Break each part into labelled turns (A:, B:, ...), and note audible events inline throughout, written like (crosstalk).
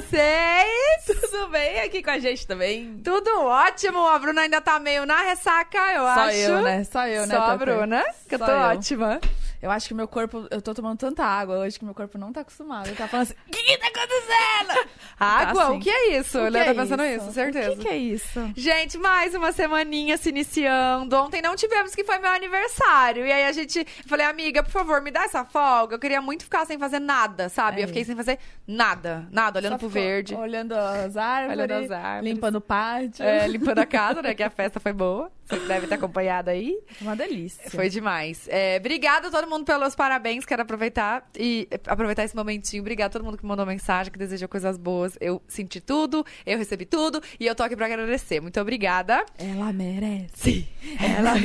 A: vocês?
B: Tudo bem aqui com a gente também?
A: Tudo ótimo. A Bruna ainda tá meio na ressaca, eu
B: Só
A: acho.
B: eu, né? Só eu, né?
A: Só a
B: Pepe?
A: Bruna, que eu
B: Só
A: tô
B: eu.
A: ótima.
B: Eu acho que meu corpo. Eu tô tomando tanta água hoje que meu corpo não tá acostumado. Ele tá falando assim: o que, que tá acontecendo?
A: Água,
B: assim.
A: o que é isso?
B: O
A: Ele
B: que é
A: tá pensando isso, certeza.
B: O que, que é isso?
A: Gente, mais uma semaninha se iniciando. Ontem não tivemos, que foi meu aniversário. E aí a gente. eu Falei, amiga, por favor, me dá essa folga. Eu queria muito ficar sem fazer nada, sabe?
B: É.
A: Eu fiquei sem fazer nada. Nada, olhando
B: Só
A: pro
B: ficou
A: verde.
B: (laughs) Olhando as árvores.
A: Olhando as árvores.
B: Limpando o pátio. (laughs)
A: É, limpando a casa, né? Que a festa foi boa. Você deve ter acompanhado aí.
B: Uma delícia.
A: Foi demais. É, obrigada a todo mundo pelos parabéns. Quero aproveitar e eh, aproveitar esse momentinho. Obrigada a todo mundo que mandou mensagem, que desejou coisas boas. Eu senti tudo, eu recebi tudo e eu tô aqui pra agradecer. Muito obrigada.
B: Ela merece.
A: Ela (laughs)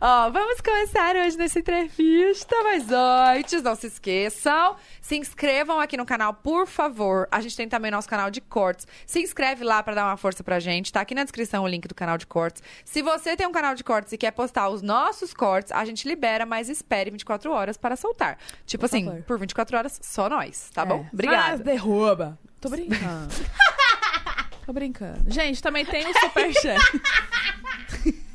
A: Ó, vamos começar hoje nessa entrevista, mas antes, não se esqueçam, se inscrevam aqui no canal, por favor. A gente tem também nosso canal de cortes. Se inscreve lá pra dar uma força pra gente. Tá aqui na descrição o link do canal de cortes. Se você tem um canal de cortes e quer postar os nossos cortes, a gente libera, mas espere 24 horas para soltar. Tipo assim,
B: favor.
A: por 24 horas, só nós, tá bom?
B: É. Mas
A: Obrigada.
B: derruba. Tô (laughs) brincando. Tô brincando. Gente, também tem o superchat. (laughs)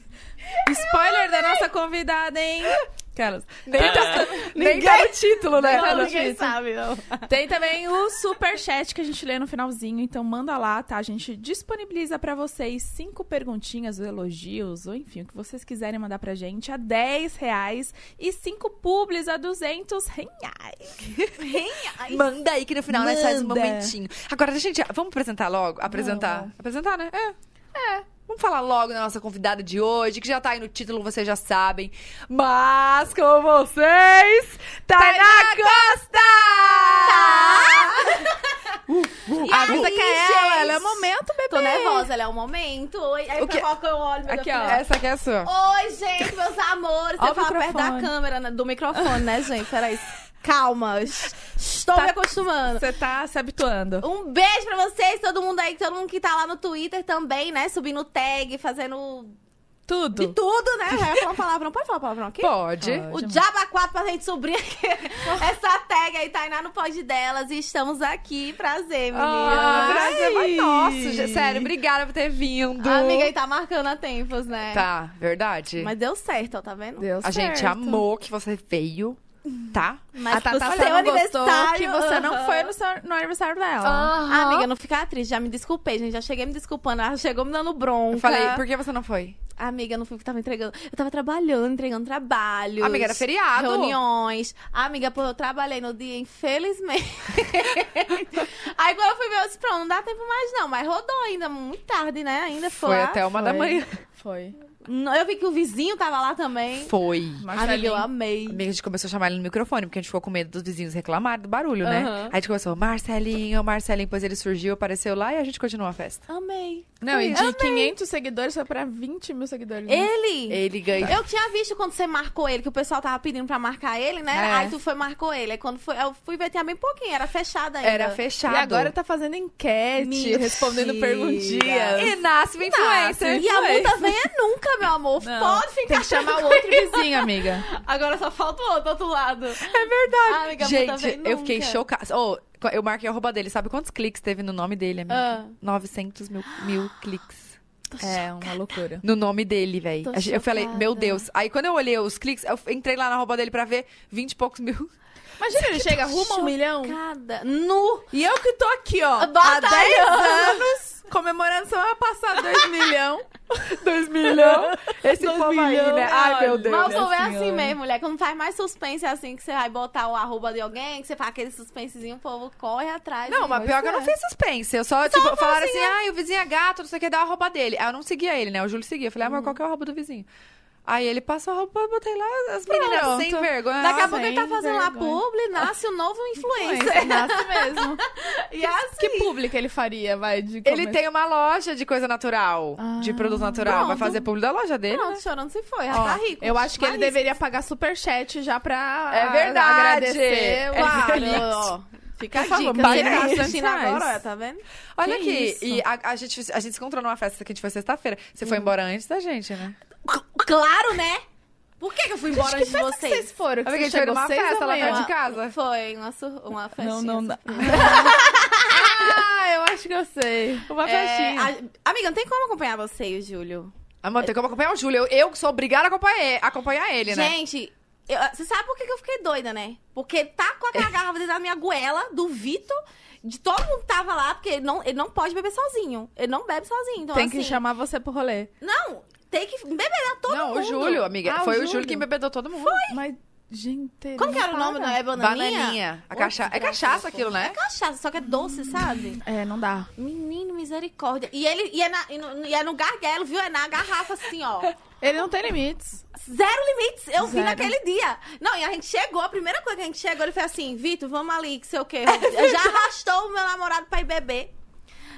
B: Spoiler da nossa convidada, hein? Carlos.
A: Nem, tá, nem tá no título, né?
B: Não,
A: Tá no
B: ninguém
A: título.
B: sabe, não. Tem também o superchat que a gente lê no finalzinho, então manda lá, tá? A gente disponibiliza pra vocês cinco perguntinhas, ou elogios, ou enfim, o que vocês quiserem mandar pra gente a 10 reais e cinco publis a 200 reais.
A: Manda aí que no final nós faz um
B: Manda.
A: momentinho. Agora, gente, vamos apresentar logo? Apresentar?
B: Vamos.
A: Apresentar, né? É. É. Vamos falar logo da nossa convidada de hoje, que já tá aí no título, vocês já sabem. Mas com vocês, Tainá Costa! (laughs) Uh,
B: A música é ela,
C: gente?
B: ela é o momento, bebê.
C: Tô nervosa, ela é o momento. Oi, aí
A: O quê?
C: pra qual que eu olho? meu
B: Aqui,
C: Deus,
B: ó.
C: pra-
A: Essa aqui é a sua.
C: Oi, gente, meus amores.
B: Ó
C: eu
B: o
C: falo perto da
B: microfone.
C: câmera, né, do microfone, né, gente? Peraí. Calma. es- Estou
B: Tá-
C: me acostumando.
B: Você tá se habituando.
C: Um beijo pra vocês, todo mundo aí, todo mundo que tá lá no Twitter também, né? Subindo tag, fazendo de
B: Tudo.
C: tudo, né? Vai falar um palavrão. Pode falar um palavrão aqui?
A: Pode.
B: Pode.
C: O
B: amor.
C: Jabba 4 pra gente subir aqui. essa tag aí, Tainá no pod delas. E estamos aqui. Prazer,
A: Ah,
C: menina.
A: prazer, mas
B: Ai.
A: nossa, gente, sério, obrigada por ter vindo.
C: A amiga aí tá marcando a tempos, né?
A: Tá, verdade.
C: Mas deu certo, ó, tá vendo?
B: Deu
A: a gente
B: certo.
A: amou que você veio, tá?
C: Mas
B: a Tata
C: pro
B: só
C: seu
B: não gostou
C: aniversário.
B: que você
C: aham.
B: não foi no, seu- no aniversário dela.
C: Ah, amiga, não fica triste, já me desculpei, gente. Já cheguei me desculpando, ela chegou me dando bronca.
A: Eu falei, por que você não foi?
C: Amiga, eu não fui porque tava entregando. Eu tava trabalhando, entregando trabalho.
A: Amiga, era feriado.
C: Reuniões. Amiga, pô, eu trabalhei no dia,
A: (laughs)
C: infelizmente. Aí quando eu fui ver, eu disse, pronto, não dá tempo mais não. Mas rodou ainda, muito tarde, né? Ainda foi.
A: Foi
C: lá.
A: até uma da
B: Foi.
A: manhã.
B: Foi.
C: Não, Eu vi que o vizinho tava lá também.
A: Foi.
C: Amiga, eu amei.
A: Amiga, a gente começou a chamar ele no microfone, porque a gente ficou com medo dos vizinhos reclamarem do barulho, né?
C: Aham.
A: Aí a gente começou, Marcelinho, Marcelinho, depois ele surgiu, apareceu lá e a gente continuou a festa.
C: Amei.
B: Não, e de 500 seguidores foi pra 20 mil seguidores. né?
C: Ele...
A: Ele ganhou.
C: Eu tinha visto quando você marcou ele, que o pessoal tava pedindo pra marcar ele, né?
A: É.
C: Aí tu foi marcou ele. Aí quando foi, eu fui ver, tinha bem pouquinho, era fechada ainda.
A: Era
B: E
A: fechado.
B: agora tá fazendo enquete,
C: Mentira.
B: respondendo perguntinhas.
A: E nasce uma influencer.
C: E a multa vem é nunca, meu amor.
B: Não,
C: Pode
B: Tem
C: ficar.
B: que chamar o outro vizinho, (laughs) amiga.
C: Agora só falta o outro, outro lado.
A: É verdade.
C: Ah, amiga, a multa
A: gente,
C: vem
A: eu fiquei
C: nunca.
A: chocada. Ô, eu marquei a roupa dele. Sabe quantos cliques teve no nome dele, amiga?
C: Ah.
A: 900 mil, mil cliques.
B: É, uma loucura.
A: No nome dele, velho.
C: Tô
A: Eu falei,
C: chocada.
A: meu Deus. Aí quando eu olhei os cliques, eu entrei lá na roupa dele pra ver 20 e poucos mil.
B: Imagina, ele chega, arruma um milhão.
C: Cada. Nu.
B: E eu que tô aqui, ó, há 10
C: Batalhando.
B: anos, comemorando semana passada (laughs) 2 milhão.
A: 2 milhão. Esse
B: Dois
A: povo aí,
B: milhão.
A: né? Ai, meu
B: Olha,
A: Deus.
C: Mas o povo é
B: Senhora.
C: assim mesmo, mulher. Quando faz mais suspense é assim, que você vai botar o arroba de alguém, que você faz aquele suspensezinho, o povo corre atrás.
A: Não, mas
C: mas
A: pior que eu não fiz suspense. Eu só, tipo, falaram assim, ai, o vizinho é gato, não sei o que, dá a roupa dele. Aí eu não seguia ele, né? O Júlio seguia. Eu falei, amor, qual que é a roupa do vizinho? Aí ele passou a roupa, eu botei lá as meninas
B: Pronto.
A: sem vergonha.
C: Daqui a
A: Nossa,
C: pouco ele tá
B: sem
C: fazendo lá
B: vergonha.
C: publi, nasce um novo influencer.
B: Influencer, Nasce mesmo.
C: (laughs) E assim.
B: (laughs) Que público ele faria, vai, de
A: Ele
B: começo?
A: tem uma loja de coisa natural, de
B: Ah.
A: produto natural. Vai
C: Pronto.
A: fazer público da loja dele. né?
C: Pronto, chorando se foi, já
B: Ó,
C: tá rico.
B: Eu acho que ele
C: Mas-
B: deveria pagar superchat já pra
A: É
B: a-
A: verdade.
B: agradecer. o
A: É
B: Alex.
A: verdade.
C: ó. Fica a
B: Por favor,
C: dica.
B: pague
C: Você tá
B: aí.
C: assistindo
B: Reais.
C: agora, ó, tá vendo?
A: Olha
B: Que
A: aqui,
B: isso.
A: e a, a gente, a gente se encontrou numa festa que a gente foi sexta-feira. Você foi embora antes da gente, né?
C: C- Claro, né? Por que, que eu fui
B: Gente,
C: embora
B: que
C: antes de
B: festa que
C: vocês?
B: vocês foram? Que
A: Amiga,
B: você
A: a gente foi
B: chegou
A: numa
B: seis
A: festa
B: da
A: lá
B: manhã.
A: perto de casa.
C: Foi uma, sur- uma festinha.
B: (laughs)
C: assim.
B: Não, não, não.
C: surpresa. Ah, eu acho que eu sei.
B: Uma
C: É,
B: festinha.
C: a- Amiga, não tem como acompanhar você e o Júlio.
A: Amor, tem como acompanhar o Júlio. Eu, eu que sou obrigada a acompanhar, e- acompanhar ele, né?
C: Gente, eu- você sabe por que que eu fiquei doida, né? Porque
B: (laughs)
C: tá com aquela garrafa dentro da minha goela, do Vitor, de todo mundo que tava lá, porque ele não, ele não pode beber sozinho. Ele não bebe sozinho. Então,
B: Tem
C: assim,
B: que chamar você pro rolê.
C: Não, tem que beber a todo
A: não,
C: mundo.
A: o Júlio, amiga.
B: Ah, o
A: foi o Júlio
B: Júlio.
A: que embebedou todo mundo.
B: Mas, gente.
C: Como
B: não
C: que era o nome? Não
B: para.
C: é bananinha?
A: Bananinha. A
C: Ô,
A: cacha... É
C: desgraça,
A: cachaça aquilo,
C: É
A: né?
C: cachaça, só que é doce, sabe?
B: É, não dá.
C: Menino, misericórdia. E ele e é, na- e no, e é no gargalo, viu? É na garrafa assim, ó.
B: Ele não tem limites.
C: Zero limites. Eu vi
B: Zero.
C: naquele dia. Não, e a gente chegou, a primeira coisa que a gente chegou, ele foi assim, Vitor, vamos ali, que sei
A: (laughs)
C: o
A: É
C: quê. Eu já arrastou o meu namorado pra ir beber.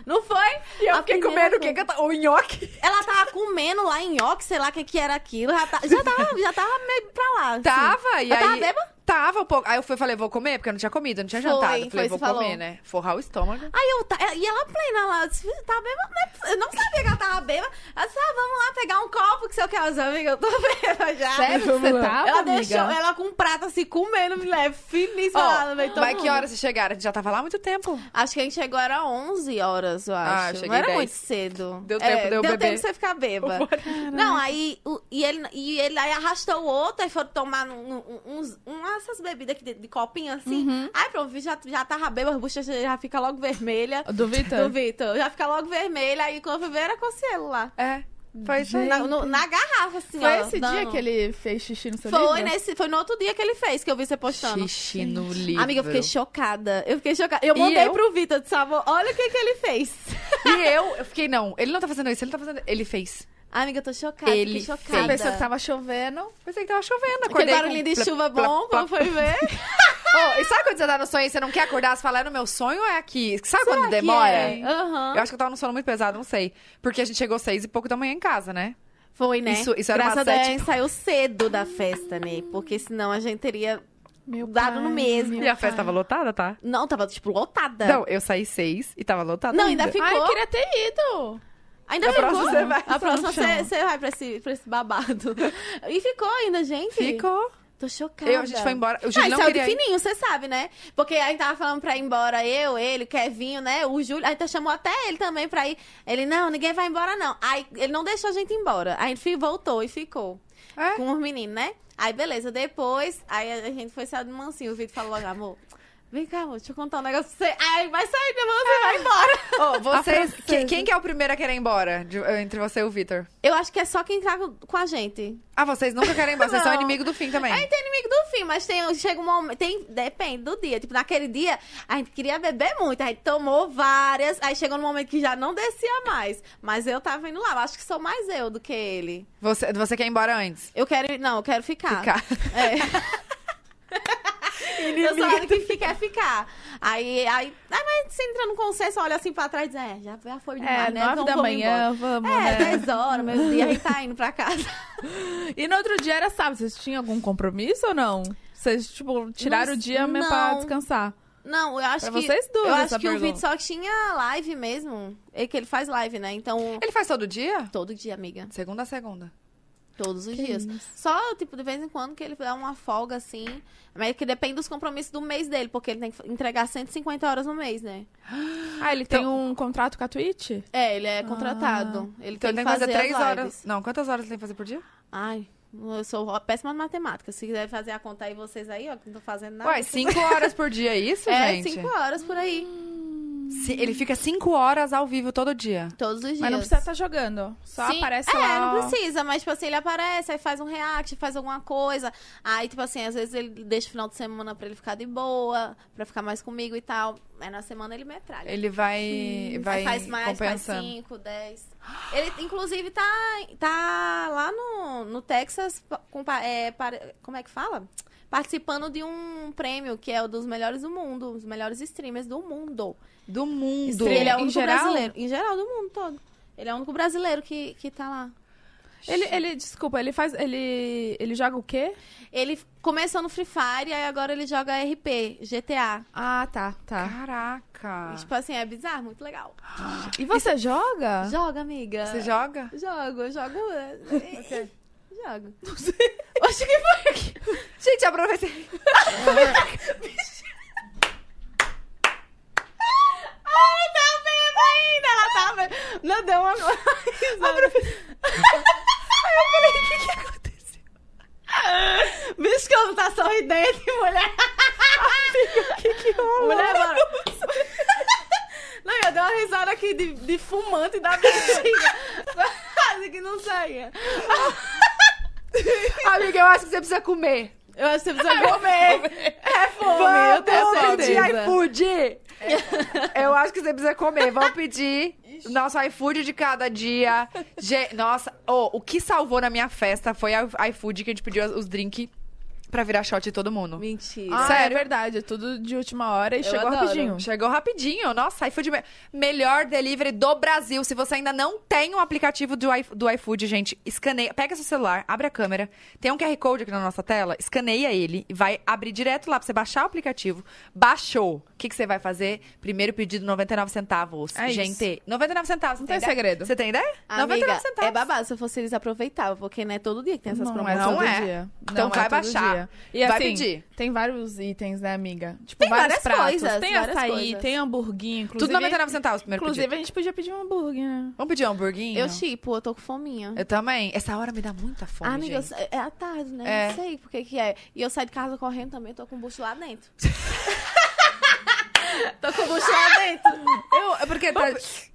C: Não foi?
A: E eu
C: A
A: fiquei
C: primeira
A: comendo o que que eu tava... O nhoque.
C: Ela tava comendo lá em nhoque, sei lá o que, que era aquilo. Já, tá- já, tava, já tava meio pra lá. assim.
A: Tava, e
C: Eu
A: aí...
C: tava bêbada?
A: Tava um pouco. Aí eu fui, falei, vou comer, porque eu não tinha comido, eu não tinha
C: Foi,
A: jantado. Eu
C: foi,
A: Falei,
C: você
A: vou
C: falou.
A: comer, né? Forrar o estômago.
C: Aí eu, tá, e ela plena lá, eu disse, tá bêbada? Não é poss- Eu não sabia que ela tava bêbada. Ela disse, ah, vamos lá pegar um copo que você quer, meus amigos, eu tô (laughs) bêbada já.
B: Sério que você tava,
C: Ela
B: amiga?
C: deixou ela com um prato assim, comendo, me leva finíssima lá no meio de
A: Ó,
C: todo
A: mas que
C: mundo.
A: horas vocês chegaram? A gente já tava lá há muito tempo.
C: Acho que a gente chegou, era 11 horas, eu acho.
A: eu Ah, cheguei
C: não era
A: 10.
C: muito cedo. É,
A: Deu tempo de eu
C: Deu
A: beber.
C: tempo de você ficar bêbada. Não, aí... o- e, ele, e ele aí arrastou o outro, aí foram tomar um, um, uns- um- essas bebidas aqui de, de copinho, assim.
A: Uhum.
C: Aí pronto, já, já tava bêbada, a bochecha já fica logo vermelha.
B: Do
C: Do
B: Vitor?
C: Vitor. Já fica logo vermelha, aí quando eu fui ver era Conselho lá.
A: É, foi isso aí.
C: Na, no- na garrafa, assim, ó,
B: Foi esse
C: dando.
B: dia que ele fez xixi no seu livro?
C: Foi, nesse, foi no outro dia que ele fez, que eu vi você postando.
A: Xixi no livro.
C: Amiga, eu fiquei chocada. Eu fiquei chocada. Eu
A: E
C: mandei
A: eu?
C: pro Vitor, disse, amor, olha o que que ele fez.
A: E eu, eu fiquei, não, ele não tá fazendo isso, ele tá fazendo... Ele fez.
C: Amiga, eu tô chocada,
A: Ele
C: fiquei chocada.
B: Você pensou que tava chovendo?
A: Pensei é, que tava chovendo,
C: Aquele
A: tá acordei
C: barulhinho
A: com-
C: de chuva
A: plá, plá,
C: bom, quando foi
A: (laughs)
C: ver.
A: Ô, e sabe quando você tá no sonho e você não quer acordar? Você fala, é no meu sonho ou é aqui? Sabe quando demora?
C: Que é. Aham.
A: Eu acho que eu tava num sono muito pesado, não sei. Porque a gente chegou seis e pouco da manhã em casa, né?
C: Foi, né?
A: Isso- isso era
C: Graças
A: umas
C: a Deus,
A: sete-
C: a gente saiu cedo da festa, né? Porque senão a gente teria...
B: Meu
C: Dado no mesmo.
B: meu
A: e a festa
B: pai.
A: tava lotada, tá?
C: Não, tava, tipo, lotada.
A: Não, eu saí seis e tava lotada
C: Não, ainda
A: fica.
C: ficou.
B: Ai, eu queria ter ido.
C: Ainda
A: A
C: ficou.
A: próxima você vai.
C: A próxima
B: Então,
C: você, você vai pra esse, pra esse babado. (laughs) E ficou ainda, gente.
A: Ficou.
C: Tô chocada.
A: Eu, a gente foi embora. O
C: Ah,
A: Júlio
C: e
A: não
C: saiu
A: queria
C: de
A: ir.
C: fininho, você sabe, né? Porque aí tava falando pra ir embora eu, ele, o Kevinho, né? O Júlio. Aí tá chamou até ele também pra ir. Ele, não, ninguém vai embora, não. Aí ele não deixou a gente ir embora. Aí ele fi- voltou e ficou
A: É?
C: com os meninos, né? Aí beleza, depois, aí a gente foi sair do mansinho. O Vitor falou logo, amor, vem cá, amor, deixa eu contar um negócio pra você. Aí vai sair do mansinho e
A: (laughs)
C: vai embora.
A: Ô,
C: (laughs)
A: vocês,
B: A francesa.
A: quem, quem que é o primeiro a querer ir embora? De- entre você e o Vitor?
C: Eu acho que é só quem tá com- com a gente.
A: Ah, vocês nunca querem ir embora. Vocês são
C: Não.
A: inimigo do fim também.
C: A gente é inimigo do fim, mas tem, chega um momento. Tem, depende do dia. Tipo, naquele dia, a gente queria beber muito, a gente tomou várias. Aí chegou num momento que já não descia mais. Mas eu tava indo lá. eu Acho que sou mais eu do que ele.
A: Você, você quer ir embora antes?
C: Eu quero. ir- Não, eu quero ficar.
A: Ficar.
C: É. Eu sou a hora que fica, é ficar. Aí, aí, aí, mas você entra num consenso, olha assim pra trás e diz: É, já, já foi demais,
B: É,
C: né?
B: nove
C: Vamos-
B: da
C: vamos embora."
B: manhã, vamos,
C: É,
B: né?
C: 10 horas, meu dia, a gente tá indo pra casa. (laughs)
B: E no outro dia era sábado. Vocês tinham algum compromisso ou não? Vocês, tipo, tiraram o
C: Não-
B: dia mesmo pra
C: não.
B: descansar.
C: Não, eu acho
B: Pra
C: que.
B: vocês duas
C: Eu acho
B: essa
C: que o
B: pergunta.
C: vídeo só tinha live mesmo. É que ele faz live, né? Então.
A: (laughs)
B: É.
A: Ele faz todo dia?
C: Todo dia, amiga.
A: Segunda a segunda.
C: Todos os dias. Só, tipo, de vez em quando que ele dá uma folga, assim. Mas que depende dos compromissos do mês dele, porque ele tem que entregar 150 horas no mês, né?
B: Ah, ele tem
C: Então-
B: um contrato com a Twitch?
C: É, ele é contratado. ele
A: Então
C: tem,
A: tem
C: que fazer,
A: três
C: as lives.
A: horas. Não, quantas horas ele tem que fazer por dia?
C: Ai, eu sou péssima de matemática. Se quiser fazer a conta aí, vocês aí, ó, que não tô fazendo nada.
A: Uai, cinco horas por dia, é isso,
C: (laughs) É,
A: gente?
C: cinco horas por aí. Hum,
A: Se- ele fica cinco horas ao vivo todo dia.
C: Todos os dias.
B: Mas não precisa estar jogando. Só
C: Sim.
B: aparece
C: é,
B: lá.
C: não precisa, mas, tipo assim, ele aparece, aí faz um react, faz alguma coisa. Aí, tipo assim, às vezes ele deixa o final de semana pra ele ficar de boa, pra ficar mais comigo e tal. Aí na semana ele metralha.
A: Ele vai, vai
C: Aí faz mais, faz
A: compensando.
C: 5, 10. Ele, inclusive, tá, tá lá no, no Texas, pa- com pa- é, para- como é que fala? Participando de um prêmio que é o dos melhores do mundo, os melhores streamers do mundo.
A: Do mundo.
B: Estrela.
C: Ele é o
B: Em
C: único
B: geral?
C: brasileiro. Em geral, do mundo todo. Ele é o único brasileiro que, que tá lá.
B: Ele, ele, desculpa, ele faz. Ele, ele joga o quê?
C: Ele começou no Free Fire e agora ele joga RP, GTA.
B: Ah, tá, tá.
A: Caraca.
C: E, tipo assim, é bizarro, muito legal.
B: E você joga?
C: Joga, amiga.
A: Você joga?
C: Jogo, eu jogo. (laughs) Jogo. Não sei. Acho que foi aqui.
A: Gente, aproveita.
C: Ai, tá Não, deu uma. (laughs) Bicho, que eu não tá sorridente, mulher. Mulher, bora. Não, eu dei uma risada aqui de, de fumante da bexiga. Quase que não saia.
A: (laughs) Amiga, eu acho que você precisa comer.
C: Eu acho que você precisa comer. É fome, eu tenho
A: Vamos pedir
C: certeza.
A: iFood. É. Eu acho que você precisa comer. Vamos pedir nosso iFood de cada dia. Ge- Nossa, ô, o que salvou na minha festa foi a iFood que a gente pediu os drinks pra virar shot de todo mundo.
C: Mentira.
B: Ah,
A: Sério?
B: é verdade. É tudo de última hora e
C: Eu
B: chegou
C: adoro.
B: rapidinho.
A: Chegou rapidinho. Nossa, iFood me- melhor delivery do Brasil. Se você ainda não tem o aplicativo do, i- do iFood, gente, escaneia, pega seu celular, abre a câmera, tem um QR Code aqui na nossa tela, escaneia ele e vai abrir direto lá pra você baixar o aplicativo. Baixou. O que, que você vai fazer? Primeiro pedido 99 centavos.
B: É isso.
A: gente, 99 centavos.
B: Não
A: você
B: tem
A: ideia?
B: segredo.
A: Você tem ideia?
C: Amiga, é babado. Se eu fosse eles, aproveitava. Porque não é todo dia que tem essas
B: não,
C: promoções.
B: é todo
A: Não é.
B: dia.
A: Então
B: Não,
A: vai
B: é todo
A: baixar.
B: dia. E
A: Vai
B: assim,
A: pedir.
B: tem vários itens, né, amiga? Tipo,
C: Tem
B: vários
C: várias
B: pratos.
C: coisas,
B: tem
C: várias
B: açaí,
C: coisas.
B: tem hambúrguer, inclusive.
A: Tudo 99 centavos primeiro
B: Inclusive,
A: pedido.
B: a gente podia pedir um hambúrguer, né?
A: Vamos pedir um hamburguinho?
C: Eu tipo, eu tô com fominha.
A: Eu também. Essa hora me dá muita fome,
C: Ah, amiga, eu
A: gente.
C: sa- é à tarde, né?
A: É.
C: Não sei por que que é. E eu saio de casa correndo também, tô com o bucho lá dentro. tô com o bucho lá dentro.
A: Eu, é porque... tá-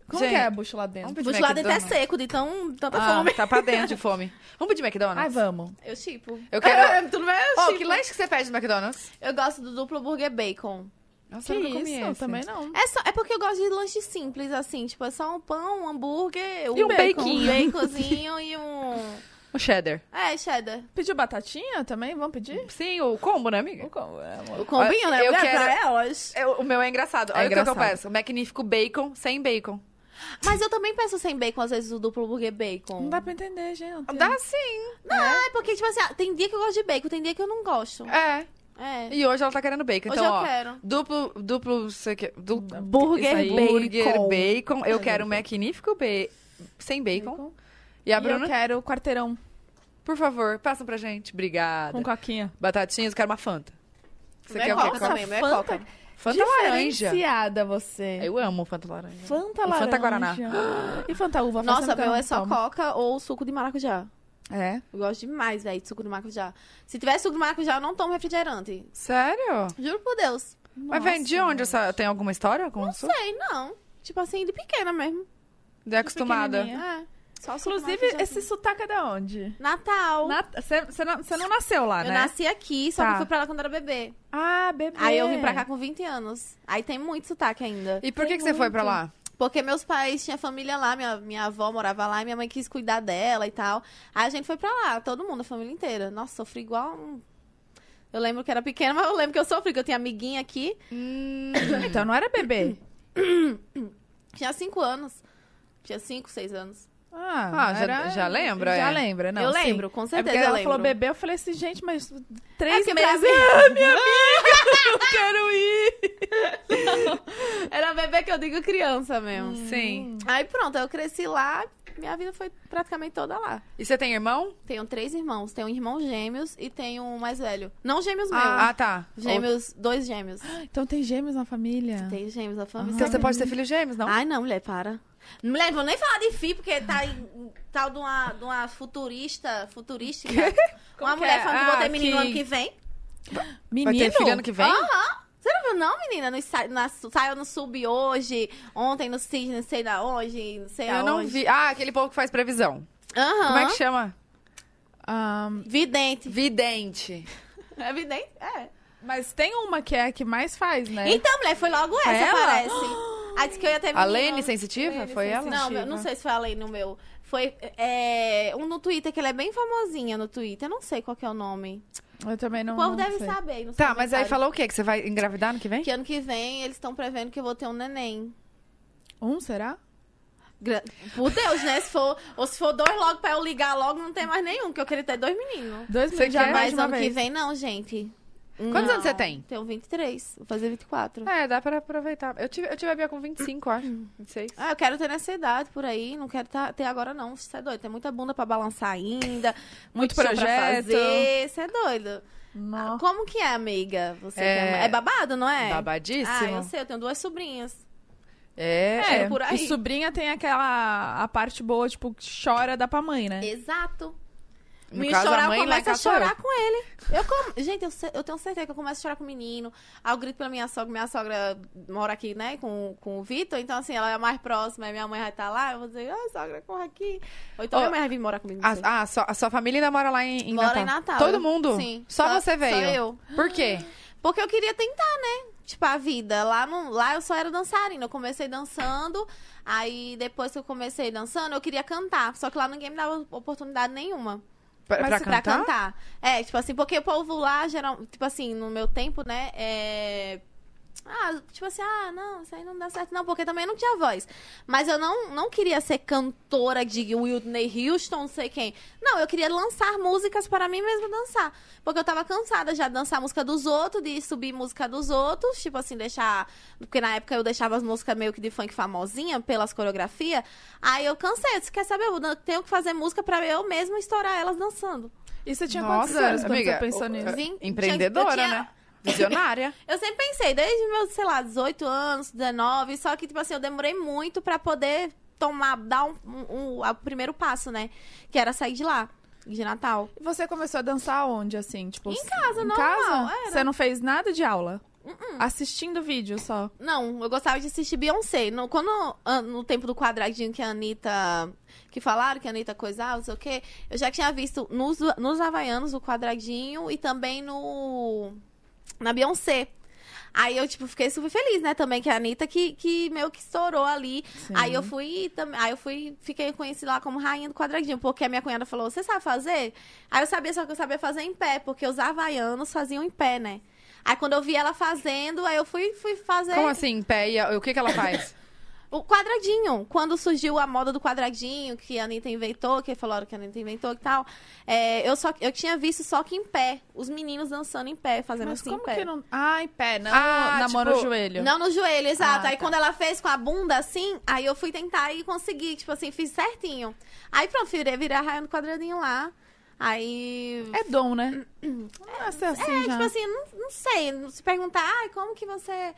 B: Como
A: Gente,
B: que é a bucha lá dentro?
A: vamos
C: O
A: pedir
C: bucho lá dentro é
A: McDonald's?
C: seco, de tão, tanta
A: Ah,
C: fome.
A: Tá pra dentro de fome. Vamos de McDonald's?
B: Ai, vamos.
C: Eu tipo.
A: Eu
B: (laughs)
A: quero-
C: Tudo bem? Eu,
A: Ô,
C: tipo.
A: que lanche que você pede no McDonald's?
C: eu gosto do duplo burger bacon.
A: Nossa,
B: Que isso? Também não.
C: É, só, é porque eu gosto de lanche simples, assim. Tipo, é só um pão, um hambúrguer, um
A: E um
C: bacon, um
A: baconzinho.
C: baconzinho e um...
A: O cheddar.
C: É, cheddar.
B: Pediu batatinha também? Vamos pedir?
A: Sim, o combo, né, amiga?
B: O combo, é, amor.
C: O combinho, né?
A: eu
C: Mulher,
A: quero-
C: pra elas.
A: É, o meu é engraçado.
B: É
A: Olha o que eu
B: engraçado.
A: peço. O magnífico bacon sem bacon.
C: Mas eu também peço sem bacon, às vezes, o duplo burger bacon.
B: Não dá pra entender, gente.
A: Dá sim.
C: Ah, é porque, tipo assim, ah, tem dia que eu gosto de bacon, tem dia que eu não gosto.
A: É.
C: É.
A: E hoje ela tá querendo bacon.
C: Hoje
A: então,
C: eu
A: ó.
C: quero.
A: Duplo, duplo, não sei o que. Du...
C: Burger
A: Isso aí.
C: bacon.
A: Burger bacon. Eu
B: Ai,
A: quero o
B: bacon.
A: magnífico ba... sem bacon.
B: Bacon.
A: E a
B: E
A: Bruna,
B: eu quero o quarteirão
A: por favor, passam pra gente. Obrigada.
B: com coquinha.
A: Batatinhas, eu quero uma Fanta. Você
C: Não é
A: quer o
C: coca
A: quê?
C: também, não é
B: Fanta-
C: coca.
A: Fanta laranja.
B: Diferenciada você.
A: Eu amo Fanta laranja.
B: Fanta
A: E
B: laranja.
A: Fanta Guaraná.
B: (gasps) E Fanta uva. faz
C: Nossa,
B: tempo que eu
C: meu
B: não
C: é só
B: tomo.
C: coca ou suco de maracujá.
B: É.
C: Eu gosto demais, velho, de suco de maracujá. Se tiver suco de maracujá, eu não tomo refrigerante.
A: Sério?
C: Juro por Deus.
A: Mas vem de onde? Essa... Tem alguma história com isso?
C: Sei, não. Tipo assim, de pequena mesmo.
A: De acostumada.
B: pequenininha.
C: É. Só suco de
B: Inclusive,
C: maracujá. assim.
B: esse sotaque é da onde?
C: Natal.
B: Você não, cê não nasceu lá,
C: Eu
B: né?
C: nasci aqui, só
B: Tá.
C: que fui pra lá quando era bebê.
B: Ah, bebê.
C: Aí eu vim pra cá com 20 anos. Aí tem muito sotaque ainda.
A: E por que, que você foi pra lá?
C: Porque meus pais tinham família lá, minha, minha avó morava lá e minha mãe quis cuidar dela e tal. Aí a gente foi pra lá, todo mundo, a família inteira. Nossa, sofri igual um... Eu lembro que era pequena, (laughs) mas eu lembro que eu sofri, que eu tinha amiguinha aqui,
B: (coughs) Então não era
C: (coughs)
B: bebê.
C: tinha cinco anos. Tinha cinco, seis anos.
B: Ah,
A: Ah, já-
B: era-
A: já lembra,
B: Já
A: é?
B: lembra, não.
C: eu
B: sim.
C: lembro, com
B: É porque
C: certeza.
B: ela
C: eu lembro.
B: falou bebê, eu falei assim, gente, mas
C: É
B: três
C: que
B: meses.
C: bebê-
B: (laughs) Eu quero ir.
C: Era bebê que eu digo criança mesmo.
B: Hum.
A: Sim.
C: Aí pronto, eu cresci lá, minha vida foi praticamente toda lá.
A: E você tem irmão?
C: Tenho três irmãos, tenho um irmão gêmeos e tenho um mais velho. Não gêmeos meus.
A: Ah, tá.
C: Gêmeos, dois gêmeos.
B: Então tem gêmeos na família?
C: Tem gêmeos, a
A: Ou-
C: família.
A: Então você pode ter filhos gêmeos, não?
C: Ai, não, mulher, para. Mulher, não vou nem falar de FI, porque tá em, tal de uma, de uma futurista, (laughs) futurística.
B: Como
C: uma
B: que
C: mulher
B: é?
C: falando que vou
B: Ah,
C: ter menino
B: que-
C: ano que vem.
A: Vai
B: Menino?
A: ter filho ano que vem?
C: Você não viu, não, menina? No, sa- na, saiu no Sub hoje, ontem no Cis, não sei da onde, não sei
A: eu
C: aonde.
A: não vi. Ah, aquele povo que faz previsão.
C: Aham.
A: Como é que chama?
B: Ah,
C: Vidente.
A: Vidente.
C: É vidente? É.
B: mas tem uma que é a que mais faz, né?
C: Então, mulher, foi logo essa,
B: Ela?
C: parece. (gasps) Aí disse que eu ia ter É menino.
A: A Lene Sensitiva?
B: Lene
A: Foi ela?
B: Sensitiva.
C: Não, eu não sei se foi a Lene no meu. Foi é, um no Twitter, que ela é bem famosinha no Twitter. Eu não sei qual que é o nome.
B: Eu também não
C: o povo
B: não
C: deve
B: sei.
C: saber. aí nos
A: Tá, mas aí
C: comentários.
A: falou o quê? Que você vai engravidar ano que vem?
C: Que ano que vem eles estão prevendo que eu vou ter um neném.
B: Um, será?
C: Gra- Por Deus, né? Se for, ou se for dois logo pra eu ligar logo, não tem mais nenhum, que eu queria ter dois meninos.
B: Dois
A: Você
B: meses já
A: quer?
B: mais
C: Mas
B: de uma
C: ano que
B: vez.
C: vem não, gente.
A: Quantos anos você tem?
C: Tenho 23, vou fazer 24.
A: É, dá pra aproveitar. Eu tive, eu tive a Bia com 25, acho. 26.
C: Ah, eu quero ter nessa idade por aí, não quero tá- ter agora não, você é doido. Tem muita bunda pra balançar ainda, muito, chão pra
B: projeto.
C: fazer, você é doido.
B: Nossa.
C: Como que é, amiga? Você
A: É-
C: é... é babado, não é?
A: Babadíssimo.
C: Ah, eu sei, eu tenho duas sobrinhas.
A: É.
C: É. por aí.
B: E sobrinha tem aquela a parte boa, tipo, que chora, dá pra mãe, né?
C: Exato.
A: No
C: Me
A: caso, a
C: chorar, eu
A: mãe lá em
C: começo a
A: casa sou
C: chorar com ele. Eu com- Gente, eu, se- eu tenho certeza que eu começo a chorar com o menino. Aí eu grito pela minha sogra. Minha sogra mora aqui, né, com, com o Vitor. Então, assim, ela é a mais próxima. aí Minha mãe vai estar lá. Eu vou dizer, ah, sogra, corre aqui. Ou então
A: Ô,
C: minha mãe vai vir morar comigo. não sei.
A: Ah, ah, só- a sua família ainda mora lá em, em
C: mora
A: Natal?
C: em Natal.
A: Todo
C: Eu-
A: mundo?
C: Sim.
A: Só, você veio?
C: Só eu.
A: Por quê?
C: Porque eu queria tentar, né? Tipo, a vida. Lá, não, lá eu só era dançarina. Eu comecei dançando. Aí, depois que eu comecei dançando, eu queria cantar. Só que lá ninguém me dava oportunidade nenhuma.
A: Pra, pra
C: Mas
A: cantar?
C: É, tipo assim, porque o povo lá, geral, tipo assim, no meu tempo, né, é... Ah, tipo assim, ah, não, isso aí não dá certo, não, porque também não tinha voz. Mas eu não, não queria ser cantora de Whitney Houston, não sei quem. Não, eu queria lançar músicas para mim mesma dançar. Porque eu tava cansada já de dançar música dos outros, de subir música dos outros, tipo assim, deixar. Porque na época eu deixava as músicas meio que de funk famosinha pelas coreografias. Aí eu cansei, eu disse, quer saber? Eu dan- tenho que fazer música pra eu mesma estourar elas dançando.
B: E você tinha quantos
A: Nossa,
B: anos quando
A: amiga,
B: você pensou
A: o-
B: nisso?
A: é,
C: Vim-
A: empreendedora,
C: tinha- eu tinha-
A: né? Visionária.
C: (laughs) Eu sempre pensei, desde meus, sei lá, 18 anos, 19, só que, tipo assim, eu demorei muito pra poder tomar, dar um, um- um- o primeiro passo, né? Que era sair de lá, de Natal.
B: E você começou a dançar onde, assim? Tipo,
C: Em
B: s-
C: casa,
B: em
C: normal,
B: casa?
C: era. Uh-uh.
B: Você não fez nada de aula? Assistindo vídeo só.
C: Não, eu gostava de assistir Beyoncé. No, quando, ah, no tempo do quadradinho que a Anitta. Que falaram que a Anitta coisava, não sei o quê. Eu já tinha visto nos, nos Havaianos o quadradinho e também no. Na Beyoncé. Aí eu, tipo, fiquei super feliz, né? Também que a Anitta que, que meio que estourou ali.
B: Sim.
C: Aí eu fui também. Aí eu fui, fiquei conhecida lá como rainha do quadradinho, porque a minha cunhada falou: você sabe fazer? Aí eu sabia, só que eu sabia fazer em pé, porque os havaianos faziam em pé, né? Aí quando eu vi ela fazendo, aí eu fui, fui fazer
A: Como assim, em pé? E a- o que, que ela faz?
C: o quadradinho. Quando surgiu a moda do quadradinho, que a Anitta inventou, que falaram que a Anitta inventou e tal, é, eu, só, eu tinha visto só que em pé. Os meninos dançando em pé, fazendo
B: Mas
C: assim
B: como
C: em pé.
B: que não. Ah, em pé, não
A: Ah,
B: na mão no
A: tipo,
B: joelho.
C: Não no joelho, exato.
B: Ah,
C: aí
B: tá.
C: quando ela fez com a bunda assim, aí eu fui tentar e consegui, tipo assim, fiz certinho. Aí pronto, virei, virei a raia no quadradinho lá. Aí.
B: É dom,
C: (clears throat)
B: né? Nossa, é assim
C: É,
B: já.
C: tipo assim, não, não sei. Se perguntar, ai, como que você.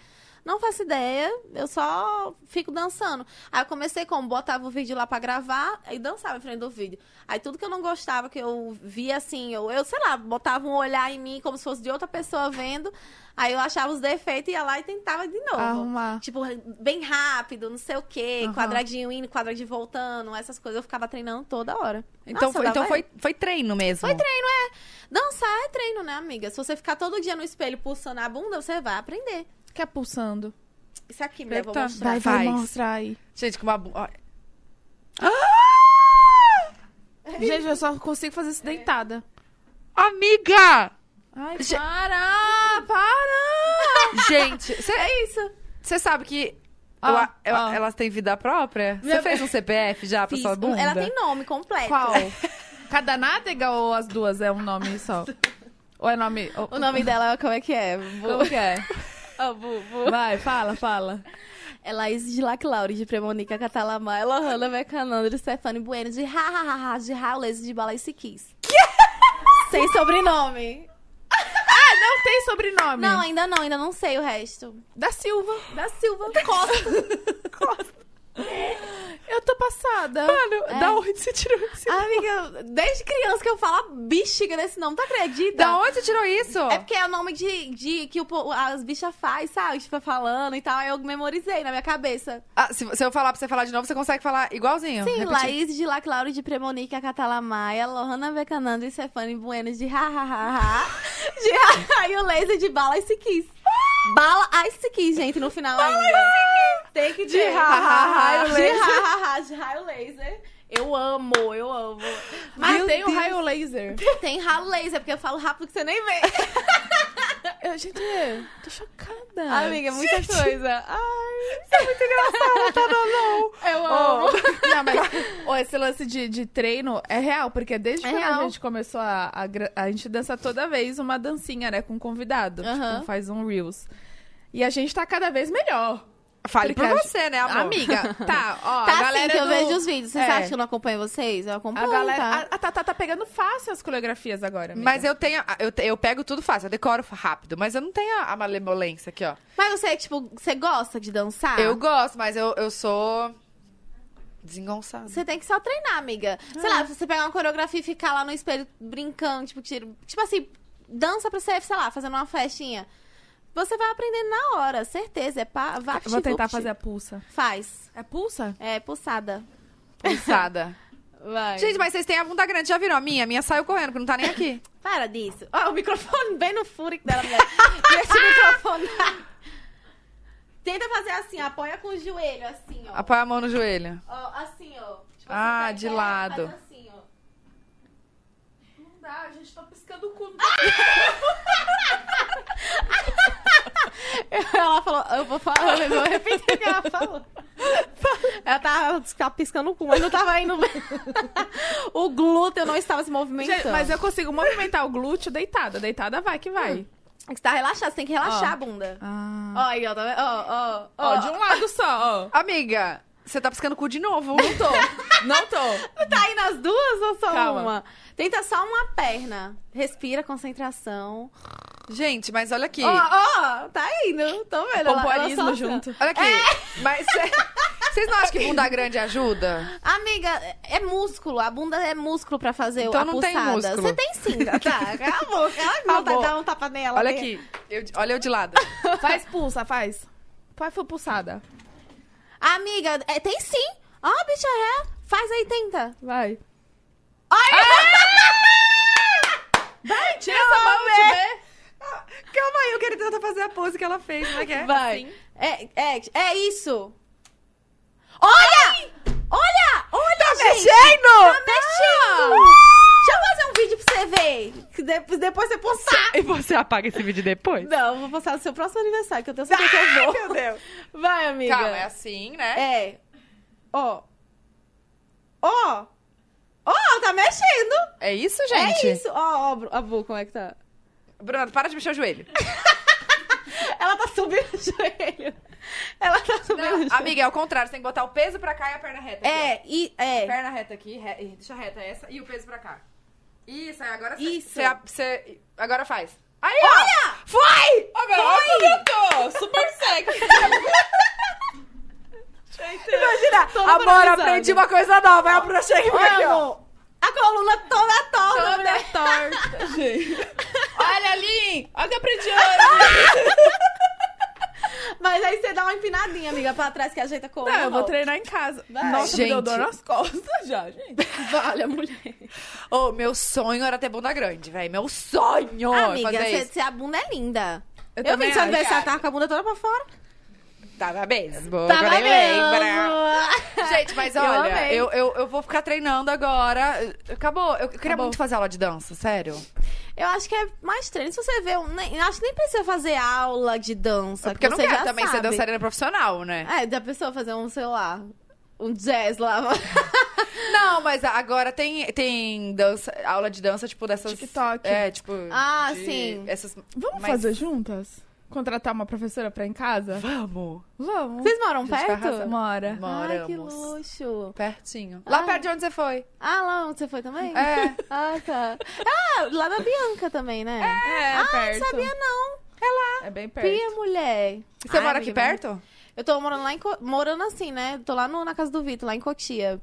C: Não faço ideia, eu só fico dançando. Aí eu comecei como? Botava o vídeo lá pra gravar e dançava em frente do vídeo. Aí tudo que eu não gostava, que eu via assim, eu, eu sei lá, botava um olhar em mim como se fosse de outra pessoa vendo. Aí eu achava os defeitos, ia lá e tentava de novo.
B: Arrumar.
C: Tipo, bem rápido, não sei o quê,
B: Aham.
C: quadradinho indo, quadradinho voltando, essas coisas. Eu ficava treinando toda hora.
A: Então,
C: (laughs) Nossa,
A: foi, então
C: dava-
A: foi, foi treino mesmo. Foi treino.
C: Dançar é treino, né, amiga? Se você ficar todo dia no espelho pulsando a bunda, você vai aprender.
B: Que é pulsando.
C: Isso aqui, mulher, eu vou
A: Eita.
C: mostrar.
B: Vai, vai
A: Faz.
B: mostrar
C: (laughs)
B: aí.
A: Gente, com uma. bu- ó,
B: Gente, eu só consigo fazer
C: É.
B: isso deitada.
A: Amiga!
B: Ai,
A: Ge-
B: para!
C: (laughs)
B: Para!
A: Gente, você
C: É isso.
A: sabe que.
B: Ah,
A: o a- ela-
B: ah.
A: Elas têm vida própria? Você
B: Minha-
A: fez um CPF já pra
C: Fiz.
A: sua bunda?
C: Ela tem nome completo.
B: Qual? Cada nádega ou as duas é um nome só? Ou é nome. ou-
C: (laughs) O nome dela, como é que é? Bu...
B: Como que
C: (laughs)
B: é?
C: Ah, bu, bu.
B: Vai, fala, fala.
C: É Laís de Laclaure, de Premonica Catalamar, Elohana Mecanandro, Stefani Bueno, de Ha Ha Ha Ha, de Raulês, de Bala e Siquis. Sem sobrenome.
B: Ah, Não tem sobrenome.
C: Não, ainda não, ainda não sei o resto.
B: Da Silva.
C: Da Silva Costa.
B: Eu tô passada.
A: Mano,
C: É.
A: da onde você tirou isso?
C: Amiga, desde criança que eu falo a bexiga desse nome, tu acredita?
A: Da onde você tirou isso?
C: É porque é o nome de, de que o po- as bichas faz, sabe? Tipo, falando e tal. Aí eu memorizei na minha cabeça.
A: Ah, se, se eu falar pra você falar de novo, você consegue falar igualzinho?
C: Sim,
A: Repetir.
C: Laís de La Claro de Premonique, a Catalamaia, Lohana Becanando e Stefani Bueno de ha ha ha ha.
A: (laughs)
C: De ha ha e o laser de Bala Ice Kiss. Bala Ice Kiss, gente, no final é um Bala ainda. Tem que ter.
A: ha, ha, ha, e o
C: De
A: laser.
C: ha ha ha, de raio laser. Eu amo, eu amo.
A: (laughs)
B: Mas
C: Mas
B: Ah, tem o raio laser.
C: tem raio laser, porque eu falo rápido que você nem
B: (laughs)
C: vê.
B: Eu, gente, tô chocada.
C: Amiga, é muita coisa.
B: eu
A: amo.
B: (laughs) Não,
C: (laughs)
B: mas ô, esse lance de, de treino é real, porque desde
C: É
B: quando a
C: real.
B: gente começou a, a, gra- a gente dança toda vez uma dancinha, né, com um convidado.
C: Aham.
B: Tipo, faz um Reels. E a gente tá cada vez melhor.
A: Fale por
B: Porque a-
A: você, né, amor?
B: Amiga,
C: (laughs)
B: tá, ó,
C: Tá
B: a galera
C: assim que eu
B: do-
C: vejo os vídeos. Vocês
B: É.
C: acham que eu não acompanho vocês? Eu
B: A
C: acompanho,
B: galera,
C: tá?
B: a, a Tatá tá pegando fácil as coreografias agora,
A: (laughs)
B: amiga.
A: Mas eu tenho. ah, Eu, te- eu pego tudo fácil, eu decoro rápido, mas eu não tenho a, a malemolência aqui, ó.
C: Mas você, tipo, você gosta de
B: Ah.
C: dançar?
A: Eu gosto, mas eu, eu sou. desengonçada.
C: Você tem que só treinar, amiga. Sei
B: Ah.
C: lá, se você pegar uma coreografia e ficar lá no espelho brincando, tipo, tiro, tipo assim, dança pra você, sei lá, fazendo uma festinha. Você vai aprendendo na hora, certeza. É pá, vá,
B: Vou tentar fazer a pulsa.
C: Faz.
B: É pulsa?
C: É, pulsada.
B: (laughs)
A: Cansada.
C: Vai.
A: Gente, mas vocês têm a bunda grande, já viram a minha? A minha saiu correndo, porque não tá nem
B: (laughs)
A: aqui.
C: Para disso. Ó, o microfone bem no furico dela, mulher. E esse microfone. Tenta fazer assim, apoia com o joelho, assim, ó.
A: Apoia a mão no joelho.
C: Ó, assim, ó. Tipo,
A: Ah,
C: você pega
A: de
C: e
A: lado.
C: faz assim, ó.
B: Não dá, a gente tá piscando o cu.
C: (laughs) Ela falou, eu vou falar, eu vou repetir o que ela
A: (laughs)
C: falou. Ela tava, tava piscando o cu, mas não tava indo
A: (laughs)
C: bem. O glúteo não estava se movimentando.
B: Gente, mas eu consigo movimentar o glúteo deitada. Deitada vai que vai.
C: Você tá relaxado, você tem que relaxar
B: Ó.
C: a bunda.
B: Ah.
C: Ó, aí, ó, tá vendo? Ó, ó,
B: Ó,
C: ó.
B: de um lado só, ó.
A: Amiga, você tá piscando o cu de
B: (laughs)
A: novo.
B: Não tô, não tô.
C: Tá aí nas duas ou só
B: Calma.
C: uma? Tenta só uma perna. Respira, concentração.
A: Gente, mas olha aqui.
C: Ó, ó, tá indo. Tô vendo. ela- ela
B: Pompoarismo
C: só-
B: junto.
A: Olha aqui.
B: É.
A: Mas cê- vocês não acham que bunda grande ajuda?
C: Amiga, é músculo. A bunda é músculo pra fazer
A: Então
C: a
A: não
C: pulsada.
A: tem músculo.
C: Você tem sim,
A: (laughs)
C: tá? Cala a boca. Ela
A: Tá
C: que vontade
A: bom.
C: de dar um tapa nela.
A: Olha
C: né?
A: aqui. Eu- olha eu de lado.
B: Faz pulsa, faz. Faz fu- pulsada.
C: Amiga, é, tem sim. Ó, bicha, é. Faz aí, tenta.
B: Vai.
A: (laughs) Vai, tira essa mão de ver. (laughs) Calma aí, eu quero tentar fazer a pose que ela fez, como é que é?
C: Vai. É, é, é isso. Olha! Olha! Olha,
A: Tá
C: gente! Tá
A: mexendo! Ah!
C: mexendo! Deixa eu fazer um vídeo pra você ver. Que de- depois você postar.
A: E você apaga esse vídeo depois?
C: Não, eu vou postar no seu próximo aniversário, que eu tenho certeza que eu vou.
A: Meu Deus.
C: Vai, amiga.
A: Calma, é assim, né?
C: É. Ó. Ó. Ó, tá mexendo.
A: É, isso, gente?
C: É isso. Ó, ó, a Bu, como é que tá?
A: Bruna, para de mexer o joelho.
C: Ela tá subindo o joelho. Ela tá subindo o joelho.
A: Amiga, é o contrário. Você tem que botar o peso pra cá e a perna reta. aqui,
C: É, e
A: ó.
C: é.
A: Perna reta aqui, re- e deixa reta essa e o peso pra cá. Isso, aí agora
C: Isso.
A: Você, ah, você- agora faz. Aí, Olha! Foi! Agora, olha como eu tô! Super
B: (laughs)
A: sexy. Imagina,
C: Tô
A: Tá, amor,
C: paralisada.
A: aprendi uma coisa nova. Aí a Bruna chega e fica aqui, ó.
C: Amo. A coluna toda torta, mulher.
B: é torta, gente.
A: Olha ali!
B: Olha o que eu aprendi hoje.
C: Mas aí você dá uma empinadinha, amiga, pra trás que ajeita a coluna.
B: Não, eu vou
C: volta.
B: treinar em casa.
C: Vai.
B: Nossa, me deu
A: Gente.
B: dor nas costas já, gente.
C: Vale, a mulher.
A: Ô, meu sonho era ter bunda grande, velho. Meu sonho! é
C: Amiga,
A: fazer
C: cê,
A: isso.
C: cê- a bunda é linda.
B: Eu
C: Eu,
B: também
C: vi seu
B: acho.
C: aniversário, tava com a bunda toda pra fora. Tá
A: Tava mesmo.
C: Tava
A: agora eu lembro.
C: mesmo.
A: Gente, mas
C: (laughs)
B: Eu
A: olha,
B: amei.
A: eu, eu, eu vou ficar treinando agora. Acabou. Eu queria
B: Acabou.
A: muito fazer aula de dança, sério.
C: Eu acho que é mais treino. Se você vê, um, nem, acho que nem precisa fazer aula de dança.
A: É Porque eu
C: que
A: não
C: você
A: quero
C: já
A: também ser
C: sabe.
A: dançarina profissional, né?
C: É, da pessoa fazer um, sei lá, um jazz lá. (laughs)
A: Não, mas agora tem, tem dança, aula de dança, tipo, dessas.
B: TikTok.
A: É, tipo.
C: Ah,
A: de-
C: sim.
A: Essas.
B: Vamos
A: Mas-
B: fazer juntas? Contratar uma professora pra ir em casa?
A: Vamos!
B: Vamos.
C: Vocês moram
A: vai
C: perto?
A: arrasar.
B: Mora.
C: Ai, que
A: Moramos.
C: luxo.
A: Pertinho. Lá
C: Ah.
A: perto de onde você foi.
C: Ah, lá onde você foi também?
A: É.
C: Ah, tá. Ah, lá da Bianca também, né?
B: É,
C: ah,
B: perto.
C: não sabia não.
B: É bem perto.
C: Pia, mulher.
A: E Você
C: Ai,
A: mora
C: amiga,
A: aqui
C: mas-
A: perto?
C: Eu tô morando lá em... Co- Morando assim, né? Tô lá no- na casa do Vitor, lá em Cotia.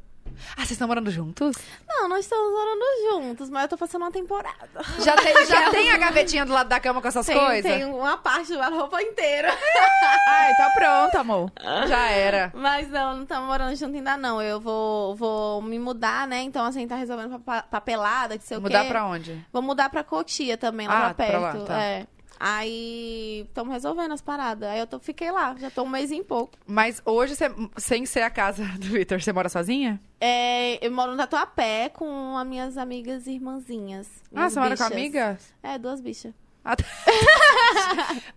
A: Ah, vocês estão morando
C: (laughs)
A: juntos?
C: Não, nós estamos morando juntos, mas eu tô passando uma temporada.
A: Já tem, (laughs) já tem a gavetinha do lado da cama com essas
C: Tem,
A: coisas? Ah,
C: tem uma parte da roupa inteira. (laughs)
B: Ai, tá pronto, amor.
A: então Já era.
C: Mas não, não estamos morando junto ainda não. Eu vou, vou me mudar, né? Então, assim, tá resolvendo pa- papelada, que sei o quê.
A: Mudar pra onde?
C: Vou mudar pra Cotia também, lá
A: Ah,
C: pra
A: pra
C: perto.
A: lá, tá.
C: É. Aí estamos resolvendo as paradas. Aí eu tô, fiquei lá, já tô um mês e pouco.
A: Mas hoje, você- sem ser a casa do Vitor, você mora sozinha?
C: É, eu moro no Tatuapé com as minhas amigas irmãzinhas.
A: Ah,
C: minhas
A: você mora com a
C: bichas.
A: amiga?
C: É, duas bichas.
A: Ah, tá. (laughs)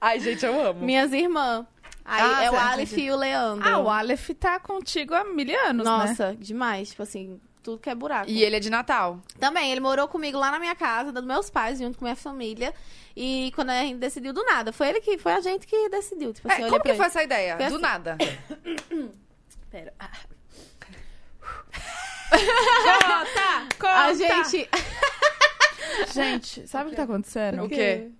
A: Ai, gente, eu amo.
C: Minhas irmãs. Aí
A: Hum. Ah,
C: é o
A: certo,
C: Aleph
A: entendi.
C: e Ah, o Leandro.
B: Ah, o Aleph tá contigo há mil anos, né?
C: Nossa, demais. Tipo assim, tudo que é buraco.
A: E ele é de Natal.
C: Também, ele morou comigo lá na minha casa, dos meus pais, junto com minha família. E quando a gente decidiu do nada, foi ele que foi a gente que decidiu. Tipo assim,
A: É,
C: olhei
A: como
C: pra
A: que
C: ele.
A: foi essa ideia?
C: Foi
A: Do
C: assim.
A: nada.
C: Pera.
B: Conta! Conta!
C: A gente.
B: Gente, sabe o que tá acontecendo?
A: O quê?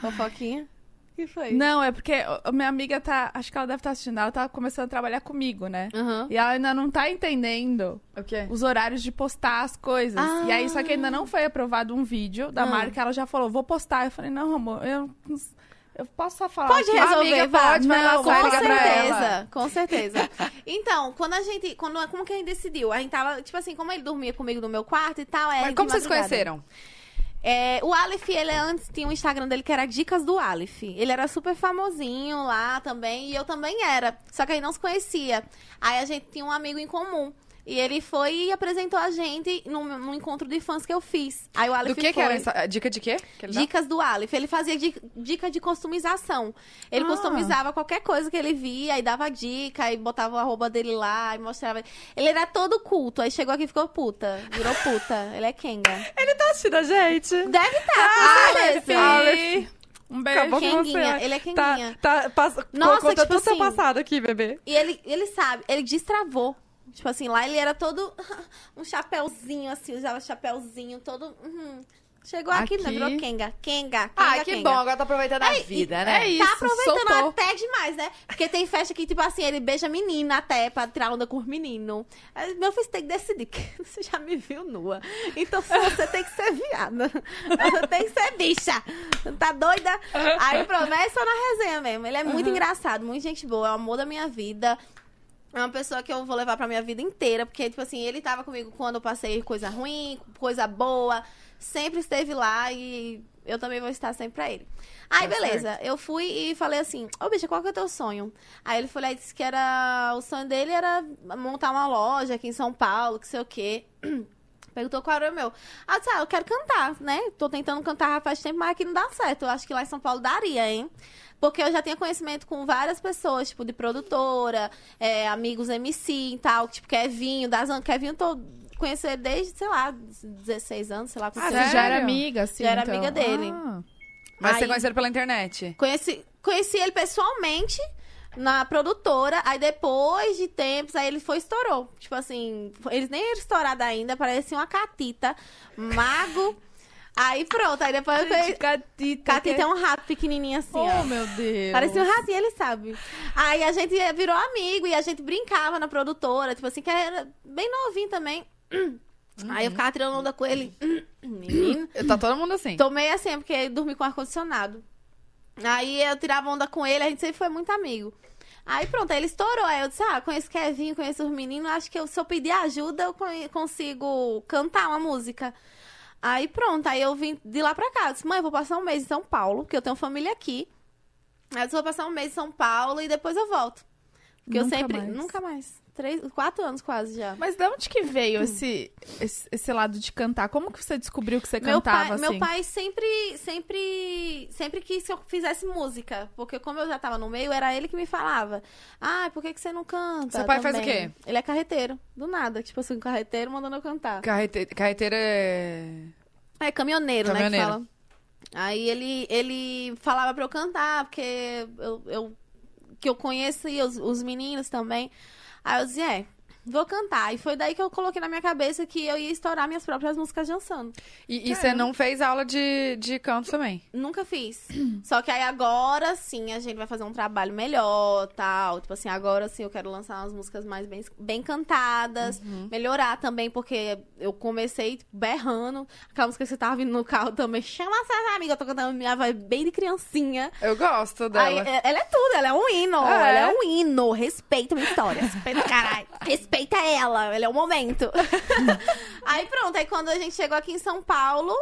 C: Fofoquinha? O que foi?
B: Não, é porque a minha amiga tá. Acho que ela deve estar assistindo. Ela tá começando a trabalhar comigo, né?
C: Aham.
B: E ela ainda não tá entendendo
A: O quê?
B: os horários de postar as coisas.
C: Ah.
B: E aí, só que ainda não foi aprovado um vídeo da
C: Ah.
B: marca. Ela já falou, vou postar. Eu falei, não, amor, eu, não s- eu posso só falar.
C: Pode
B: aqui.
C: resolver,
A: amiga,
C: vá.
A: pode, vai lá,
C: Não,
A: vai
C: com
A: ligar pra
C: certeza, com certeza. (laughs) Então, quando a gente, quando, como que a gente decidiu? A gente tava, tipo assim, como ele dormia comigo no meu quarto e tal, é
A: Mas
C: de
A: como vocês
C: madrugada.
A: conheceram?
C: É, o Aleph, ele antes tinha um Instagram dele que era Dicas do Aleph. Ele era super famosinho lá também, e eu também era. Só que aí não se conhecia. Aí a gente tinha um amigo em comum. E ele foi e apresentou a gente num, num encontro de fãs que eu fiz. Aí o Aleph
A: Do que que
C: foi...
A: era essa... Dica de quê? que ele dá?
C: Dicas do Aleph. Ele fazia di- dica de customização. Ele
B: Ah.
C: customizava qualquer coisa que ele via e dava dica e botava o arroba dele lá e mostrava. Ele era todo culto. Aí chegou aqui e ficou puta. Virou puta. Ele é Kenga.
A: Ele tá assistindo a gente.
C: Deve estar,
B: Ah,
C: com certeza.
A: Aleph.
B: Um beijo.
A: Acabou com
C: Kenguinha.
A: você.
C: Ele é
A: Tá,
C: Kenguinha.
A: tá, passa,
C: Nossa,
A: conta
C: tipo
A: todo o seu
C: assim,
A: passado aqui, bebê.
C: E ele, ele sabe, ele destravou. Tipo assim, lá ele era todo (laughs) um chapéuzinho, assim, usava chapéuzinho, todo. uhum. Chegou aqui, né?
B: Aqui.
C: Virou Kenga. Kenga. Kenga Kenga.
A: agora tá aproveitando a
C: e-
A: vida,
B: né? É isso,
C: tá aproveitando
B: soltou.
C: até demais, né? Porque tem festa que, tipo assim, ele beija menina até pra tirar onda com os meninos. Aí, Meu filho, você tem que decidir, que (laughs) você já me viu nua. Então se você tem que ser viada. Você tem que ser bicha. Tá doida? Aí promessa na resenha mesmo. Ele é muito engraçado, muito gente boa, é o amor da minha vida. É uma pessoa que eu vou levar pra minha vida inteira, porque, tipo assim, ele tava comigo quando eu passei coisa ruim, coisa boa, sempre esteve lá e eu também vou estar sempre pra ele. Aí,
A: Tá
C: beleza, eu fui e falei assim: Ô, bicha, qual que é o teu sonho? Aí ele falou: aí disse que era. O sonho dele era montar uma loja aqui em São Paulo, que sei o quê. (clears throat) Perguntou qual era o meu. Ah, eu disse, ah, eu quero cantar, né? Tô tentando cantar faz tempo, mas aqui não dá certo. Eu acho que lá em São Paulo daria, hein? Porque eu já tinha conhecimento com várias pessoas, tipo, de produtora, é, amigos MC e tal, tipo, Kevinho, Dazan. Kevinho, eu tô conheço ele desde, sei lá, 16 anos, sei lá.
A: Ah,
B: Você
C: quantos anos.
B: já era
A: Sério?
B: amiga, assim.
C: Já era
B: então.
C: amiga dele.
B: Ah.
A: Mas você
C: Aí-
A: conheceram pela internet.
C: Conheci, conheci ele pessoalmente na produtora, aí depois de tempos, aí ele foi e estourou. Tipo assim, eles nem eram estourados ainda, parecia uma catita, mago. aí pronto, aí depois eu conheci-
B: Catita.
C: Catita é um rato pequenininho assim, ó.
B: Oh, meu Deus.
C: Parecia um ratinho, ele sabe. Aí a gente virou amigo e a gente brincava na produtora, tipo assim, que era bem novinho também. Aí eu ficava tirando onda com ele. (clears throat) Menino.
A: Tá todo mundo assim.
C: Tomei assim, porque dormi com ar-condicionado. Aí eu tirava onda com ele, a gente sempre foi muito amigo. Aí pronto, aí ele estourou. Aí eu disse: Ah, conheço Kevinho, conheço os meninos, acho que eu, se eu pedir ajuda, eu conhe- consigo cantar uma música. Aí pronto, aí eu vim de lá pra cá. Eu disse: Mãe, eu vou passar um mês em São Paulo, porque eu tenho família aqui. Aí eu disse, vou passar um mês em São Paulo e depois eu volto. Porque
B: Nunca
C: eu sempre.
B: mais.
C: Nunca mais. Três, quatro anos quase já.
B: Mas de onde que veio esse, esse, esse lado de cantar? Como que você descobriu que você
C: Meu
B: cantava
C: pai,
B: assim?
C: meu pai sempre, sempre, sempre quis que eu fizesse música, porque como eu já tava no meio, era ele que me falava. Ah, por que, que você não canta?
A: Seu pai faz o
C: também?"
A: quê?
C: Ele é carreteiro, do nada, tipo assim, carreteiro mandando eu cantar.
A: Carrete... Carreteira é...
C: É caminhoneiro, né, que
A: Caminhoneiro.
C: fala. Aí ele, ele falava pra eu cantar, porque eu, eu- que eu conhecia os, os meninos também. Aí eu dizia, é, vou cantar. E foi daí que eu coloquei na minha cabeça que eu ia estourar minhas próprias músicas dançando.
A: E, e você não fez aula de, de canto também?
C: Nunca fiz. (clears throat) Só que aí agora sim a gente vai fazer um trabalho melhor, tal. Tipo assim, agora sim eu quero lançar umas músicas mais bem, bem cantadas, melhorar também, porque eu comecei tipo, berrando. Aquela música que você tava vindo no carro também. Chama essas amigas, eu tô cantando minha voz bem de criancinha.
A: Eu gosto
C: Aí,
A: dela.
C: é- ela é tudo, ela é um hino.
A: É.
C: Ela é um hino. Respeita a minha história. Respeita, caralho. Respeita ela, ela é o momento. (laughs) aí pronto, aí quando a gente chegou aqui em São Paulo,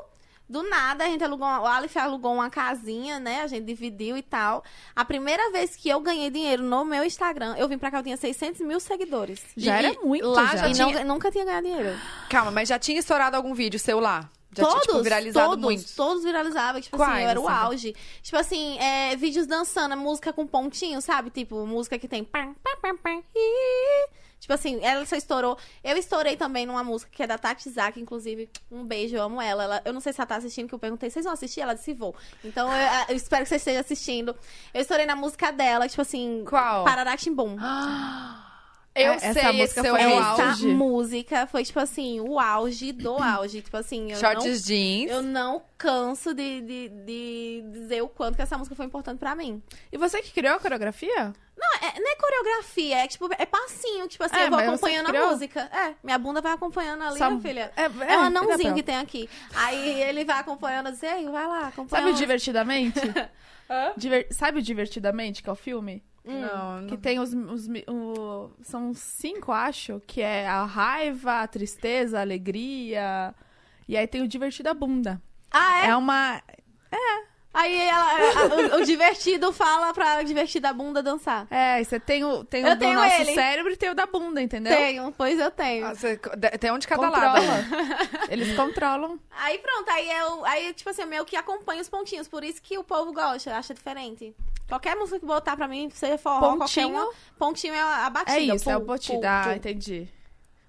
C: do nada a gente alugou, uma- o Aleph alugou uma casinha, né? A gente dividiu e tal. A primeira vez que eu ganhei dinheiro no meu Instagram, eu vim pra cá, eu tinha 600 mil seguidores.
B: Já
A: E-
B: era muito,
A: lá
B: já.
A: já
C: E
A: tinha-
C: não- nunca tinha ganhado dinheiro.
A: Calma, mas já tinha estourado algum vídeo seu lá? Já tinha,
C: todos,
A: tipo, viralizado
C: todos,
A: muito.
C: todos viralizavam, tipo
A: Quais,
C: assim, eu era o
A: assim?
C: auge. Tipo assim, é, vídeos dançando, música com pontinho, sabe? Tipo, música que tem... pam, pam, pam, pam, ih. Tipo assim, ela só estourou. Eu estourei também numa música que é da Tati Zaki, inclusive. Um beijo, eu amo ela. Ela- Eu não sei se ela tá assistindo, que eu perguntei, vocês vão assistir? Ela disse, vou. Então eu, eu espero que vocês estejam assistindo. Eu estourei na música dela, tipo assim...
A: Qual?
C: Pararaximbom.
A: Eu
B: É,
A: sei,
B: essa
A: esse
B: música
A: seu
B: foi
A: é o
C: Essa
A: auge.
C: música foi, tipo assim, o auge do auge. Tipo assim, eu não
A: Shorts jeans.
C: eu não canso de, de- de dizer o quanto que essa música foi importante pra mim.
B: E você que criou a coreografia?
C: Não, é, não é coreografia, é tipo, é passinho, tipo assim,
B: É,
C: eu vou
B: mas você
C: acompanhando a
B: criou?
C: música. É, minha bunda vai acompanhando ali,
B: Sua-
C: minha filha.
B: É,
C: É, um anãozinho
B: dá pra-
C: que tem aqui. Aí ele vai acompanhando, eu disse, ei, vai lá, acompanha.
B: Sabe o
C: lá." (laughs)
B: Divertidamente?
A: Hã?
B: Diver- Sabe o Divertidamente, que é o filme?
A: Não, não.
B: Que tem os. os mi- o- São cinco, acho, que é a raiva, a tristeza, a alegria. E aí tem o Divertida Bunda.
C: Ah, é?
B: É uma.
C: Aí ela, a- a- o, o divertido fala pra divertida a bunda dançar.
B: É, e você tem o, tem
C: Eu
B: o do
C: tenho
B: nosso
C: ele.
B: cérebro e tem o da bunda, entendeu?
C: Tenho, pois eu tenho.
A: Ah, você- de- Tem um de cada
B: Controla.
A: lado.
B: Eles controlam.
C: Aí pronto, aí eu, aí tipo assim, eu meio que acompanho os pontinhos, por isso que o povo gosta, acha diferente. Qualquer música que botar pra mim, seja forró,
B: Pontinho?
C: qualquer uma, pontinho é a batida.
B: É isso, é o
C: pum,
B: botida.
C: pum,
B: Ah,
C: pum.
B: entendi.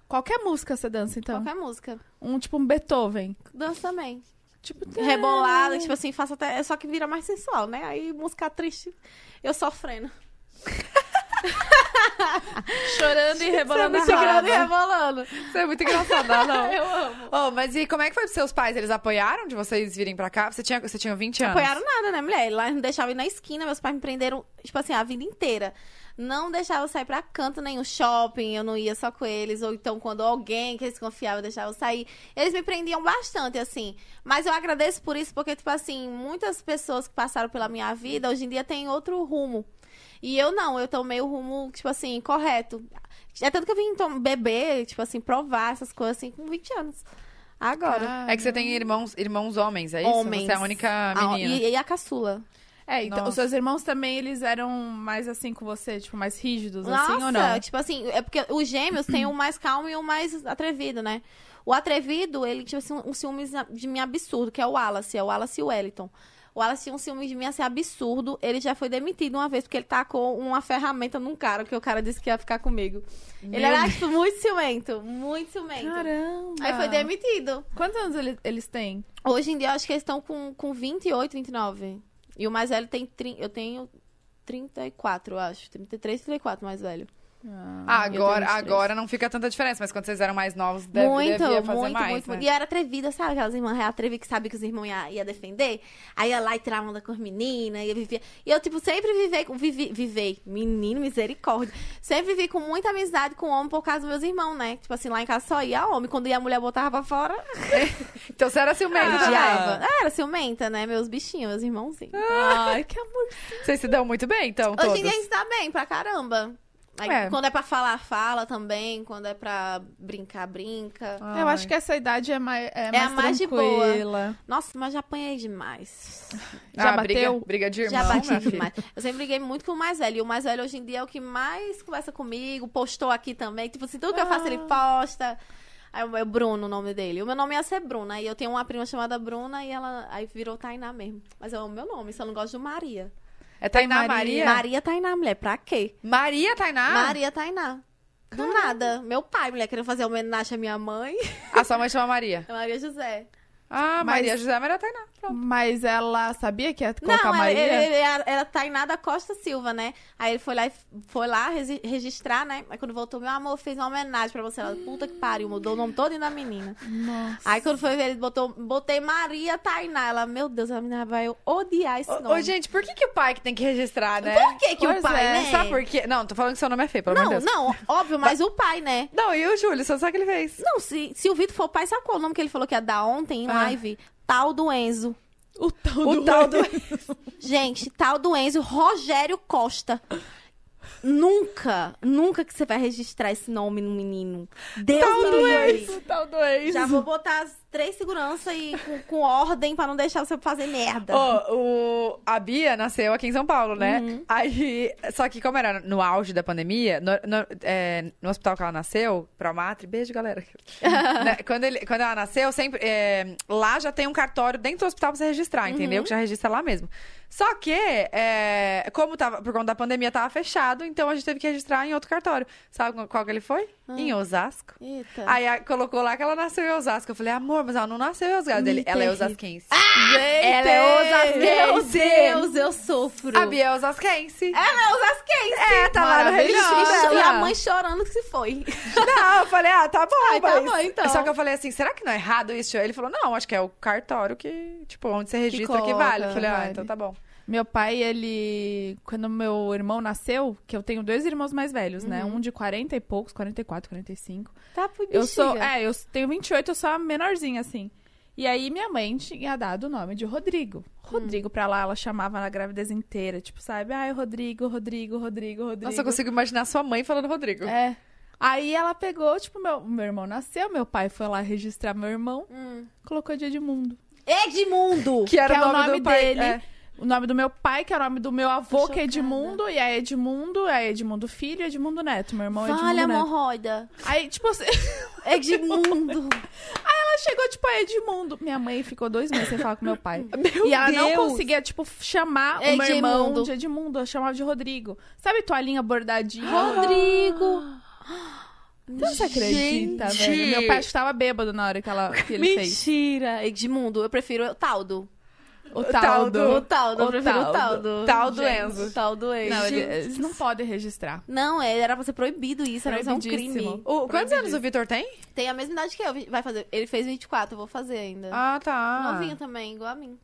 B: Qualquer música você dança, então.
C: Qualquer música.
B: Um tipo um Beethoven.
C: Dança também.
B: Tipo,
C: Rebolada, tipo assim, faço até. Só que vira mais sensual, né? Aí música triste, eu sofrendo.
B: chorando e rebolando a
C: Você é muito grande e
B: raba.
C: rebolando.
A: Isso é muito engraçado, não, não.
C: (laughs) Eu amo.
A: Ô, mas e como é que foi pros seus pais? Eles apoiaram de vocês virem pra cá? Você tinha, você tinha 20 anos?
C: Apoiaram nada, né, mulher? Lá não deixavam ir na esquina, meus pais me prenderam, tipo assim, a vida inteira. Não deixavam eu sair pra canto nenhum, shopping, eu não ia só com eles. Ou então, quando alguém que eles confiavam deixava eu sair. Eles me prendiam bastante, assim. Mas eu agradeço por isso, porque, tipo assim, muitas pessoas que passaram pela minha vida, hoje em dia tem outro rumo. E eu não, eu tomei o rumo, tipo assim, correto. É tanto que eu vim tom- beber, tipo assim, provar essas coisas, assim, com 20 anos. Agora.
A: É que você tem irmãos, irmãos homens, é isso?
C: Homens.
A: Você é a única
C: Ah,
A: menina.
C: e, e a caçula.
B: É, então
A: Nossa.
B: os seus irmãos também, eles eram mais assim com você, tipo, mais rígidos, assim, ou
C: Nossa,
B: não?
C: tipo assim, é porque os gêmeos têm um mais calmo e um mais atrevido, né? O atrevido, ele tinha assim, um ciúme de mim absurdo, que é o Wallace, é o Wallace Wellington. O Wallace tinha um ciúme de mim assim absurdo, ele já foi demitido uma vez porque ele tacou uma ferramenta num cara, que o cara disse que ia ficar comigo. ele era tipo, muito ciumento, muito ciumento.
B: Caramba!
C: Aí foi demitido.
B: Quantos anos ele- eles têm?
C: Hoje em dia, eu acho que eles estão com, com 28, 29. E o mais velho tem... trin- Eu tenho 34, eu acho. 33, 34 mais velho.
A: Ah,
B: eu tenho
A: agora,
B: 23.
A: agora não fica tanta diferença, mas quando vocês eram mais novos, deve,
C: muito,
A: devia fazer
C: muito,
A: mais,
C: muito,
A: né?
C: muito. E eu era atrevida, sabe? Aquelas irmãs real atrevidas que sabia que os irmãos iam ia defender. Aí ia lá e tirava onda com as meninas, ia vivia. E eu, tipo, sempre vivei, com- vivi, vivei, menino, misericórdia. Sempre vivi com muita amizade com homem por causa dos meus irmãos, né? Tipo assim, lá em casa só ia homem. Quando ia a mulher botava pra fora,
A: Então você era ciumenta.
C: eu odiava.
A: né?
C: Ah, era ciumenta, né? Meus bichinhos, meus irmãozinhos.
A: Ah,
B: Ai, que amor.
A: Vocês se dão muito bem, então,
C: Hoje
A: todos.
C: em dia a gente tá bem pra caramba. Aí,
A: É.
C: Quando é pra falar, fala também. Quando é pra brincar, brinca.
B: Eu acho que essa idade é mais, é mais
C: a mais de boa.
B: tranquila.
C: Nossa, mas já apanhei demais.
B: Já
A: Ah, briga-
B: bateu?
A: Briga, de irmão,
C: Já
A: minha
C: bati
A: filha.
C: demais. Eu sempre briguei muito com o mais velho. E o mais velho hoje em dia é o que mais conversa comigo, postou aqui também. Tipo assim, tudo que eu faço
A: Ah.
C: ele posta. Aí o meu Bruno, o nome dele. O meu nome ia ser Bruna. E eu tenho uma prima chamada Bruna e ela aí virou Tainá mesmo. Mas é o meu nome, só não gosto de Maria.
A: É Tainá Maria? Ah.
B: Maria.
A: Maria,
C: Maria Tainá, mulher, pra quê?
A: Tainá?
C: Maria Tainá. Do nada. Meu pai, mulher, querendo fazer homenagem à minha mãe. (laughs) É
A: A sua mãe chama Maria.
C: Maria José.
A: Ah,
B: Mas-
A: Maria José Maria Tainá. Pronto.
B: Mas ela sabia que ia
C: Não,
B: colocar
C: ela-
B: Maria?
C: ele- ele era, era Tainá da Costa Silva, né? Aí ele foi lá, e f- foi lá resi- registrar, né? Aí quando voltou, meu amor, fez uma homenagem pra você. Ela, puta que pariu, mudou o nome todo da menina.
B: Nossa.
C: Aí quando foi ver, ele botou, botei Maria Tainá. Ela, meu Deus, a menina vai odiar esse
A: Ô,
C: nome.
A: ô, gente, por que, que o pai que tem que registrar, né?
C: Por que que o
B: Pois
C: pai,
B: é,
C: né?
A: Sabe por quê? Não, tô falando que seu nome é feio, pelo amor
C: Não,
A: de Deus.
C: não, óbvio, mas o pai, né?
A: Não, e o Júlio, só sabe o que ele fez.
C: Não, se, se o Vitor for pai, sabe qual é o nome que ele falou que ia dar ontem em
A: Ah.
C: live? Tal do Enzo.
B: O tal
A: O
B: do...
A: tal do.
C: (laughs) Gente, tal do Enzo, Rogério Costa. Nunca, nunca que você vai registrar esse nome no menino. Deus me livre.
B: O tal do ex.
C: Já vou botar as três segurança e com, com ordem pra não deixar você fazer merda.
A: Ô, o, a Bia nasceu aqui em São Paulo, né? Aí, só que como era no auge da pandemia, no, no- é, no hospital que ela nasceu, pra Matri, beijo, galera. Né, quando, ele- quando ela nasceu, sempre é, lá já tem um cartório dentro do hospital pra você registrar, entendeu? Que já registra lá mesmo. Só que, é, como tava, por conta da pandemia tava fechado, então a gente teve que registrar em outro cartório. Sabe qual que ele foi? Em Osasco.
C: Eita.
A: Aí a- colocou lá que ela nasceu em Osasco. Eu falei, amor, mas ela não nasceu em Osasco. Ele, ela é
C: terrível.
A: osasquense.
B: Ela
A: é
C: Meu
A: osasquense.
C: Deus, eu sofro.
A: A Bia é osasquense.
C: Ela é osasquense.
A: É, tá lá no registro
C: E
A: dela.
C: a mãe chorando que se foi.
B: Tá,
A: Não, eu falei, ah, tá bom,
C: Ai, tá
A: mas-
C: bom, então.
A: Só que eu falei assim, será que não é errado isso? Ele falou, não, acho que é o cartório que, tipo, onde você registra que,
C: coloca,
A: vale. Eu falei, ah,
B: vale.
A: então tá bom.
B: Meu pai, ele. Quando meu irmão nasceu, que eu tenho dois irmãos mais velhos, né?
A: Uhum.
B: Um de 40 e poucos, 44, 45.
C: Tá pro
B: Eu sou. É, eu tenho 28, eu sou a menorzinha, assim. E aí minha mãe tinha dado o nome de Rodrigo.
A: Hum.
B: Rodrigo pra lá, ela chamava na gravidez inteira, tipo, sabe? Ai, Rodrigo, Rodrigo, Rodrigo, Rodrigo.
A: Nossa, eu consigo imaginar sua mãe falando Rodrigo.
B: É. Aí ela pegou, tipo, meu, meu irmão nasceu, meu pai foi lá registrar meu irmão,
A: Hum.
B: colocou de Edmundo.
C: Edmundo.
A: Que era
B: que
A: o nome, do pai.
B: dele.
A: é.
B: O nome do meu pai, que é o nome do meu avô, que é
C: chocada.
B: Edmundo, e aí Edmundo, aí Edmundo filho e Edmundo neto. Meu irmão é Edmundo
C: Vale a
B: neto.
C: morroida.
B: Aí, tipo, assim, (laughs)
C: Edmundo.
B: ela chegou, tipo, a Edmundo. Minha mãe ficou dois meses sem falar com meu
C: (laughs)
B: pai.
A: Meu
B: e ela não
A: Deus.
B: conseguia, tipo, chamar o meu irmão
C: Edmundo.
B: de Edmundo, ela chamava de Rodrigo. Sabe toalhinha bordadinha?
C: Rodrigo.
B: Então você acredita,
A: Gente.
B: velho? Meu pai estava bêbado na hora que, ela, que ele fez.
C: Mentira. Edmundo. Eu prefiro o Taldo.
B: O
A: Taldo.
B: Taldo.
C: O Taldo.
B: O
C: eu prefiro o
B: Taldo.
C: Taldo.
A: Taldo
C: Gente,
A: Enzo.
C: Taldo Enzo.
B: Não, ele- eles não podem registrar.
C: Não, é, era pra ser proibido isso. Era pra ser um
B: Proibidíssimo.
C: crime.
A: O- quantos anos o Vitor tem?
C: Tem a mesma idade que eu. Vai fazer. Ele fez 24, eu vou fazer ainda.
A: Ah, tá.
C: Novinho também, igual a mim.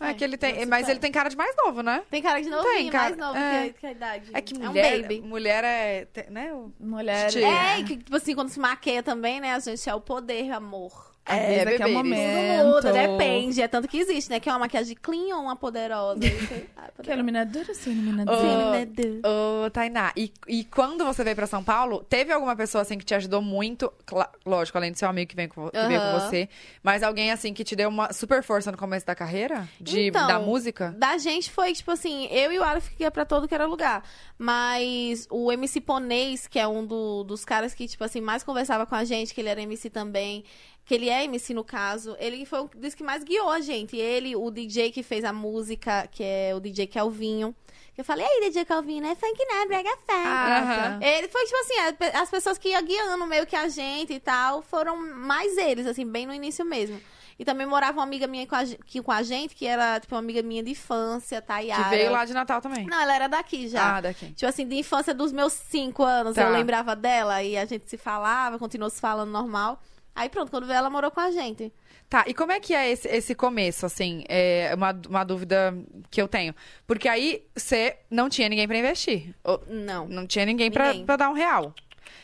A: É que ele tem,
C: Nossa,
A: mas
C: tá.
A: ele tem cara de mais novo, né?
C: Tem cara de
A: Não
C: novinho,
A: tem cara-
C: mais novo
A: é.
C: que, que a idade.
A: É que
C: um
A: mulher,
C: baby.
A: mulher é, te- né? o-
B: Mulher.
A: Sim.
C: É, que, tipo assim, quando se maquia também, né? A gente é o poder, amor.
B: É, então.
A: É,
B: daqui a
A: bebê.
B: momento.
C: Tudo muda, depende. É tanto que existe, né? Que é uma maquiagem clean ou
B: (laughs)
C: uma poderosa. Isso- Ah,
B: Que é iluminador ou sem iluminador?
A: Ô,
C: Sim, né, Deus?
A: Ô, Tainá, e, e quando você veio pra São Paulo, teve alguma pessoa assim que te ajudou muito? Cla- lógico, além do seu amigo que, vem com, vo- que veio com
C: Aham.
A: você, mas alguém assim que te deu uma super força no começo da carreira? De,
C: Então,
A: da música?
C: Da gente foi, tipo assim, eu e o Aleph que ia pra todo que era lugar. Mas o MC Ponês, que é um do- dos caras que, tipo assim, mais conversava com a gente, que ele era MC também, que ele é MC no caso, ele foi um dos que mais guiou a gente. Ele, o DJ que fez a música, que é o DJ Calvinho. Que eu falei, "E aí, DJ Calvinho, não é funk não, é brega funk.
B: Ah, tá.
C: Ele foi, tipo assim, a pe- as pessoas que iam guiando meio que a gente e tal, foram mais eles, assim, bem no início mesmo. E também morava uma amiga minha com a, ge- que, com a gente, que era, tipo, uma amiga minha de infância,
A: Que
C: Tayara.
A: veio lá de Natal também.
C: Não, ela era daqui já.
A: Ah, daqui.
C: Tipo assim, de infância dos meus cinco anos,
A: Tá.
C: eu lembrava dela e a gente se falava, continuou se falando normal. Aí pronto, quando veio ela morou com a gente.
A: Tá, e como é que é esse, esse começo, assim? É uma, uma dúvida que eu tenho. Porque aí você não tinha ninguém pra investir. Ou-
C: Não.
A: Não tinha ninguém pra,
C: Ninguém.
A: pra dar um real.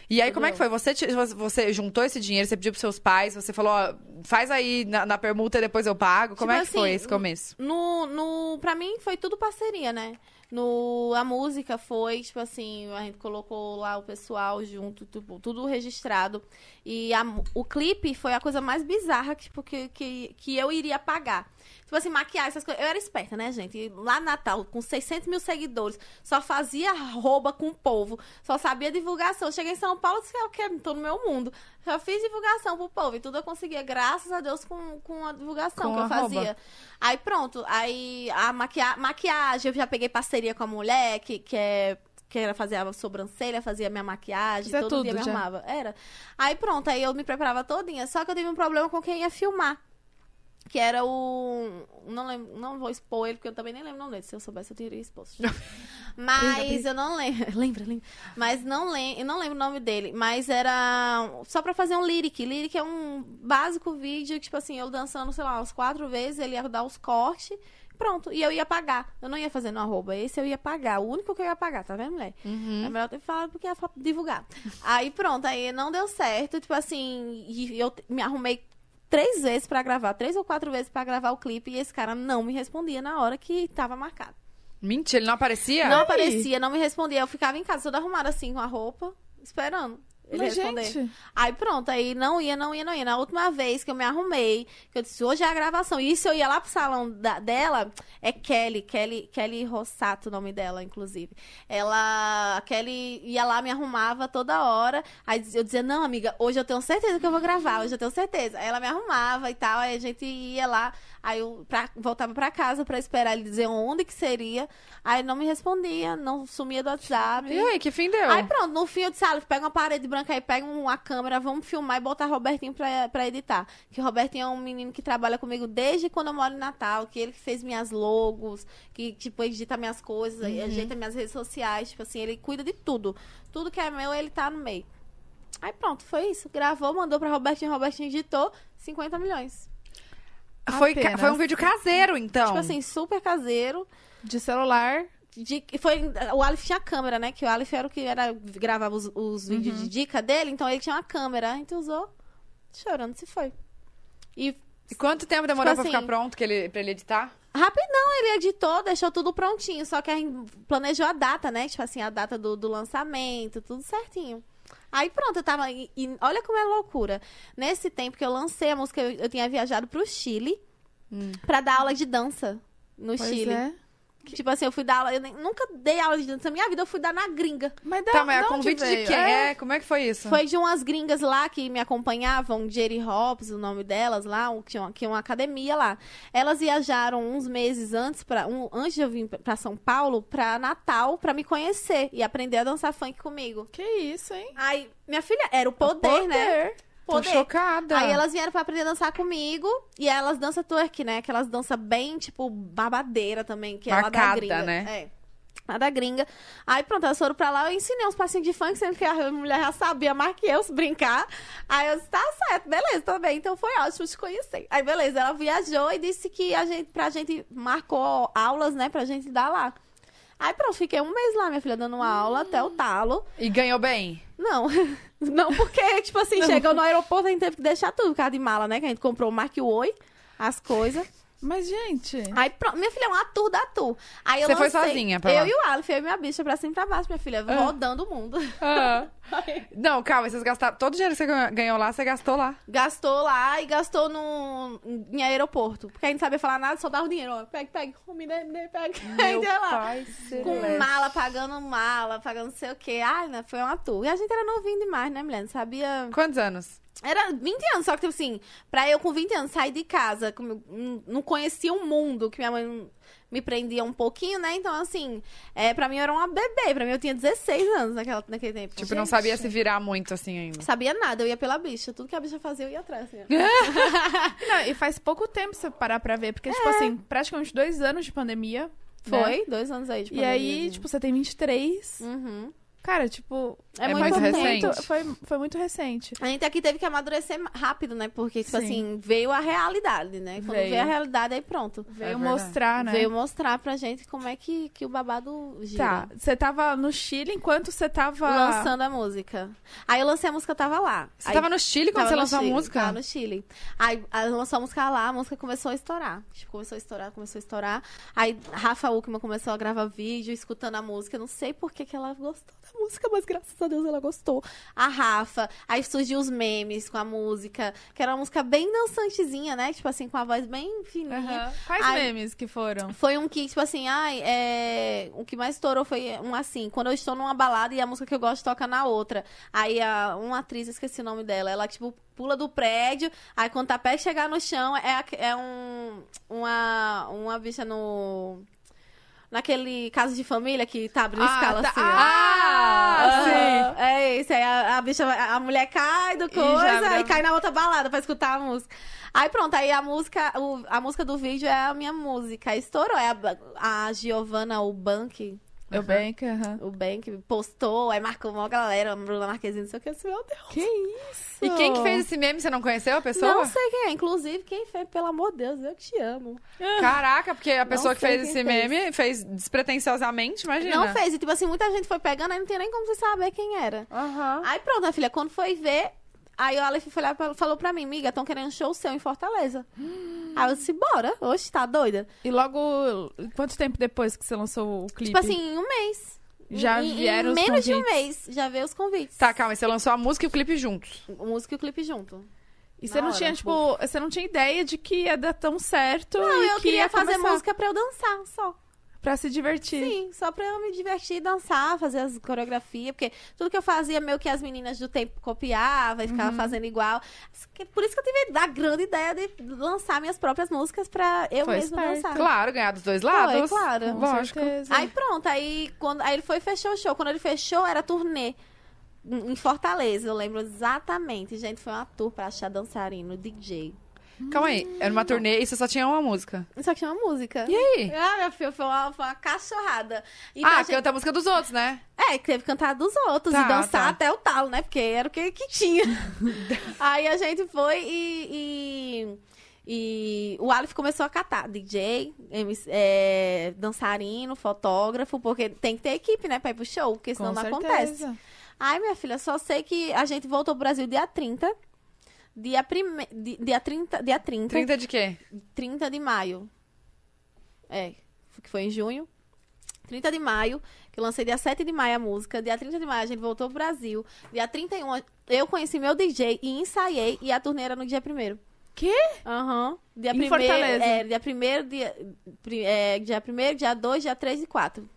A: E aí, como é
C: eu.
A: que foi? Você, te- você juntou esse dinheiro, você pediu pros seus pais, você falou, ó, faz aí na, na permuta e depois eu pago. Como
C: Tipo
A: é que foi
C: assim,
A: esse começo?
C: No, no, pra mim foi tudo parceria, né? No, a música foi, tipo assim, a gente colocou lá o pessoal junto, tipo, tudo registrado. E a mu- o clipe foi a coisa mais bizarra que, tipo, que, que, que eu iria pagar. Tipo assim, maquiar essas coisas. Eu era esperta, né, gente? E Lá no Natal, com 600 mil seguidores, só fazia rouba com o povo, só sabia divulgação. Eu Cheguei em São Paulo, disse, "Ah, eu quero, tô no meu mundo. Só fiz divulgação pro povo e tudo eu conseguia, graças a Deus, com, com a divulgação
A: Com
C: que
A: a
C: eu fazia.
A: rouba.
C: Aí pronto, aí a maquia- maquiagem, eu já peguei parceria com a mulher que, que é. Que era fazer a sobrancelha, fazia minha maquiagem,
B: Isso é
C: todo dia
B: tudo
C: me
B: já.
C: arrumava. Era. Aí pronto, aí eu me preparava todinha. Só que eu tive um problema com quem ia filmar. Que era o. Não lembro, não vou expor ele, porque eu também nem lembro o nome dele. Se eu soubesse, eu
B: (laughs)
C: teria exposto. Mas eu não lembro. Lembra, lembra. Mas não, lem... eu não lembro o nome dele. Mas era só pra fazer um lyric. Lyric é um básico vídeo, tipo assim, eu dançando, sei lá, umas quatro vezes, ele ia dar os cortes. Pronto, e eu ia pagar. Eu não ia fazer no arroba. Esse eu ia pagar. O único que eu ia pagar, tá vendo, mulher? É melhor ter falado porque é pra divulgar. aí pronto, aí não deu certo. Tipo assim, e eu te- me arrumei três vezes pra gravar, três ou quatro vezes pra gravar o clipe, e esse cara não me respondia na hora que tava marcado.
A: Mentira, ele não aparecia?
C: Não aparecia, não me respondia. Eu ficava em casa toda arrumada assim, com a roupa, esperando. Ele
B: Mas,
C: responder.
B: gente,
C: Aí pronto, aí não ia, não ia, não ia. Na última vez que eu me arrumei, que eu disse, hoje é a gravação. E isso eu ia lá pro salão da- dela, é Kelly, Kelly, Kelly Rossato, o nome dela, inclusive. Ela, a Kelly ia lá, me arrumava toda hora. Aí eu dizia, não, amiga, hoje eu tenho certeza que eu vou gravar, hoje eu tenho certeza. Aí ela me arrumava e tal, aí a gente ia lá, aí eu pra- voltava pra casa pra esperar ele dizer onde que seria. Aí não me respondia, não sumia do WhatsApp.
A: E aí, que fim deu?
C: Aí pronto, no fim eu disse, Aleph, pega uma parede branca aí, pega uma câmera, vamos filmar e botar Robertinho pra, pra editar. Que Robertinho é um menino que trabalha comigo desde quando eu moro em Natal, que ele que fez minhas logos, que, tipo, edita minhas coisas, ajeita minhas redes sociais, tipo assim, ele cuida de tudo. Tudo que é meu, ele tá no meio. Aí pronto, foi isso. Gravou, mandou pra Robertinho, Robertinho editou, 50 milhões.
A: foi, ca-
B: apenas.
A: foi um vídeo caseiro, então.
C: Tipo assim, super caseiro.
B: de celular.
C: de- foi o Aleph tinha câmera, né? Que o Aleph era o que era gravava os, os vídeos
B: Uhum.
C: de dica dele, então ele tinha uma câmera, então usou chorando se foi. E
A: E quanto tempo demorou
C: Tipo
A: pra ficar
C: assim-
A: pronto que ele, pra ele editar?
C: rapidão ele editou, deixou tudo prontinho, só que a gente planejou a data, né? Tipo assim, a data do, do lançamento, tudo certinho. Aí pronto, eu tava. E, e olha como é loucura. Nesse tempo que eu lancei a música, eu, eu tinha viajado pro Chile pra dar aula de dança no
B: Hum. Pois
C: Chile.
B: é.
C: Tipo assim, eu fui dar aula. Eu nem- nunca dei aula de dança na minha vida, eu fui dar na gringa.
B: Mas da,
A: tá, mas
B: da
A: a
B: onde
A: convite de
B: veio?
A: quem?
B: É,
A: É, como é que foi isso?
C: Foi de umas gringas lá que me acompanhavam, Jerry Hobbs, o nome delas lá, um- tinha uma, tinha uma academia lá. Elas viajaram uns meses antes para um, antes de eu vir para São Paulo, para Natal, para me conhecer e aprender a dançar funk comigo.
B: Que isso, hein?
C: Aí, minha filha, era o poder, né?
A: Tô chocada.
C: Aí elas vieram pra aprender a dançar comigo. E elas dançam twerk, né? Aquelas danças bem, tipo, babadeira também. Que é lá da
A: Marcada,
C: gringa.
A: né?
C: É. Lá da gringa. Aí pronto, elas foram pra lá. Eu ensinei uns passinhos de funk, sendo que a mulher já sabia mais que eu se brincar. Aí eu disse, tá certo, beleza, também. Então foi ótimo te conhecer. Aí beleza, ela viajou e disse que a gente, pra gente marcou aulas, né? Pra gente dar lá. Aí pronto, fiquei um mês lá, minha filha, dando uma aula até o talo.
A: E ganhou
C: (laughs)
A: bem?
C: Não, não porque, tipo assim, chegou no aeroporto, a gente teve que deixar tudo por causa de mala, né? Que a gente comprou o Mark Oi, as coisas.
B: Mas, gente.
C: Aí, pronto, minha filha é uma tour da tour. Aí eu
A: Você foi
C: lancei-
A: sozinha pra
C: Eu
A: lá? Ah.
C: e o Aleph, eu e minha bicha, pra cima e pra baixo, minha filha, rodando o mundo.
A: Não, calma, vocês gastaram. Todo o dinheiro que você ganhou- ganhou lá, você gastou lá.
C: Gastou lá e gastou no, em aeroporto. Porque a gente não sabia falar nada, só dava o dinheiro. Ó, pega, pega, me dê, me dê, pega. Aí
A: Meu
C: ia lá.
A: pai
C: Com
A: celeste.
C: mala, pagando mala, pagando não sei o quê. Ai, né, foi uma tour. E a gente era novinho demais, né, mulher? Não sabia...
A: Quantos anos?
C: Era 20 anos, só que, tipo assim, pra eu com 20 anos sair de casa, como eu não- não conhecia o mundo, que minha mãe me prendia um pouquinho, né? Então, assim, é, pra mim eu era uma bebê, pra mim eu tinha 16 anos naquela, naquele tempo.
A: Tipo, não sabia se virar muito assim ainda.
C: Sabia nada, eu ia pela bicha, tudo que a bicha fazia eu ia atrás, assim. ó.
B: (laughs) É. Não, e faz pouco tempo você parar pra ver, porque, tipo assim, praticamente dois anos de pandemia. né?
C: É. Foi, dois anos aí de
B: E aí,
C: pandemia,
B: tipo, você tem 23.
C: Uhum.
B: Cara, tipo.
C: É,
A: É
C: muito
B: faz
A: mais
C: tempo.
A: recente.
B: muito- foi, foi muito recente.
C: A gente aqui teve que amadurecer ma- rápido, né? Porque, tipo
B: Sim.
C: assim, veio a realidade, né? Quando
B: Veio.
C: veio a realidade, aí pronto.
B: Veio
A: verdade.
B: mostrar, né?
C: Veio mostrar pra gente como é que, que o babado gira.
B: Tá, você tava no Chile enquanto você tava.
C: lançando a música. Aí eu lancei a música, eu tava lá.
A: Você
C: aí,
A: tava no Chile quando você
C: tava no
A: lançou
C: Chile,
A: a música?
C: Tava no Chile. Aí, aí lançou a música lá, a música começou a estourar. Tipo, começou a estourar, começou a estourar. Aí Rafa Uckman começou a gravar vídeo, escutando a música. Eu Não sei por que, que ela gostou da música, mas graças a Deus ela gostou. A Rafa. Aí surgiu os memes com a música, que era uma música bem dançantezinha, né? Tipo assim, com a voz bem fininha.
B: Aham. Quais
C: Aí-
B: memes que foram?
C: Foi um que, tipo assim, ai, é... o que mais estourou foi um assim, quando eu estou numa balada e a música que eu gosto toca na outra. Aí a, uma atriz, eu esqueci o nome dela, ela, tipo, pula do prédio, aí quando tá perto de chegar no chão, é, aque- é um, uma, uma bicha no... Naquele caso de família que tá abrindo
B: Ah,
C: escala
B: tá.
C: assim. ó.
B: Ah,
C: Aham. É isso, aí a, a bicha, a a mulher cai do coisa
B: abre
C: e,
B: a-
C: cai na outra balada pra escutar a música. Aí pronto, aí a música, o- a música do vídeo é a minha música. Estourou, é a, a Giovanna Ubank,
B: Eu bem que. aham.
C: Ubank postou, aí marcou uma galera, a Bruna Marquezine, não sei o que, eu disse, meu Deus.
B: Que isso?
A: E quem que fez esse meme? Você não conheceu a pessoa?
C: Não sei quem é, inclusive quem fez, pelo amor de Deus, eu te amo.
A: Caraca, porque a
C: Não
A: pessoa que
C: sei
A: fez
C: quem
A: esse
C: fez.
A: meme fez despretensiosamente, imagina.
C: Não fez, e tipo assim, muita gente foi pegando, aí não tem nem como você saber quem era.
A: Aham.
C: Aí pronto, minha filha, quando foi ver, aí o Aleph foi lá, e falou- falou pra mim, miga, estão querendo um show seu em Fortaleza. Aí eu disse, bora, oxe, tá doida?
B: E logo, quanto tempo depois que você lançou o clipe?
C: Tipo assim, Tipo em um mês.
B: Já
C: Em- em
B: vieram os
C: menos de um
B: convites.
C: mês, já veio os convites.
A: Tá, calma, aí, você lançou a música e o clipe juntos.
C: O músico e o clipe junto.
B: E
C: Na
B: você não
C: hora,
B: tinha,
C: um
B: tipo, você não tinha ideia de que ia dar tão certo.
C: Não,
B: e
C: eu
B: que ia
C: queria fazer
B: começar
C: música pra eu dançar, só.
B: Pra se divertir.
C: Sim, só pra eu me divertir, dançar, fazer as coreografias, porque tudo que eu fazia, meio que as meninas do tempo copiavam e
B: Uhum.
C: ficavam fazendo igual. Por isso que eu tive a grande ideia de lançar minhas próprias músicas pra eu
B: Foi
C: mesma
B: esperto.
C: dançar.
A: Claro, ganhar dos dois lados.
C: claro.
B: Com
A: Lógico.
B: certeza.
C: Aí pronto, aí, quando, aí ele foi e fechou o show. Quando ele fechou, era turnê. Em em Fortaleza, eu lembro exatamente. Gente, foi uma tour pra achar dançarino, DJ.
A: Calma aí, era uma turnê e você só tinha uma música.
C: Só que tinha uma música.
A: E aí?
C: Ah, meu filho, foi uma, foi uma cachorrada. Então,
A: ah,
C: a gente-
A: canta a música dos outros, né?
C: É, que teve que cantar dos outros
A: Tá,
C: e dançar
A: tá.
C: até o talo, né? Porque era o que, que
A: (laughs)
C: tinha. Aí a gente foi e. e... e o Aleph começou a catar DJ, MC, é, dançarino, fotógrafo, porque tem que ter equipe, né, pra ir pro show, porque senão
B: Com
C: não
B: certeza.
C: acontece. Ai, minha filha, só sei que a gente voltou pro Brasil dia 30. Dia, prime... di- dia 30. Dia 30.
A: 30 de quê?
C: 30 de maio. É, que foi em junho. 30 de maio, que eu lancei dia 7 de maio a música. Dia 30 de maio a gente voltou pro Brasil. Dia 31 eu conheci meu DJ e ensaiei. E a turnê era no dia 1
B: Quê?
C: Aham. Dia
B: Em
C: 1º,
B: Fortaleza.
C: É, dia 1 dia, pri- é, dia 1 dia 2, dia 3 e 4.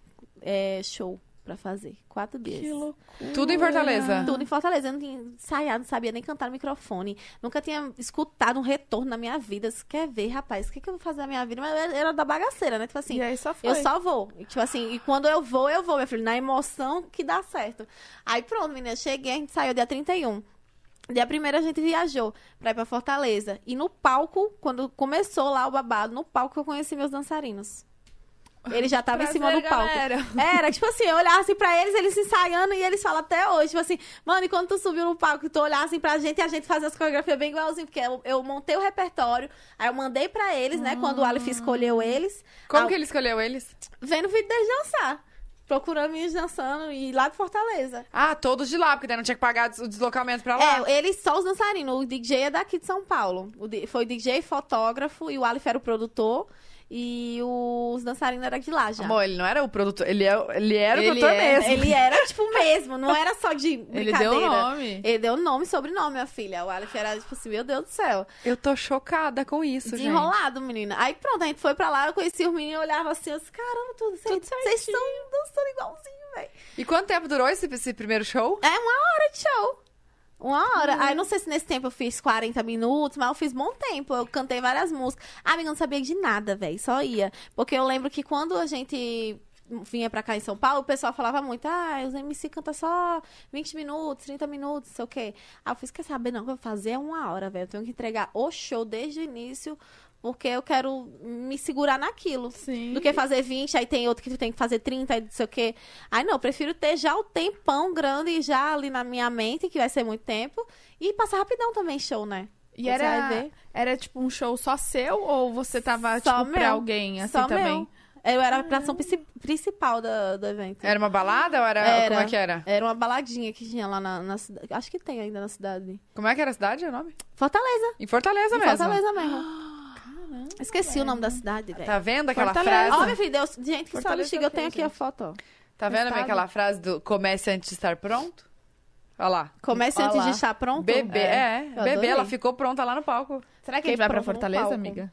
C: É, show pra fazer. Quatro dias.
B: Que loucura.
A: Tudo em Fortaleza.
C: Tudo em Fortaleza. Eu não tinha ensaiado, não sabia nem cantar no microfone. Nunca tinha escutado um retorno na minha vida. Você quer ver, rapaz? O que, que eu vou fazer na minha vida? Mas eu era- era da bagaceira, né? Tipo assim,
B: E aí só foi.
C: eu só vou. E, tipo assim, e quando eu vou, eu vou, meu filho. Na emoção que dá certo. Aí pronto, menina, cheguei, a gente saiu dia 31. Dia primeiro a gente viajou pra ir pra Fortaleza. E no palco, quando começou lá o babado, no palco eu conheci meus dançarinos. Ele já tava em cima do
B: Prazer,
C: palco.
B: galera.
C: Era, tipo assim, eu olhava assim pra eles, eles se ensaiando e eles falam até hoje. Tipo assim, mano, e quando tu subiu no palco, tu olhava assim pra gente e a gente fazia as coreografias bem igualzinho, porque eu, eu montei o repertório, aí eu mandei pra eles, né, quando
B: Ah.
C: o Aleph escolheu eles,
A: Como
C: Ah,
A: que ele escolheu eles?
C: vendo o vídeo deles dançar. Procurando meninos dançando e lá de Fortaleza.
A: Ah, todos de lá, porque daí não tinha que pagar des- o deslocamento pra lá.
C: É, eles só os dançarinos. O DJ é daqui de São Paulo. O di- foi o DJ, fotógrafo e o Aleph era o produtor. E os dançarinos eram de lá já.
A: Amor, ele não era o produtor, ele, é, o- ele era o
B: Ele
A: produtor
B: é-
A: mesmo.
C: É, Ele era, tipo, mesmo. Não era só de
B: Ele
C: brincadeira.
B: deu um o nome.
C: Ele deu nome e sobrenome, minha filha. O Aleph era, tipo assim, meu Deus do céu.
A: Eu tô chocada com isso, gente.
C: Desenrolado, menina. Aí pronto, a gente foi pra lá, eu conheci os meninos, eu olhava assim, eu disse, caramba, tudo, vocês vocês estão dançando igualzinho, velho.
A: E quanto tempo durou esse, esse primeiro show?
C: É uma hora de show. Uma hora. Aí não sei se nesse tempo eu fiz 40 minutos, mas eu fiz bom tempo. Eu cantei várias músicas. Ah, amiga, eu não sabia de nada, velho. Só ia. Porque eu lembro que quando a gente vinha pra cá em São Paulo, o pessoal falava muito, ah, os MC canta só 20 minutos, 30 minutos, não sei o quê. Aí eu fiz, quer saber, não, o que eu vou fazer é uma hora, velho. Eu tenho que entregar o show desde o início, porque eu quero me segurar naquilo.
B: Sim.
C: Do que fazer 20, aí tem outro que tu tem que fazer 30, aí não sei o quê. Aí não, eu prefiro ter já o tempão grande já ali na minha mente, que vai ser muito tempo. E passar rapidão também, show, né?
B: E
C: Você
B: era,
C: vai ver.
B: era tipo um show só seu ou você tava
C: Só
B: tipo, pra
C: meu.
B: alguém assim
C: Só
B: também?
C: meu. Eu era a atração princi- principal do, do evento.
A: Era uma balada ou era,
C: Era.
A: Como é que era?
C: Era uma baladinha que tinha lá na, na cidade. Acho que tem ainda na cidade.
A: Como é que era a cidade, o nome?
C: Fortaleza.
A: Em Fortaleza
C: em
A: mesmo.
C: Fortaleza mesmo. Esqueci o nome da cidade, velho.
A: Tá vendo aquela
B: Fortaleza.
A: frase?
C: Ó, meu filho, Deus, gente, que só
B: Fortaleza é
C: bexiga, eu
B: tem,
C: tenho aqui a foto, ó.
A: Tá vendo
B: Estado.
A: aquela frase do comece antes de estar pronto? Olha lá.
C: Comece
B: Ó
C: antes
B: lá.
C: de estar pronto.
A: Bebê, é.
C: Eu
A: Bebê, ela
C: adorei.
A: ficou pronta lá no palco.
B: Será
C: que a gente
B: vai pra
C: provou no
B: Fortaleza,
C: palco?
B: amiga?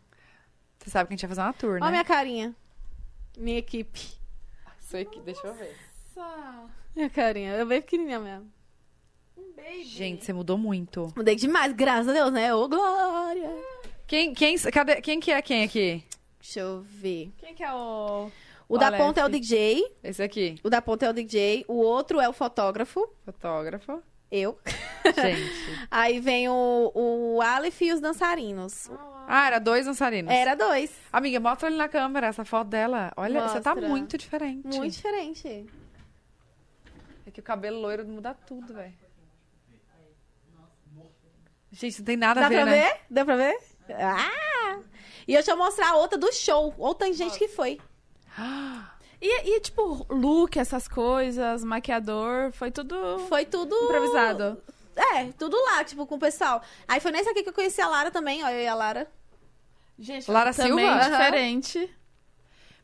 A: Você sabe que a gente ia fazer uma tour, né?
C: Ó minha carinha. Minha equipe.
A: Isso aqui, deixa eu ver.
C: Minha carinha. Eu bem pequenininha mesmo.
B: um
A: Gente, você mudou muito.
C: Mudei demais, graças a Deus, né? Ô, Glória!
A: Quem, quem, cadê, quem que é quem aqui?
C: Deixa eu ver.
B: Quem que é o.
C: O
B: O
C: da
B: Aleph.
C: ponta é o DJ.
A: Esse aqui,
C: O da ponta é o DJ. O outro é o fotógrafo. (laughs)
A: fotógrafo.
C: Eu.
A: Gente.
C: Aí vem o, o Aleph e os dançarinos.
A: Ah, era dois dançarinos.
C: Era dois.
A: Amiga, mostra ali na câmera essa foto dela. Olha, você tá
C: Mostra.
A: muito diferente.
C: Muito diferente.
A: É que o cabelo loiro muda tudo, velho. Gente, não tem nada
C: Dá
A: a ver,
C: pra
A: né?
C: ver? Dá pra ver? Ah! E eu deixa eu mostrar a outra do show. Outra gente que foi.
A: (gasps)
B: E, e, tipo, look, essas coisas, maquiador, foi tudo
C: Foi tudo.
B: improvisado.
C: É, tudo lá, tipo, com o pessoal. Aí foi nesse aqui que eu conheci a Lara também, ó, eu e a Lara.
B: Gente,
A: Lara
B: também
A: Silva?
B: diferente.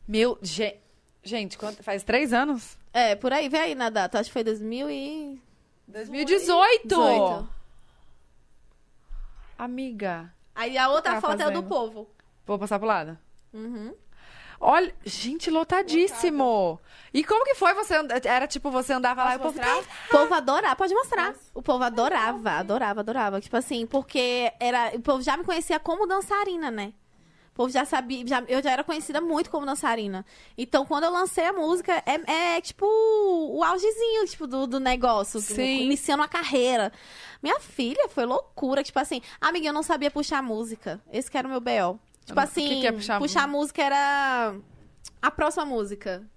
A: Meu, gente. Gente, quanto- faz três anos?
C: É, por aí, vem aí na data. Acho que foi 2018.
A: 2018! Amiga,
C: Aí a outra
A: Tá
C: foto é a
A: fazendo.
C: do povo.
A: vou passar pro lado.
C: Uhum.
A: Olha, gente, lotadíssimo. E como que foi você? and- Era tipo, você andava lá e o povo...
C: O povo adorava, pode mostrar. O povo adorava, adorava, adorava. Tipo assim, porque era, o povo já me conhecia como dançarina, né? O povo já sabia, já- eu já era conhecida muito como dançarina. Então, quando eu lancei a música, é, é, tipo o augezinho tipo, do, do negócio, do-
A: Sim.
C: iniciando a carreira. Minha filha foi loucura, tipo assim, amiga, eu não sabia puxar música. Esse que era o meu B.O. Tipo
A: O que
C: assim,
A: que é puxar
C: música era a próxima música.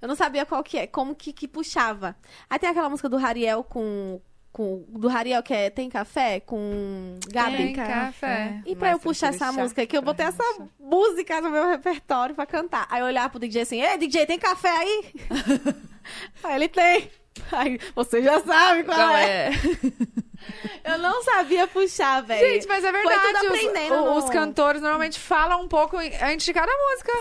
C: Eu não sabia qual que é, como que, que puxava. Aí tem aquela música do Rariel com. com do Rariel que é Tem Café? Com Gabi.
A: Tem café.
C: E pra eu
A: Mas tem
C: puxar
A: que
C: essa
A: deixar
C: música aqui, eu
A: pra
C: botei essa
A: relaxar.
C: música no meu repertório pra cantar. Aí eu olhava pro DJ assim, Ei, DJ, tem café aí? aí ele tem. Aí você já sabe qual
A: Qual
C: é.
A: é?
C: Eu não sabia puxar, velho.
A: Gente, mas é verdade.
C: tudo
A: os-
C: aprendendo
A: o- Os,
C: no-
A: cantores normalmente falam um pouco antes de cada música.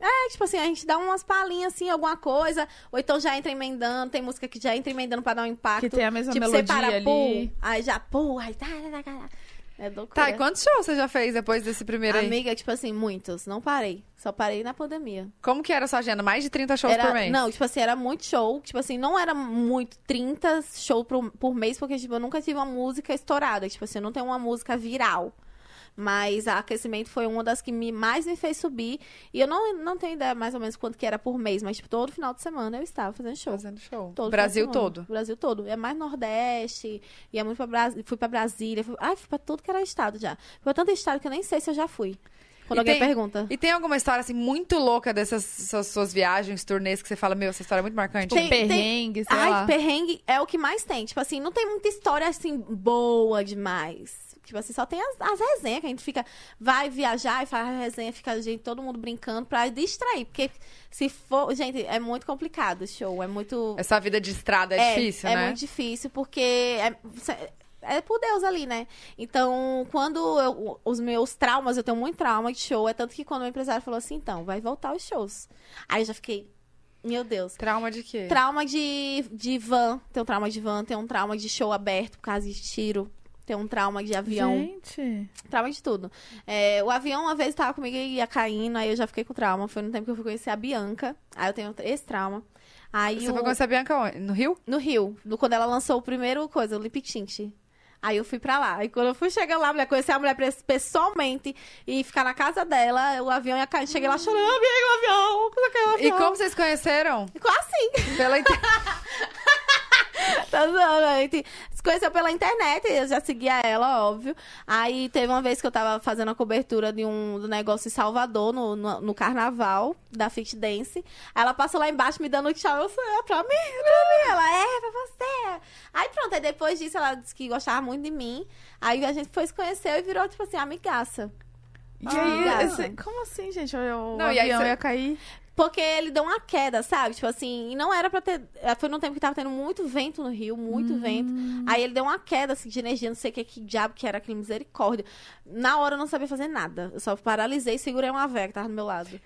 C: É, tipo assim, a gente dá umas palinhas assim, alguma coisa, ou então já entra emendando, tem música que já entra emendando pra dar um impacto.
B: Que tem a mesma
C: tipo,
B: melodia
C: você para,
B: ali. tipo,
C: pum, aí já, pum, aí tá, tá, tá, tá. É loucura.
A: Tá, e quantos shows você já fez depois desse primeiro aí?
C: Amiga, tipo assim, muitos, não parei. Só parei na pandemia.
A: Como que era a sua agenda? Mais de 30 shows
C: Era-
A: por mês?
C: Não, tipo assim, era muito show. Tipo assim, não era muito 30 show por, por mês, porque tipo, eu nunca tive uma música estourada. Tipo assim, eu não tenho uma música viral. Mas a Aquecimento foi uma das que me, mais me fez subir. E eu não, não tenho ideia mais ou menos quanto que era por mês, mas tipo, todo final de semana eu estava fazendo show.
A: Fazendo show.
C: Todo
A: Brasil
C: final de semana.
A: todo.
C: Brasil todo. É mais Nordeste, ia muito pra Brasília, fui pra Brasília, fui... Ai, fui pra tudo que era estado já. Fui pra tanto estado que eu nem sei se eu já fui. Quando
A: E
C: alguém
A: tem-
C: pergunta.
A: E tem alguma história, assim, muito louca dessas suas, suas viagens, turnês, que você fala, meu, essa história é muito marcante?
C: Tem-
B: Perrengue, sei
C: Ai,
B: lá.
C: perrengue é o que mais tem. Tipo assim, não tem muita história assim boa demais. Tipo assim, só tem as, as resenhas que a gente fica, vai viajar e faz a resenha, fica a gente, todo mundo brincando pra distrair. Porque se for. Gente, é muito complicado o show. É muito.
A: Essa vida de estrada é, difícil,
C: é
A: né?
C: muito difícil, porque é, cê- é por Deus ali, né? Então, quando eu- os meus traumas, eu tenho muito trauma de show, é tanto que quando o empresário falou assim, então, vai voltar os shows. Aí eu já fiquei, meu Deus.
A: Trauma de quê?
C: Trauma de, de van, tem um trauma de van, tem um trauma de show aberto por causa de tiro. Tem um trauma de avião,
B: Gente.
C: trauma de tudo. É, o avião uma vez tava comigo e ia caindo, aí eu já fiquei com trauma. Foi no tempo que eu fui conhecer a Bianca, aí eu tenho esse trauma. Aí
A: Você
C: o-
A: foi conhecer a Bianca onde? No Rio?
C: no Rio, no- quando ela lançou o primeiro coisa, o Lip Tint. Aí eu fui pra lá. E quando eu fui chegar lá, mulher, conhecer a mulher pres- pessoalmente e ficar na casa dela, o avião ia cair. Cheguei lá chorando, amiga, o avião, como é que é o
A: E
C: avião?
A: como vocês conheceram?
C: Ficou assim.
A: Pela (laughs) internet.
C: (laughs) Tá zoando, a gente se conheceu pela internet, eu já seguia ela, óbvio. Aí teve uma vez que eu tava fazendo a cobertura de um do negócio em Salvador, no, no, no carnaval, da Fit Dance. Aí Ela passou lá embaixo me dando tchau, eu falei, é pra mim, é pra mim. Ela, é, pra você. Aí pronto, aí depois disso ela disse que gostava muito de mim. Aí a gente foi se conhecer e virou, tipo assim, amigaça.
B: E
C: Ah,
B: aí,
C: obrigada.
B: esse- como assim, gente? O, o
A: Não, e aí
B: avião
A: você-
B: ia cair?
C: Porque ele deu uma queda, sabe? Tipo assim, e não era pra ter. eh, Foi num tempo que tava tendo muito vento no Rio, muito vento. Aí ele deu uma queda, assim, de energia, não sei o que, que diabo que era aquele misericórdia. Na hora eu não sabia fazer nada. Eu só paralisei e segurei uma véia que tava do meu lado.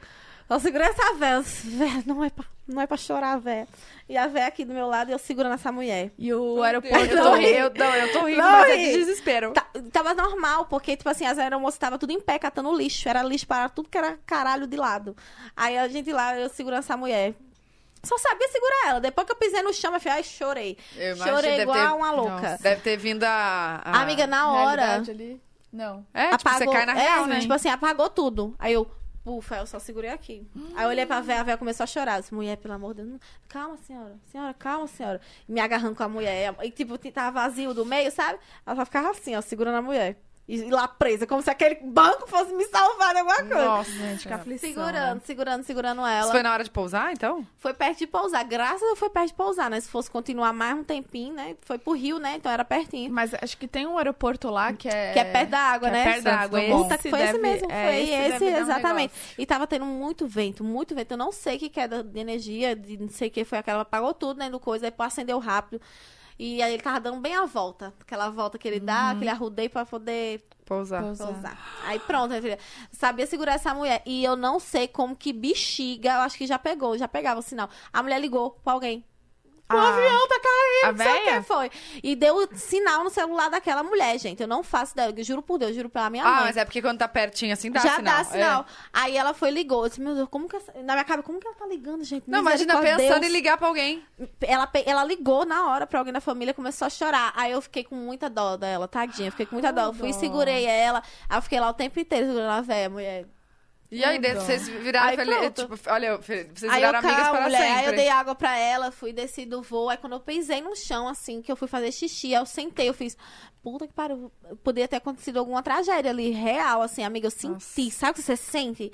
C: Eu segurei essa véia, eu disse, véia, não é pra, não é pra chorar, véia. E a véia aqui do meu lado, eu segurando essa mulher.
B: E o
A: Eu
B: aeroporto.
A: tô rindo, eu- não, eu tô rindo,
C: Não
A: mas é
C: ri.
A: de desespero.
C: Ta- Tá, tava normal, porque, tipo assim, as aeromoças tava tudo em pé, catando lixo. Era lixo para tudo que era caralho de lado. Aí a gente lá, eu segurando essa mulher. Só sabia segurar ela. Depois que eu pisei no chão, eu falei, ai, chorei.
A: Eu imagino,
C: Chorei
A: deve
C: igual
A: ter-
C: uma louca.
A: Deve ter vindo a... a-
C: Amiga, na hora,
B: Realidade ali? Não.
A: É, tipo, você cai na
C: é,
A: real, né?
C: Tipo assim, apagou tudo. Aí eu, ufa, eu só segurei aqui. Aí eu olhei pra véia, a véia começou a chorar. Eu Disse, mulher, pelo amor de Deus, não- calma, senhora. Senhora, calma, senhora. Me agarrando com a mulher. E tipo, tava vazio do meio, sabe? Ela só ficava assim, ó, segurando a mulher. E e lá presa, como se aquele banco fosse me salvar de alguma coisa.
A: Nossa,
B: Gente, que
A: Senhora.
B: aflição.
C: Segurando,
B: né?
C: segurando, segurando
A: Isso
C: ela.
A: foi
C: Foi...
A: na hora de pousar, então?
C: perto de pousar. Graças a Deus foi perto de pousar, né? Se fosse continuar mais um tempinho, né? Foi pro Rio, né? Então era pertinho.
B: Mas acho que tem um aeroporto lá que é.
C: Que é perto da água,
B: que
C: né?
B: É perto da água.
A: Santos
C: Puta, que foi esse
B: deve-
C: mesmo,
B: é,
C: foi
B: deve
C: esse,
B: dar um
C: exatamente. E tava tendo muito vento, muito vento. Eu é não sei que queda de energia, de não sei o que, foi aquela, apagou tudo, né, do coisa, aí pô, acendeu rápido. E aí ele tava dando bem a volta. Aquela volta que ele dá, aquele arrudei pra poder
A: Pousar.
B: Uhum. Pousar.
C: pousar. Aí pronto, minha filha. Sabia segurar essa mulher. E eu não sei como que bexiga, eu acho que já pegou, já pegava o sinal. A mulher ligou pra alguém.
A: O avião tá
B: A
A: caindo.
C: Sabe quem
B: véia?
C: foi? E deu sinal no celular daquela mulher, gente. Eu não faço ideia. Eu juro por Deus, juro pela minha
A: Ah,
C: mãe.
A: mas é porque quando tá pertinho assim dá
C: já
A: sinal.
C: dá sinal. Aí ela foi e ligou. Eu disse, meu Deus, como que essa... Na minha cabeça, como que ela tá ligando, gente?
A: É. Não, imagina pensando
C: Misericórdia,
A: em ligar pra alguém.
C: Deus. Ela, pe- ela ligou na hora pra alguém da família, começou a chorar. Aí eu fiquei com muita dó dela, tadinha. Fiquei
A: Ah,
C: com muita dó. Eu fui e
B: dó.
C: segurei ela. Aí eu fiquei lá o tempo inteiro segurando a velha, mulher.
A: E aí,
B: Tudo.
A: vocês viraram
C: Aí,
A: feliz.
C: pronto.
A: Tipo, olha, fe- vocês
C: Aí eu
A: viraram amigas
C: calma,
A: para
C: mulher.
A: sempre.
C: Aí eu dei água pra ela, fui desci do voo. Aí quando eu pisei no chão, assim, que eu fui fazer xixi, aí eu sentei, eu fiz. Puta que pariu, poderia ter acontecido alguma tragédia ali, real, assim, amiga. Eu senti, sabe o que você sente?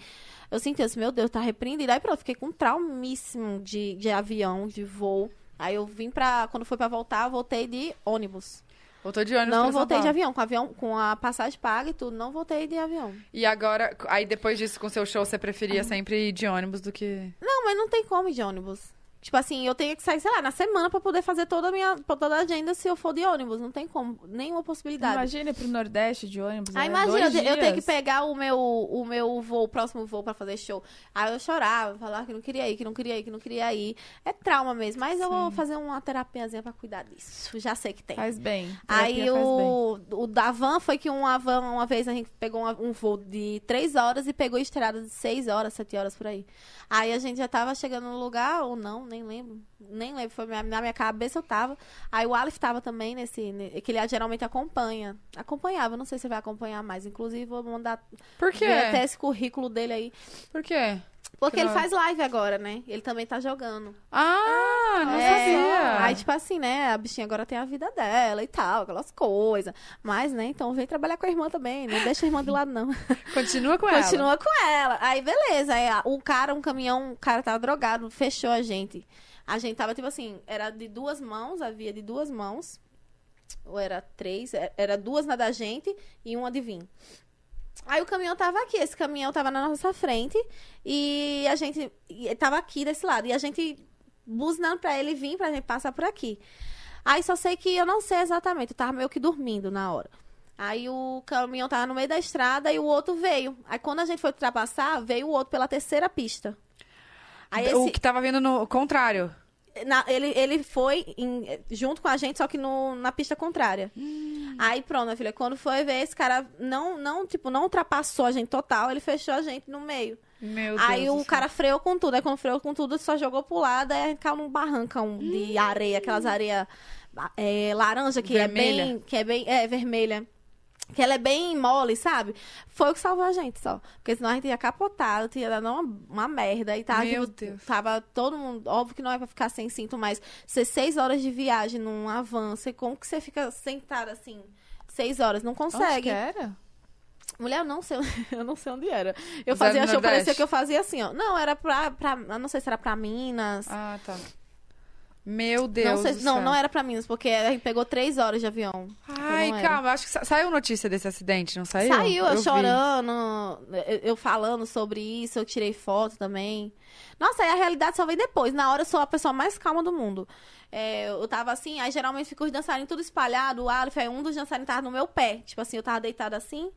C: Eu senti assim, meu Deus, tá repreendido. Aí pronto, fiquei com um traumíssimo de, de avião, de voo. Aí eu vim pra. Quando foi pra voltar, eu voltei de ônibus.
A: Voltou de ônibus
C: não
A: pra São
C: voltei de
A: Paulo.
C: avião, com avião, com a passagem paga e tudo, não voltei de avião.
A: E agora, aí depois disso, com seu show, você preferia sempre ir de ônibus do que.
C: Não, mas não tem como ir de ônibus. Tipo assim, eu tenho que sair, sei lá, na semana pra poder fazer toda a minha toda a agenda se eu for de ônibus. Não tem como, nenhuma possibilidade.
B: Imagina ir pro Nordeste de ônibus. é
C: Aí Ah, imagina, eu,
B: dois
C: te- eu tenho que
B: dias.
C: pegar o meu, o meu voo, o próximo voo pra fazer show. Aí eu chorava, falava que não queria ir, que não queria ir, que não queria ir. É trauma mesmo, mas eu vou fazer uma terapiazinha pra cuidar disso. Já sei que tem.
B: Faz bem.
C: Aí
B: Terapia faz bem.
C: o, o da van foi que uma van, uma vez a gente pegou uma- um voo de três horas e pegou estrada de seis horas, sete horas por aí. Aí a gente já tava chegando no lugar, ou não, nem lembro. Nem lembro, foi minha- na minha cabeça eu tava. Aí o Aleph tava também nesse, ne- que ele geralmente acompanha. Acompanhava, não sei se vai acompanhar mais. Inclusive, vou mandar
A: Por quê?
C: ver até esse currículo dele aí.
A: Por quê?
C: Porque
A: é? Que
C: ele
A: da hora.
C: faz live agora, né? Ele também tá jogando.
A: Ah, não
C: É,
A: sabia.
C: Aí, tipo assim, né? A bichinha agora tem a vida dela e tal, aquelas coisas. Mas, né? Então vem trabalhar com a irmã também. Não deixa a irmã de lado, não. (laughs)
A: Continua com ela.
C: Continua com ela. Aí, beleza. Aí, a- o cara, um caminhão, o cara tava drogado, fechou a gente. A gente tava, tipo assim, era de duas mãos, havia de duas mãos. Ou era três, e- era duas na da gente e uma de vinho. Aí o caminhão tava aqui, esse caminhão tava na nossa frente e a gente e tava aqui desse lado. E a gente buzinando pra ele vir, pra gente passar por aqui. Aí só sei que eu não sei exatamente, eu tava meio que dormindo na hora. Aí o caminhão tava no meio da estrada e o outro veio. Aí quando a gente foi ultrapassar, veio o outro pela terceira pista. Aí
A: O
C: esse,
A: que tava vindo no contrário.
C: na- ele, ele foi em- junto com a gente, só que no- na pista contrária. Aí pronto, minha filha, quando foi ver, esse cara não, não, tipo, não ultrapassou a gente total, ele fechou a gente no meio.
A: Meu Deus.
C: Aí um
A: do
C: o
A: céu.
C: cara freou com tudo. Aí quando freou com tudo, só jogou pro lado. Aí a gente caiu num barrancão de areia, aquelas areias laranja que
A: Vermelha.
C: é bem. Que é bem. É, vermelha. Que ela é bem mole, sabe? Foi o que salvou a gente só. Porque senão a gente ia capotar, tinha dado uma, uma merda. E tava,
A: Meu
C: tipo,
A: Deus.
C: tava todo mundo. Óbvio que não é pra ficar sem cinto, mas ser seis horas de viagem num avanço, e como que você fica sentada assim? Seis horas, não
B: Onde
C: consegue.
B: que
A: é.
B: era?
C: Mulher, eu não sei, eu não sei onde (laughs) era. Eu
A: Mas
C: fazia
A: era no
C: show, parecia
A: Nordeste?
C: que eu fazia assim, ó. Não, era pra, pra eu não sei se era pra Minas.
A: Ah, tá. Meu Deus.
C: não, sei,
A: do
C: não,
A: céu.
C: não era pra Minas, porque a gente pegou três horas de avião.
A: Ai,
C: Não era.
A: calma, acho que sa- saiu notícia desse acidente, não saiu?
C: Saiu, eu,
A: vi.
C: chorando, eu, eu falando sobre isso, eu tirei foto também. Nossa, aí a realidade só vem depois. Na hora eu sou a pessoa mais calma do mundo. É, eu tava assim, aí geralmente fica os dançarinos tudo espalhado. O Aleph, aí um dos dançarinos tava no meu pé. Tipo assim, eu tava deitada assim,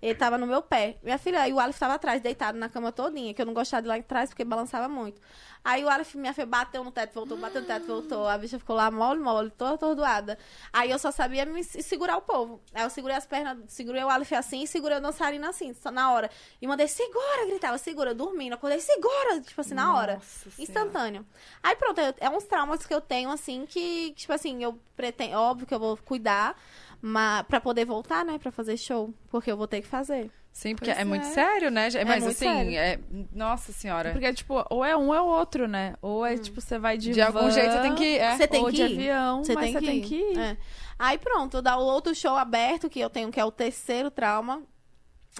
C: ele tava no meu pé. Minha filha, e o Aleph tava atrás, deitado na cama todinha, que eu não gostava de ir lá atrás porque balançava muito. Aí o Aleph, minha filha, bateu no teto, voltou, bateu no teto, voltou. A bicha ficou lá mole, mole, toda atordoada. Aí eu só sabia me se- segurar o povo. Aí eu segurei as pernas, segurei o Aleph assim e segurei o dançarino assim, só na hora. E mandei, segura, gritava, segura, eu dormindo, acordei, segura, tipo assim, na hora.
A: Nossa Senhora.
C: Instantâneo. Aí pronto, eu- é uns traumas que eu tenho, assim, que, tipo assim, eu pretendo. Óbvio que eu vou cuidar, mas pra poder voltar, né? Pra fazer show. Porque eu vou ter que fazer.
A: Sim, porque
B: Pois
A: é muito
B: é.
A: sério, né? gente? Mas
C: muito
A: assim,
C: sério.
A: é... nossa senhora.
B: Porque, tipo, ou é um ou é o outro, né? Ou
C: Hum.
B: é, tipo, você vai de
A: De algum
B: van,
A: jeito você tem que ir. é.
C: Você tem
B: ou
C: que
B: de
C: ir.
B: avião,
C: Você
B: Então, mas
C: tem
B: você
C: que
B: tem
C: ir.
B: que ir.
C: É. Aí pronto, dá o outro show aberto que eu tenho, que é o terceiro trauma.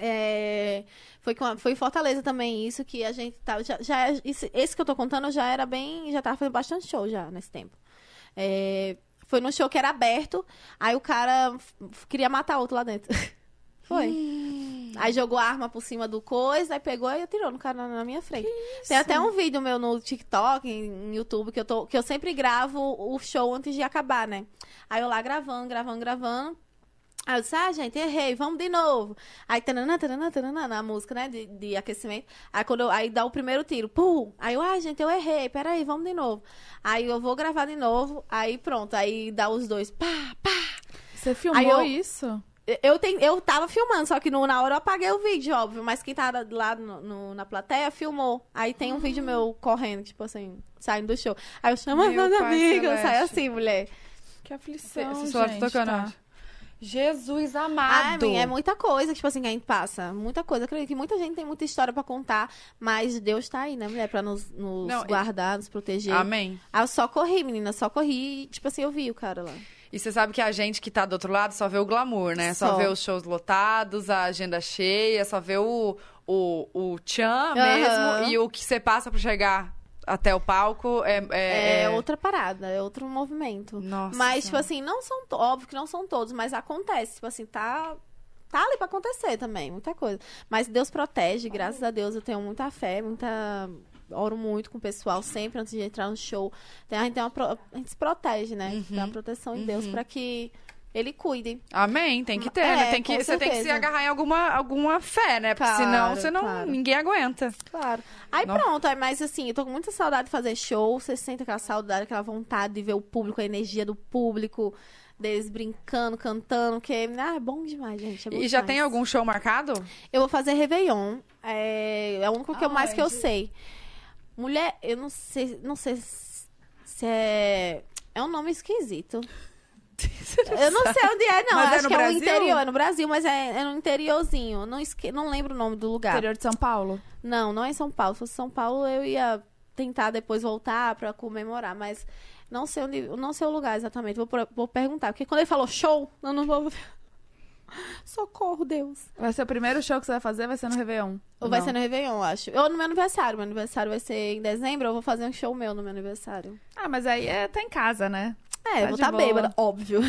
C: É, Foi, com a- foi em Fortaleza também isso, que a gente tava. Já, já é- esse, esse que eu tô contando eu já era bem. Já tava fazendo bastante show já nesse tempo. É, Foi num show que era aberto, aí o cara f- f- queria matar outro lá dentro. (laughs) Foi. Aí jogou a arma por cima do coisa, aí pegou e atirou no cara na minha frente. Tem até um vídeo meu no TikTok, em, em YouTube, que eu, tô, que eu sempre gravo o show antes de acabar, né? Aí eu lá gravando, gravando, gravando. Aí eu disse, ah, gente, errei, vamos de novo. Aí, tanana, tanana, tanana, na música, né, de, de aquecimento. Aí, quando eu- aí dá o primeiro tiro, pum! Aí eu, ah, gente, eu errei, peraí, vamos de novo. Aí eu vou gravar de novo, aí pronto, aí dá os dois, pá, pá.
B: Você filmou
C: eu-
B: isso?
C: Eu, tem, eu tava filmando, só que no- na hora eu apaguei o vídeo, óbvio. Mas quem tava lá no- no- na plateia filmou. Aí tem um vídeo meu correndo, tipo assim, saindo do show. Aí eu chamo as
A: Meu
C: minhas
A: pai
C: amigas,
A: celeste.
C: sai assim, mulher.
B: Que aflição,
A: Esse celular tá
B: gente.
A: tocando,
B: tá.
A: acho. Jesus
C: Ai,
A: amado.
C: minha, é muita coisa, tipo assim, que a gente passa. Muita coisa. Acredito que muita gente tem muita história pra contar, mas Deus tá aí, né, mulher? Pra nos, nos
A: Não, e-
C: guardar, nos proteger.
A: Amém.
C: Aí eu só corri, menina, só corri. E, tipo assim, eu vi o cara lá.
A: E você sabe que a gente que tá do outro lado só vê o glamour, né? Só,
C: Só.
A: vê os shows lotados, a agenda cheia, só vê o, o, o tchan
C: Aham.
A: mesmo. E o que você passa pra chegar até o palco é...
C: É,
A: é, é-
C: outra parada, é outro movimento.
A: Nossa.
C: Mas, tipo assim, não são. to- Óbvio que não são todos, mas acontece. Tipo assim, tá. Tá ali pra acontecer também, muita coisa. Mas Deus protege, graças a Deus eu tenho muita fé, muita. Oro muito com o pessoal sempre antes de entrar no show. Tem- a, gente tem uma pro- a gente se protege, né?
A: Uhum.
C: Dá uma proteção em Deus pra que ele cuide.
A: Amém, tem que ter,
C: É,
A: né? Tem que,
C: com
A: você tem que se
C: certeza.
A: agarrar em alguma, alguma fé, né? Porque
C: Claro,
A: senão, você não,
C: claro.
A: ninguém aguenta.
C: Claro. Aí
A: Não.
C: pronto, aí, mas assim, eu tô com muita saudade de fazer show. Você sente aquela saudade, aquela vontade de ver o público, a energia do público, deles brincando, cantando, que ah, é bom demais, gente. É bom
A: E já
C: demais.
A: tem algum show marcado? (laughs)
C: Eu vou fazer Réveillon. É, é o único que eu mais que eu
B: Aonde?
C: sei. Mulher, eu não sei, não sei se se é. É um nome esquisito. Eu não sei onde é,
A: (laughs)
C: não.
A: Mas é
C: acho
A: no
C: que é
A: Brasil?
C: no interior, é no Brasil, mas é, é no interiorzinho. Não, esque... não lembro o nome do lugar.
B: Interior de São Paulo.
C: Não, não é em São Paulo. Se fosse São Paulo, eu ia tentar depois voltar pra comemorar, mas não sei onde, não sei o lugar exatamente. Vou, pro- vou perguntar, porque quando ele falou show, eu não vou. (laughs) Socorro, Deus.
B: Vai ser o primeiro show que você vai fazer, vai ser no Réveillon.
C: Ou vai ser no Réveillon, eu acho. Ou no meu aniversário. Meu aniversário vai ser em dezembro. Eu vou fazer um show meu no meu aniversário.
B: Ah, mas aí é, tá em casa, né? Tá
C: É, vou
B: de
C: estar
B: boa.
C: bêbada, óbvio.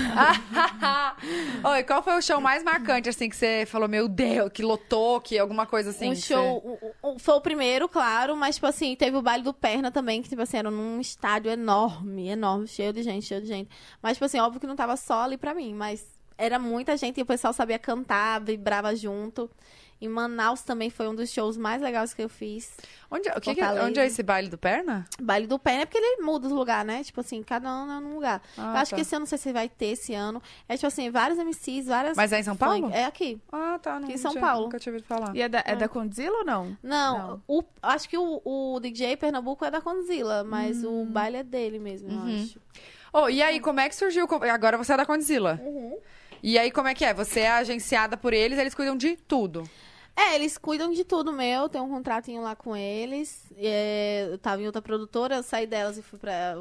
A: Oi, qual foi o show mais marcante, assim, que você falou, meu Deus, que lotou, que alguma coisa assim?
C: um
A: que você-
C: show. um- um- foi o primeiro, claro, mas, tipo assim, teve o baile do Perna também, que, tipo assim, era num estádio enorme, enorme, cheio de gente, cheio de gente. Mas, tipo assim, óbvio que não tava só ali pra mim, mas era muita gente e o pessoal sabia cantar, vibrava junto. Em Manaus também foi um dos shows mais legais que eu fiz.
A: Onde, o que que-
C: Fortaleza.
A: onde é esse baile do perna?
C: Baile do Perna é porque ele muda os lugares, né? Tipo assim, cada ano é num lugar.
A: Ah,
C: eu acho
A: tá.
C: que esse ano, não sei se vai ter esse ano. É tipo assim, vários MCs, várias.
A: Mas é em São Paulo?
C: funk- É aqui.
A: Ah, tá. Não
C: Em São
A: tinha-
C: Paulo.
A: Nunca tinha ouvido falar.
B: E é da, é
C: Ah.
B: da Condzilla ou não?
C: Não, o- acho que o, o DJ Pernambuco é da Condzilla, mas
A: Hum.
C: o baile é dele mesmo, eu acho.
A: Oh, e aí, como é que surgiu? co- Agora você é da Condzilla.
B: Uhum.
A: E aí, como é que é? Você é agenciada por eles, eles cuidam de tudo.
C: É, eles cuidam de tudo meu, tem um contratinho lá com eles. E, é, eu tava em outra produtora, eu saí delas e fui pra.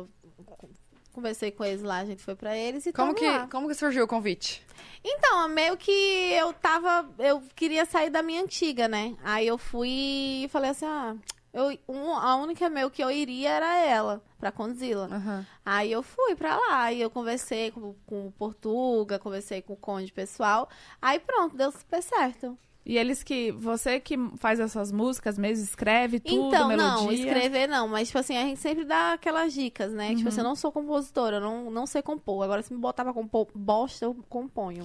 C: Conversei com eles lá, a gente foi pra eles e
A: Como
C: tamo
A: que,
C: lá.
A: como que surgiu o convite?
C: Então, meio que eu tava. Eu queria sair da minha antiga, né? Aí eu fui e falei assim: ah, eu, um- a única meu que eu iria era ela, pra Condzilla.
A: Aham.
C: Aí eu fui pra lá, aí eu conversei com, com o Portuga, conversei com o Conde pessoal. Aí pronto, deu super certo.
B: E eles que. Você que faz as suas músicas mesmo, escreve tudo,
C: então,
B: melodia.
C: não, escrever não, mas tipo assim, a gente sempre dá aquelas dicas, né? Tipo
A: Uhum.
C: assim, eu não sou compositora, eu não, não sei compor. Agora, se me botar pra compor bosta, eu
A: (laughs)
C: componho.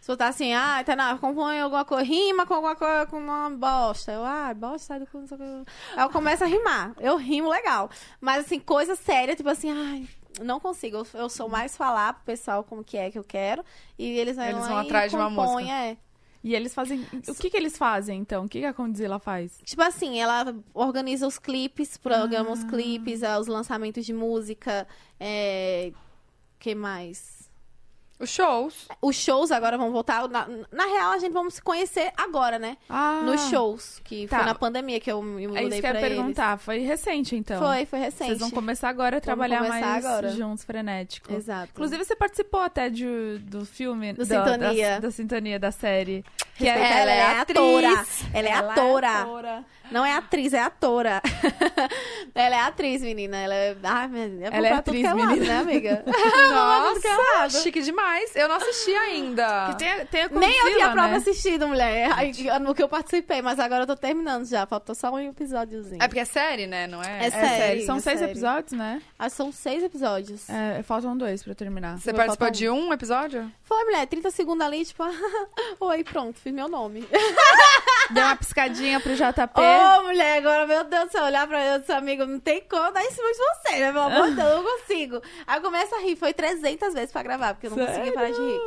C: se botar assim, ah, tá na, compõe alguma coisa, rima com alguma coisa, com uma bosta. Eu, ah, bosta, sai do cu, não sei o que. Aí eu começo a rimar. Eu rimo legal. Mas assim, coisa séria, tipo assim, ai. Não consigo, eu, eu sou mais falar pro pessoal como que é que eu quero. E eles, vão
A: Eles
C: lá
A: vão
C: e
A: atrás de uma
C: compõem,
A: música.
C: é.
B: E eles fazem. O que que eles fazem, então? O que que a Condzilla faz?
C: Tipo assim, ela organiza os clipes, programa os clipes, ah, os lançamentos de música, é... que mais?
A: Os shows.
C: Os shows agora vão voltar. Na, na real, a gente vamos se conhecer agora, né?
B: Ah,
C: Nos shows, que
B: Tá.
C: foi na pandemia que eu me
B: É
C: mudei
B: isso que eu
C: pra
B: ia
C: eles.
B: perguntar. Foi recente, então.
C: Foi, foi recente.
B: Vocês vão começar agora a trabalhar
C: começar
B: mais
C: agora.
B: juntos, frenético.
C: Exato.
B: Inclusive, você participou até de, do filme.
C: Do
B: da-
C: Sintonia.
B: Da, da sintonia da série. é
C: ela, é atora. Ela é
B: Ela
C: atora.
B: atora.
C: Não é atriz, é atora. (laughs) ela é atriz, menina. Ela é. Ai, minha... é
B: Ela é
C: pra tudo
B: atriz,
C: que lado,
B: menina.
C: né,
B: (laughs)
C: amiga?
A: Nossa, chique demais. Eu não assisti ainda.
B: Tem, tem a
C: Nem eu
B: Godzilla,
C: tinha a prova
B: né?
C: assistida, mulher. Aí, No que eu participei, mas agora eu tô terminando já. Faltou só um episódiozinho.
A: É porque é série, né? Não é?
C: É
B: É série.
C: série,
B: São
C: é
B: seis
C: série.
B: episódios, né?
C: Ah, são seis episódios.
B: É, faltam dois pra eu terminar.
A: Você
C: Vou
A: participou
C: faltar
A: de um
C: (laughs)
A: episódio?
C: Foi, mulher, 30 segundos ali, tipo, (laughs) oi, pronto, fiz
A: (laughs)
C: meu nome.
A: É.
B: Deu uma piscadinha um pro JP.
C: Ô, mulher, agora, meu Deus do céu, olhar pra eu, seu amigo, não tem como dar em cima de você, né? Pelo amor
A: Ah.
C: de Deus, eu não consigo. Aí começa a rir, foi 300 vezes pra gravar, porque eu não conseguia parar de rir.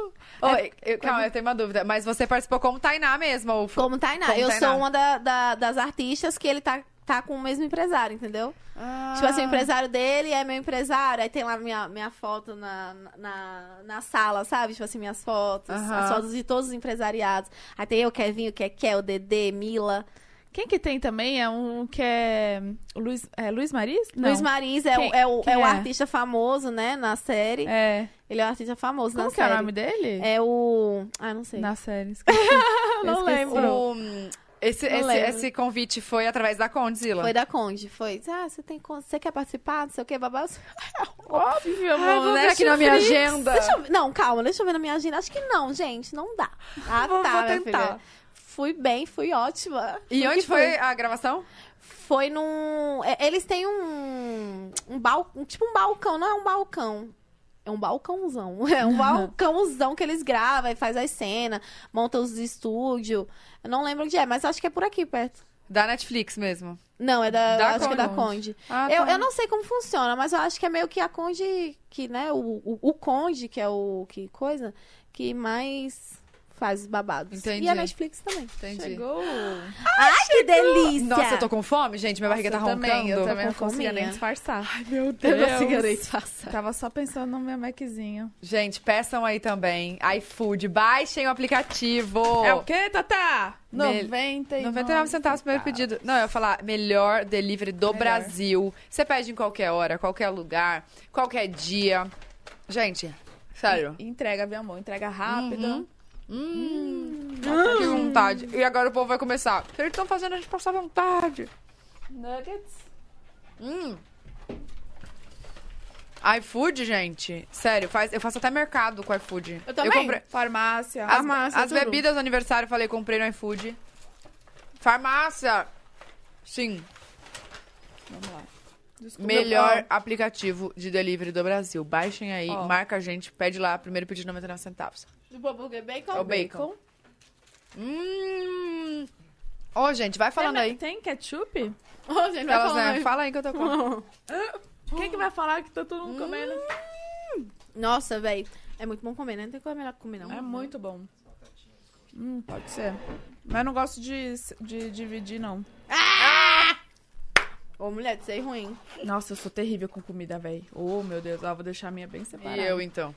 A: Oi, eu- calma, eu tenho uma dúvida. Mas você participou como Tainá mesmo? Ou foi...
C: Como Tainá,
A: Como
C: eu
A: Tainá.
C: sou uma da- da- das artistas que ele tá, tá com o mesmo empresário, entendeu?
A: Ah.
C: Tipo assim, o empresário dele é meu empresário, aí tem lá minha, minha foto na, na, na sala, sabe? Tipo assim, minhas fotos,
A: Aham.
C: as fotos de todos os empresariados. Aí tem eu, Kevinho, que é Kel, Dedê, Mila.
B: Quem que tem também é um que é. o Luiz, é Luiz Maris? Não.
C: Luiz Mariz é,
B: Quem-
C: o, é, o,
B: quem
C: é o
B: é?
C: artista famoso, né, na série.
B: É.
C: Ele é um artista famoso
B: Como
C: na
B: que
C: série.
B: é o nome dele?
C: É o... Ah, não sei.
B: Na
A: (laughs)
B: série. Esqueci.
A: Ah,
B: Eu
C: Não
B: esqueci.
C: lembro.
A: O- Esse,
C: Não
A: esse,
C: lembro.
A: esse convite foi através da Condzilla.
C: Foi da Conde, foi. Ah, você tem con- você quer participar, não sei o quê, babá.
B: Tá. Óbvio, amor. né?
A: Ai, vou ver aqui na minha
B: Netflix.
A: agenda.
C: Deixa eu ver. Não, calma, deixa eu ver na minha agenda. Acho que não, gente, não dá. Ah,
A: Vou-
C: tá,
A: vou
C: minha
A: tentar.
C: filha. Fui bem, fui ótima.
A: E
C: Fui
A: onde
C: que
A: foi,
C: fui.
A: a gravação?
C: Foi num. é, Eles têm um. Um balcão. Tipo um balcão, não é um balcão. É um balcãozão. (laughs) É um balcãozão que eles gravam e faz as cenas, monta os estúdios. Eu não lembro onde é, mas acho que é por aqui perto.
A: Da Netflix mesmo.
C: Não, é da.
A: Da
C: acho que é da
B: Conde.
C: Conde.
A: Ah,
C: eu,
A: tá.
C: eu não sei como funciona, mas eu acho que é meio que a Conde. Que, né? O, o, o Conde, que é o. Que coisa. Que mais faz os babados.
A: Entendi.
C: E a Netflix também.
A: Entendi.
B: Chegou.
C: Ai, que delícia!
A: Nossa, eu tô com fome, gente. Minha barriga tá
B: Nossa, eu
A: roncando.
B: Também, eu também
C: Tô
B: não
C: com
B: conseguia
C: fominha.
B: nem
A: (laughs)
B: disfarçar.
A: Ai, meu
C: Eu
A: Deus.
C: não segurei disfarçar.
B: Tava só pensando no meu Maczinho.
A: Gente, peçam aí também. iFood, baixem o aplicativo.
B: É o quê, Tata?
A: Mel-
B: 99.
A: 99 centavos primeiro pedido. Não, eu ia falar melhor delivery do Brasil. Você pede em qualquer hora, qualquer lugar, qualquer dia. Gente, sério.
B: Entrega, meu amor. Entrega rápido.
A: Uhum. Hum, nossa, que vontade. E agora o povo vai começar. Eles estão fazendo a gente passar vontade.
B: Nuggets.
A: Hum. iFood, gente. Sério, faz, eu faço até mercado com iFood.
C: Eu também.
A: comprei-
B: Farmácia.
A: as
C: Farmácia,
A: as
C: tudo.
A: bebidas do aniversário, eu falei, comprei no iFood. Farmácia. Sim,
B: Vamos lá. Desculpa,
A: melhor aplicativo de delivery do Brasil. Baixem aí,
B: Ó.
A: marca a gente, pede lá, primeiro pedido 99 centavos.
C: Do Burger Bacon?
A: É o bacon. Hum. Ô, gente, vai falando
B: tem,
A: aí.
B: Tem ketchup?
C: Ô, gente, vai
A: Elas,
C: falando
A: né?
C: aí.
A: Fala aí que eu tô com.
B: Quem que vai falar que tá todo
A: Hum.
B: mundo comendo?
C: (laughs) Nossa, velho. É muito bom comer, né? Não tem coisa melhor que comer, não.
B: É muito bom. Hum, pode ser. Mas eu não gosto de, de dividir, não.
C: Ô, mulher, isso aí é ruim.
B: Nossa, eu sou terrível com comida, velho. Oh, meu Deus. Ó, vou deixar a minha bem separada.
A: E eu, então?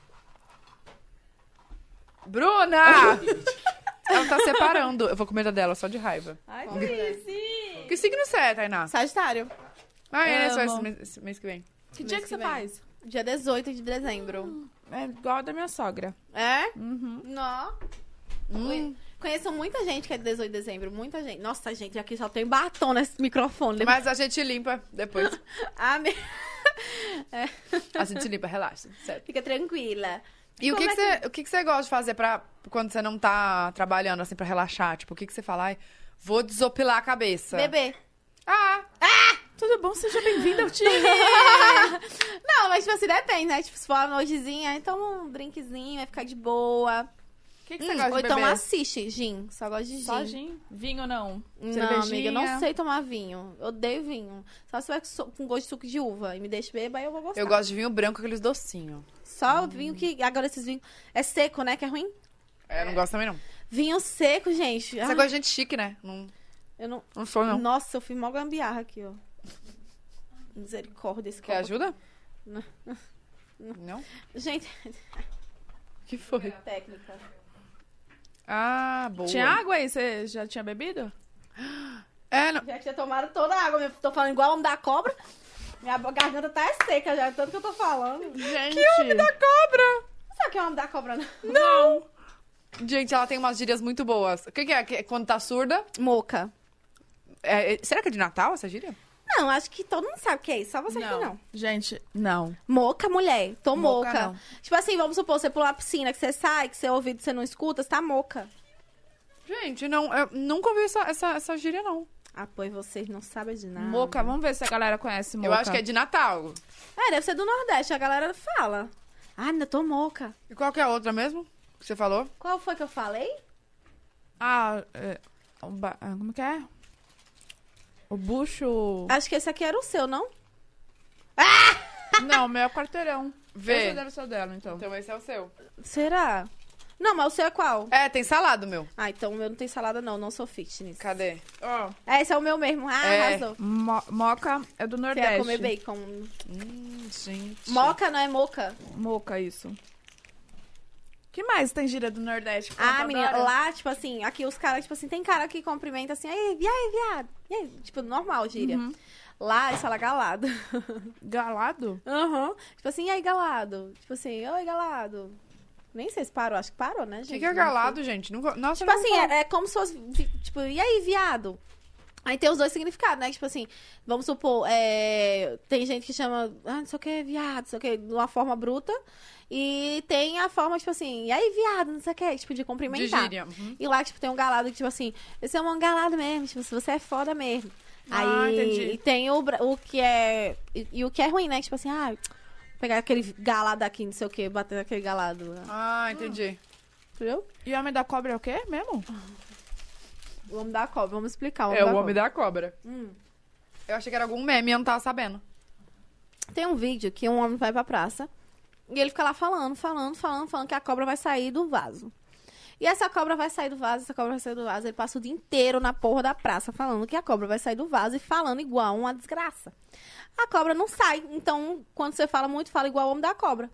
A: Bruna! (laughs) Ela tá separando. Eu vou comer da dela, só de raiva.
B: Ai,
A: Que signo você é, Tainá?
C: Sagitário,
A: Ah, é, né? Só
B: Amo.
A: esse mês, esse mês que vem.
B: Que dia
C: Mês
B: que
C: que
B: você
C: vem.
B: faz?
C: dia 18 de dezembro.
B: É igual a da minha sogra.
C: É?
B: Uhum.
C: Nó.
A: Hum.
C: Conheço muita gente que é de 18 de dezembro. Muita gente. Nossa, gente, aqui só tem batom nesse microfone. Mas...
A: Mas a gente limpa depois.
C: Ah, me... (laughs)
A: A gente limpa, relaxa. Sério.
C: Fica tranquila.
A: E o que,
C: Como
A: que,
C: é
A: você, o que, que você gosta de fazer pra, quando você não tá trabalhando, assim, pra relaxar? Tipo, o que, que você fala? Ai, vou desopilar a
B: Tá.
A: cabeça.
C: Bebê.
A: Ah,
B: Tudo bom? Seja bem-vinda ao time.
C: (laughs) Não, mas tipo assim, depende, né? Tipo, se for uma noitezinha, então um drinkzinho, vai ficar de boa.
B: O que, que
C: Hum,
B: você gosta
C: ou
B: de
C: então
B: beber?
C: assiste gin. Só gosto de
B: Só gin? Vinho, não.
C: Não,
B: Cervejinha.
C: amiga, eu não sei tomar vinho. Eu odeio vinho. Só se vai com so- com gosto de suco de uva e me deixa beba, aí eu vou gostar.
A: eu gosto de vinho branco, aqueles docinhos.
C: Só vinho que. Agora esses vinhos. É seco, né? Que é ruim?
A: É, eu não gosto também, não.
C: Vinho seco, gente. Ah, Hum.
A: Você gosta de gente chique, né? Não,
C: eu não...
A: não sou, não.
C: Nossa, eu fiz mó gambiarra aqui, ó. Misericórdia, esse
A: Quer
C: copo.
A: ajuda?
C: Não.
A: Não?
C: Gente, (laughs)
A: que foi?
C: técnica.
A: Ah, boa.
B: Tinha água aí? Você já tinha bebido?
A: É, não.
C: Já que já tomaram toda a água, eu tô falando igual o homem da cobra. Minha bo- garganta tá é seca já, tanto que eu tô falando.
B: Gente. Que homem da
A: Cobra!
C: Não sabe o que é o homem da cobra, não?
A: Não! Gente, ela tem umas gírias muito boas. O que, que é? Que é quando tá surda?
C: Moca.
A: É, é, será que é de Natal essa gíria?
C: Não, acho que todo mundo sabe o que é isso, só você que não.
B: Gente, não.
C: Moca, mulher. Tô
A: Moca,
C: moca.
A: não.
C: Tipo assim, vamos supor, você pula uma piscina, que você sai, que seu ouvido você não escuta, você tá moca.
A: Gente, não, eu nunca ouvi essa, essa, essa gíria, não.
C: Ah, pois vocês não sabem de nada.
B: Ah. Moca, vamos ver se a galera conhece Moca.
A: Eu acho que é de Natal.
C: É, deve ser do Nordeste, a galera fala. Ah, ainda tô moca.
A: E qual que é a outra mesmo que você falou?
C: Qual foi que eu falei?
B: Ah, é, o ba- ah, como que é? O (laughs) bucho...
C: Acho que esse aqui era o seu, não?
B: Não, o meu é quarteirão.
A: Vê.
B: Esse deve ser o dela, então.
A: Então esse é o seu.
C: Será? Não, mas o seu é qual?
A: É, tem salado, meu.
C: Ah, então o meu não tem salada, não. Não sou fitness.
A: Cadê?
B: Ó,
C: É, esse é o meu mesmo. Ah,
A: É.
C: arrasou.
B: mo- Moca é do
C: Você
B: Nordeste.
C: ia comer bacon.
A: Hum, gente.
C: Moca não é moca?
B: Moca, isso. que mais tem gíria do Nordeste? que
C: Ah,
B: conta
C: menina,
B: agora?
C: lá, tipo assim, aqui os caras, tipo assim, tem cara que cumprimenta assim, aí, e aí, viado? E aí? Tipo, normal, gíria. Lá, eles falam galado. (laughs)
B: Galado?
C: Aham. Tipo assim, e aí, galado? Tipo assim, oi, galado. Nem sei se parou, acho que parou, né,
A: O
C: gente?
A: que, que é
C: Não sei.
A: galado, gente? Nunca... Nossa,
C: Tipo
A: eu nunca
C: assim, é, é como se fosse, vi- tipo, e aí, viado? Aí tem os dois significados, né? Tipo assim, vamos supor, é, tem gente que chama, ah, não sei o que, viado, não sei o que, de uma forma bruta. E tem a forma, tipo assim, e aí, viado, não sei o que, tipo, de
A: De
C: cumprimentar.
A: gíria. Uhum.
C: E lá, tipo, tem um galado que, tipo assim, esse é um galado mesmo, tipo, se você é foda mesmo.
B: Ah,
C: Aí
B: entendi.
C: e tem o, bra- o que é. E, e o que é ruim, né? Tipo assim, ah, pegar aquele galado aqui, não sei o que, bater naquele galado. né?
A: Ah, entendi.
C: Entendeu?
B: E homem da cobra é o quê mesmo?
C: Ah. O homem da cobra, vamos explicar.
A: É o homem da cobra.
C: cobra. Hum.
A: Eu achei que era algum meme, eu não tava sabendo.
C: Tem um vídeo que um homem vai pra praça e ele fica lá falando, falando, falando, falando que a cobra vai sair do vaso. E essa cobra vai sair do vaso, essa cobra vai sair do vaso. Ele passa o dia inteiro na porra da praça falando que a cobra vai sair do vaso e falando igual uma desgraça. A cobra não sai. Então, quando você fala muito, fala igual o homem da cobra.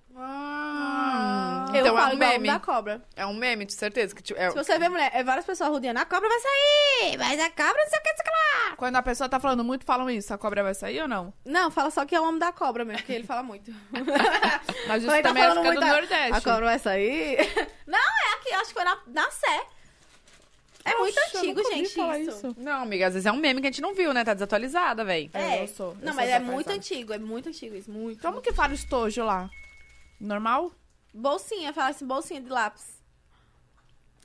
A: Ah,
C: Eu
A: então
C: falo
A: é um
C: igual o
A: meme.
C: homem da cobra.
A: É um meme, de certeza. Que, tipo, é...
C: Se você vê, mulher, é várias pessoas rodeando, a cobra vai sair, mas a cobra não sei o que, não sei o que lá.
B: Quando a pessoa tá falando muito, falam isso. A cobra vai sair ou não?
C: Não, fala só que é o homem da cobra mesmo, porque ele
A: (laughs)
C: fala muito.
B: Mas isso
C: Falei, tá
B: também é
C: falando
B: fica do
C: muita-
B: Nordeste.
C: A cobra vai sair? (laughs) Não, é aqui, acho que foi na, na Sé. É muito
B: Nossa, eu
C: antigo,
B: nunca ouvi
C: gente,
B: falar
C: isso.
A: Não, amiga, às vezes é um meme que a gente não viu, né? Tá desatualizada, véi.
B: É, eu sou- eu
C: não,
B: sou
C: mas é
B: desatualizada.
C: muito antigo, é muito antigo isso, muito.
B: Como que fala estojo lá? Normal?
C: Bolsinha, fala assim, bolsinha de lápis.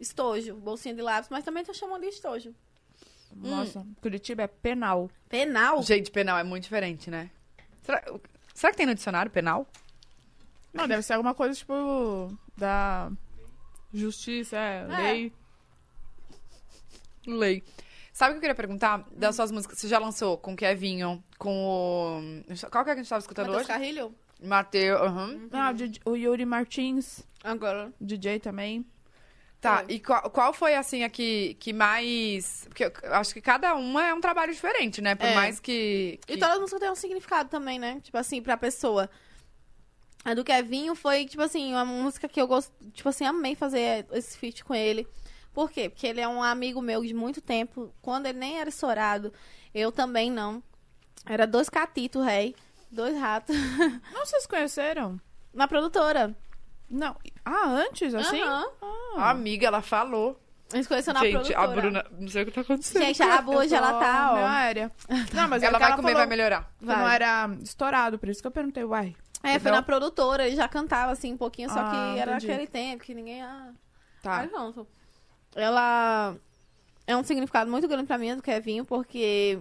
C: Estojo, bolsinha de lápis, mas também tô chamando de estojo. Hum.
B: Nossa, Curitiba é penal.
C: Penal?
A: Gente, penal é muito diferente, né? Será, será que tem no dicionário penal?
B: Não, deve ser alguma coisa tipo da justiça, é, lei.
A: Lei. Sabe o que eu queria perguntar? Das suas músicas, você já lançou com o Kevinho, com o... Qual que é que a gente tava
B: tá
A: escutando
C: Matheus
A: hoje?
C: Carrilho?
A: Mateus, aham.
B: Ah, o, DJ o Yuri Martins,
C: Agora.
B: DJ também.
A: Tá, e qual, qual foi, assim, a que, que mais... Porque eu acho que cada uma é um trabalho diferente, né? Por
C: É.
A: mais que...
C: E
A: que-
C: todas as músicas têm um significado também, né? Tipo assim, pra pessoa. A do Kevinho foi, tipo assim, uma música que eu gosto, tipo assim, amei fazer esse feat com ele. Por quê? Porque ele é um amigo meu de muito tempo. Quando ele nem era estourado, eu também não. Era dois catitos, rei. Dois ratos. (laughs)
B: Não, vocês conheceram?
C: Na produtora.
B: Não. Ah, antes, assim?
C: Aham.
A: A amiga, ela falou.
C: A gente conheceu tá na
A: gente,
C: produtora.
A: a Bruna... Não sei o que tá acontecendo.
C: Gente, a Abu hoje, ela tá,
B: Minha
C: ó.
B: área. Não, mas é
A: ela
B: que
A: vai
B: ela
A: comer,
B: falou
A: vai melhorar.
B: que
C: Vai.
B: Não era estourado, por isso que eu perguntei, uai.
C: É, foi
A: Entendeu?
C: na produtora, ele já cantava assim um pouquinho, só
B: Ah,
C: que era
B: entendi.
C: naquele tempo que ninguém. ah,
B: Tá.
C: Mas não, ela é um significado muito grande pra mim, a do Kevinho, porque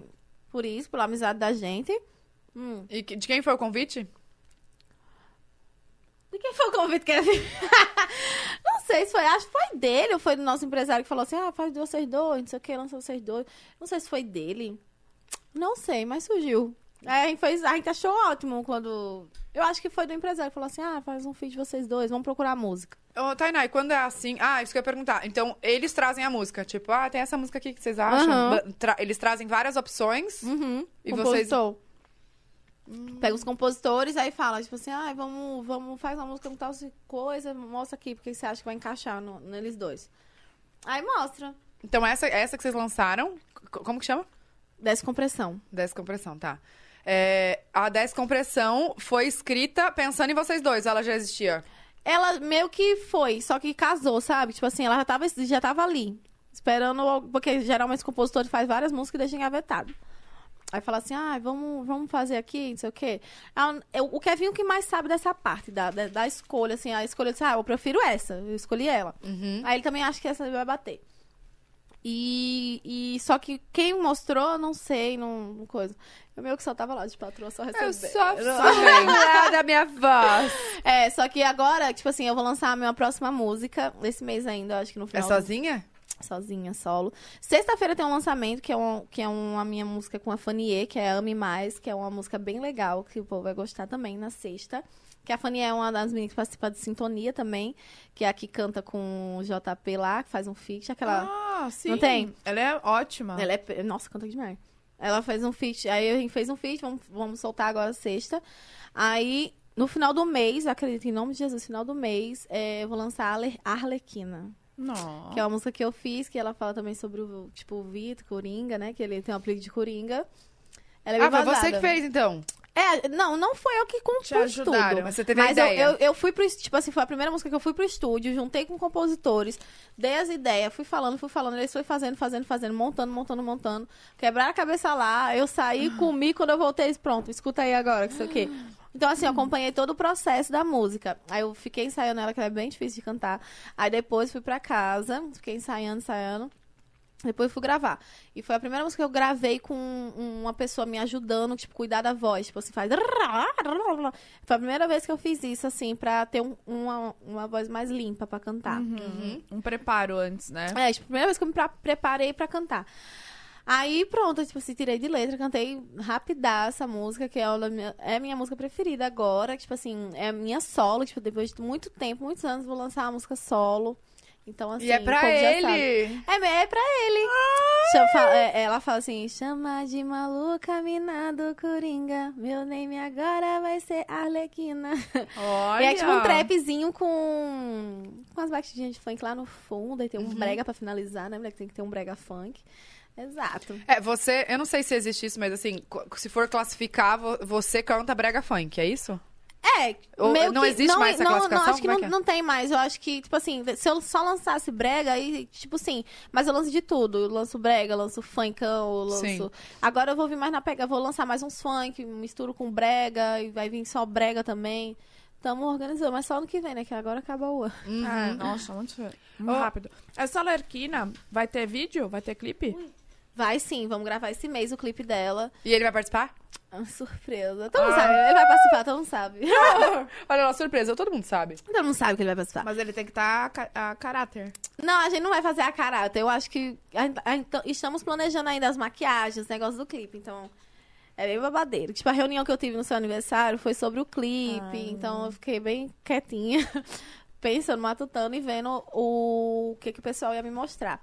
C: por isso, pela amizade da gente. Hum.
A: E que- de quem foi o convite?
C: De quem foi o convite, Kevin? (laughs) não sei se foi, acho que foi dele ou foi do nosso empresário que falou assim: ah, faz de vocês dois, não sei o que, lança vocês dois. Não sei se foi dele. Não sei, mas surgiu. É, a, gente fez, a gente achou ótimo quando. Eu acho que foi do empresário que falou assim: ah, faz um feed de vocês dois, vamos procurar música.
A: Ô, Tainá, e quando é assim... Ah, isso que eu ia perguntar. Então, eles trazem a música. Tipo, ah, tem essa música aqui que vocês acham.
C: Aham.
A: Ba- tra- Eles trazem várias opções.
C: Uhum.
A: E
C: compositor. Pega os compositores, aí fala, tipo assim, ai, vamos, vamos, faz uma música com tal coisa, mostra aqui, porque você acha que vai encaixar no- neles dois. Aí mostra.
A: Então, essa, essa que vocês lançaram... c- Como que chama?
C: Descompressão.
A: Descompressão, tá. É, a Descompressão foi escrita pensando em vocês dois. Ela já existia.
C: Ela meio que foi, só que casou, sabe? Tipo assim, ela já tava, já tava ali. Esperando. al- Porque geralmente os compositores fazem várias músicas e deixam engavetado. Aí fala assim, ah, vamos, vamos fazer aqui, não sei o quê. Ah, eu- o Kevinho que mais sabe dessa parte, da, da, da escolha, assim, a escolha, ele disse, ah, eu prefiro essa, eu escolhi ela.
A: Uhum.
C: Aí ele também acha que essa vai bater. E, e só que quem mostrou, não sei, não, não coisa. Eu meio que só tava lá de patroa, só recebendo.
A: Eu só
C: (laughs)
A: sou da minha voz.
C: É, só que agora, tipo assim, eu vou lançar a minha próxima música, esse mês ainda, eu acho que no
A: É
C: final.
A: sozinha?
C: Sozinha, solo. Sexta-feira tem um lançamento, que é, um, que é uma minha música com a Fanier, que é Ame Mais, que é uma música bem legal, que o povo vai gostar também na sexta. Que a Fanier é uma das meninas que participa de Sintonia também, que é a que canta com o JP lá, que faz um feat, aquela...
B: Ah, sim.
C: Não tem?
B: Ela é ótima.
C: Ela é. pe- Nossa, canta demais. Ela fez um feat. Aí a gente fez um feat, vamos, vamos soltar agora sexta. Aí, no final do mês, acredito em nome de Jesus, final do mês, é, eu vou lançar Arle- Arlequina.
B: Não.
C: Que é uma música que eu fiz, que ela fala também sobre o, tipo, o Vitor, Coringa, né? Que ele tem um apelido de Coringa. Ela é bem
A: ah, foi você
C: vazada.
A: que fez, então.
C: É, não, não foi eu que compus
B: Te ajudaram,
C: tudo.
A: mas você teve a
C: mas eu-
A: ideia.
C: Eu, eu, fui pro, es- tipo assim, foi a primeira música que eu fui pro estúdio, juntei com compositores, dei as ideias, fui falando, fui falando, eles foi fazendo, fazendo, fazendo, montando, montando, montando, quebraram a cabeça lá, eu saí,
A: Ah.
C: comi, quando eu voltei, eles, pronto, escuta aí agora, que sei o quê. Então, assim, eu acompanhei todo o processo da música. Aí eu fiquei ensaiando ela, que ela é bem difícil de cantar. Aí depois fui pra casa, fiquei ensaiando, ensaiando. Depois fui gravar. E foi a primeira música que eu gravei com um- uma pessoa me ajudando, tipo, cuidar da voz. Tipo, assim, faz... Foi a primeira vez que eu fiz isso, assim, pra ter um- uma, uma voz mais limpa pra cantar.
B: Uhum. Um preparo antes, né?
C: É, tipo, a primeira vez que eu me pra- preparei pra cantar. Aí, pronto, eu, tipo assim, tirei de letra, cantei rapidaça a música, que é a minha, é a minha música preferida agora. que, Tipo assim, é a minha solo, tipo, depois de muito tempo, muitos anos, vou lançar uma música solo. Então, assim,
A: e é
C: o
A: pra
C: povo já sabe.
A: ele. Ah!
C: É, me- é pra ele. Chama- fa- é, ela fala assim: chama de maluca, mina do Coringa. Meu nome agora vai ser Arlequina.
A: Olha.
C: E é tipo um trapzinho com, com as batidinhas de funk lá no fundo. Aí tem
A: Uhum.
C: um brega pra finalizar, né, moleque? Tem que ter um brega funk. Exato.
A: É, você, eu não sei se existe isso, mas assim, co- se for classificar, vo- você canta brega funk, é isso?
C: É,
A: Ou
C: meio
A: não
C: que,
A: existe
C: não,
A: mais essa
C: não,
A: classificação?
C: Não, acho que,
A: Como é que
C: não,
A: é?
C: não tem mais. Eu acho que, tipo assim, se eu só lançasse brega, aí, tipo assim, mas eu lanço de tudo. Eu lanço brega, eu lanço funkão, eu lanço.
A: Sim.
C: Agora eu vou vir mais na pega, eu vou lançar mais uns funk, misturo com brega, e vai vir só brega também. Tamo organizando, mas só ano que vem, né? Que agora acaba o ano.
B: Ah,
A: Uhum.
B: nossa, muito, muito
A: Ó.
B: rápido. Essa Lerquina vai ter vídeo? Vai ter clipe?
C: Vai sim, vamos gravar esse mês o clipe dela.
A: E ele vai
C: (laughs)
A: participar?
C: Ah, Surpresa. Todo mundo sabe, ele vai participar, todo mundo sabe.
A: Olha lá, surpresa, todo mundo sabe.
C: todo mundo sabe que ele vai participar.
B: Mas ele tem que estar a, caráter.
C: Não, a gente não vai fazer a caráter. Eu acho que. a- a- então, estamos planejando ainda as maquiagens, os negócios do clipe. Então, é bem babadeiro. Tipo, a reunião que eu tive no seu aniversário foi sobre o clipe. Então, eu fiquei bem quietinha, (laughs) pensando, matutando e vendo o que, que o pessoal ia me mostrar.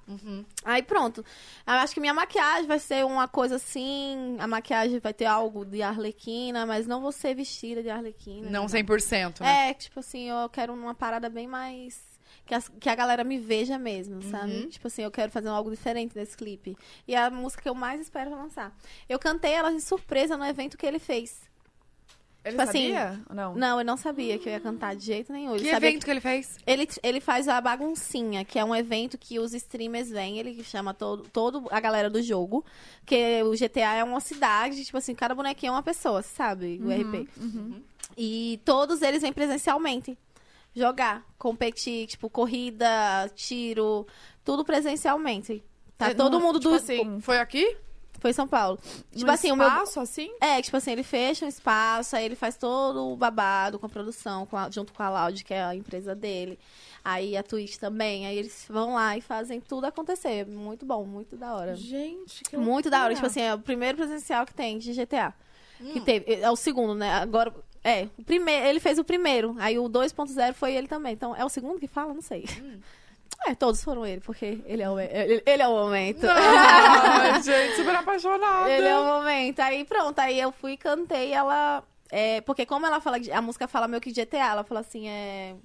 C: Aí, pronto. Eu acho que minha maquiagem vai ser uma coisa assim. A maquiagem vai ter algo de arlequina, mas não vou ser vestida de arlequina.
A: Não 100%, né?
C: É, tipo assim, eu quero uma parada bem mais. Que, as- que a galera me veja mesmo,
A: Uhum.
C: sabe? Tipo assim, eu quero fazer algo diferente nesse clipe. E é a música que eu mais espero lançar. Eu cantei ela de surpresa no evento que ele fez.
B: Ele
C: Tipo assim,
B: sabia? Ou não.
C: Não, eu não sabia que eu ia cantar de jeito nenhum. Ele
A: Que
C: sabia
A: evento que ele fez?
C: ele, ele faz a baguncinha, que é um evento que os streamers vêm, ele chama todo, todo a galera do jogo. Que o GTA é uma cidade, tipo assim, cada bonequinho é uma pessoa, sabe?
A: Uhum.
C: O RP.
B: Uhum.
C: E todos eles vêm presencialmente jogar, competir, tipo, corrida, tiro, tudo presencialmente. Tá
B: É,
C: todo
B: não-
C: mundo
B: tipo
C: do.
B: assim,
A: Foi aqui?
C: Foi em São Paulo. Tipo assim,
B: um
C: o meu.
B: espaço, assim?
C: É, tipo assim, ele fecha um espaço, aí ele faz todo o babado com a produção, com a- junto com a Loud, que é a empresa dele. Aí a Twitch também. Aí eles vão lá e fazem tudo acontecer. Muito bom, muito da hora.
B: Gente, que
C: Muito da hora.
B: loucura.
C: Tipo assim, é o primeiro presencial que tem de GTA. Que
B: Hum.
C: teve. É o segundo, né? Agora. É, o primeiro, ele fez o primeiro. Aí o 2.0 foi ele também. Então, é o segundo que fala? Não sei.
B: Hum.
C: (laughs) É, todos foram ele, porque ele é o, ele, ele é o momento.
A: Não,
B: (laughs)
A: gente, super apaixonada.
C: Ele é o momento. Aí pronto, aí eu fui e cantei e ela. é, porque como ela fala, a música fala meio que GTA, ela fala assim, é.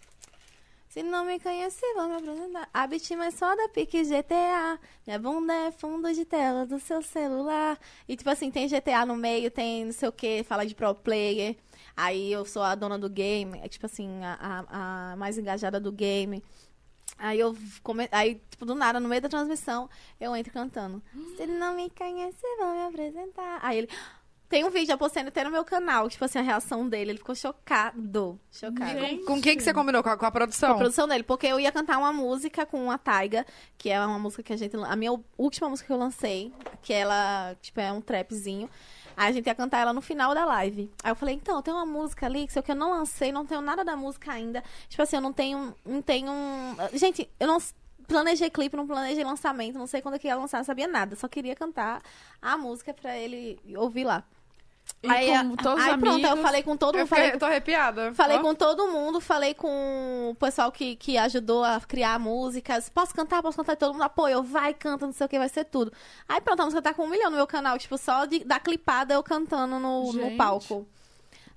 C: Se não me conhece, vou me apresentar. A bitima é só da pique GTA. Minha bunda é fundo de tela do seu celular. E tipo assim, tem GTA no meio, tem não sei o que, fala de pro player. Aí eu sou a dona do game, é, tipo assim, a, a- a mais engajada do game. Aí eu come... aí, tipo, do nada, no meio da transmissão, eu entro cantando. Se não me conhece, vão me apresentar. Aí ele. (gasps) Tem um vídeo, eu postei até no meu canal, tipo assim, a reação dele. Ele ficou chocado. Chocado.
B: Gente.
A: Com quem que você combinou? Com a, com a produção?
C: Com a produção dele, porque eu ia cantar uma música com a Taiga, que é uma música que a gente. lan- A minha última música que eu lancei, que ela, tipo, é um trapzinho. Aí a gente ia cantar ela no final da live. Aí eu falei, então, tem uma música ali que sei o que eu não lancei, não tenho nada da música ainda. Tipo assim, eu não tenho. Não tenho. um, Gente, eu não. s- Planejei clipe, não planejei lançamento, não sei quando é que ia lançar, não sabia nada. Só queria cantar a música pra ele ouvir lá.
B: E com todos os
C: aí pronto, aí eu
B: amigos.
C: falei com todo
A: Eu,
C: mundo,
A: fiquei-
C: falei
A: eu tô arrepiada.
C: Falei
A: Ó.
C: com todo mundo, falei com o pessoal que, que ajudou a criar músicas. Posso cantar, posso cantar, E todo mundo apoiou, vai, canta, não sei o que, vai ser tudo. Aí pronto, a música tá com um milhão no meu canal, tipo, só de, da clipada eu cantando no, no
B: Gente.
C: palco.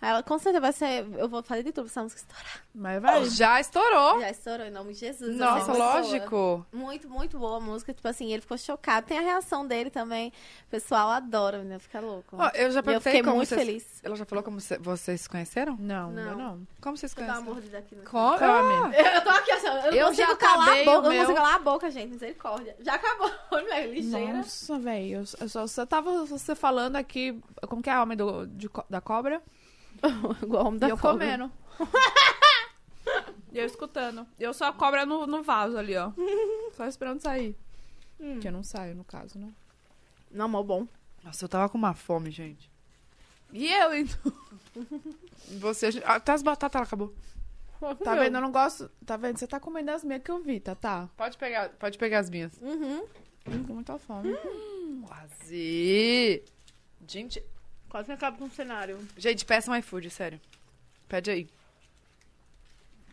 C: Aí ela, com certeza vai ser. Eu vou fazer de tudo pra essa música estourar.
B: Mas vai.
A: Já estourou.
C: Já estourou, em nome de Jesus. essa
A: Nossa,
C: pessoa.
A: lógico.
C: Muito, muito boa a música. Tipo assim, ele ficou chocado. Tem a reação dele também. O pessoal adora, menina, fica louco.
A: Ó, eu já
C: E eu
A: perguntei
C: fiquei
A: como
C: muito
A: vocês...
C: feliz.
A: Ela já falou como cê- vocês se conheceram?
B: Não,
C: Não.
B: eu não. Ah, é,
A: Como vocês se
C: Vou dar uma
A: conheceram?
C: mordida aqui no
A: Como?
B: Come.
C: Eu, eu tô aqui, assim, eu,
A: Eu
C: não consigo
A: já
C: calar a
A: acabei o
C: boca, eu não
A: meu.
C: consigo calar a boca, gente, misericórdia. Já acabou, (laughs) mulher, ligeira.
B: Nossa, velho. Eu, eu só, só tava você falando aqui. Como que é o homem do, de co- da cobra?
C: (laughs) Igual homem
B: e eu
C: (laughs)
B: comendo. e eu escutando. E eu só a cobra no, no vaso ali,
C: (laughs)
B: ó. Só esperando sair.
C: Hum.
B: Que eu não saio, no caso, né?
C: Não, mó bom.
A: Nossa, eu tava com uma fome, gente.
B: E eu, então.
A: Você... ah, Até as batatas ela acabou.
B: Tá vendo? Eu não gosto. Tá vendo? Você tá comendo as minhas que eu vi, tá? Tá.
A: Pode pegar, pode pegar as minhas.
C: Uhum.
B: Hum, Com muita fome.
A: Quase. Gente,
C: Quase que acaba com o cenário.
A: gente, peça um iFood, sério. Pede aí.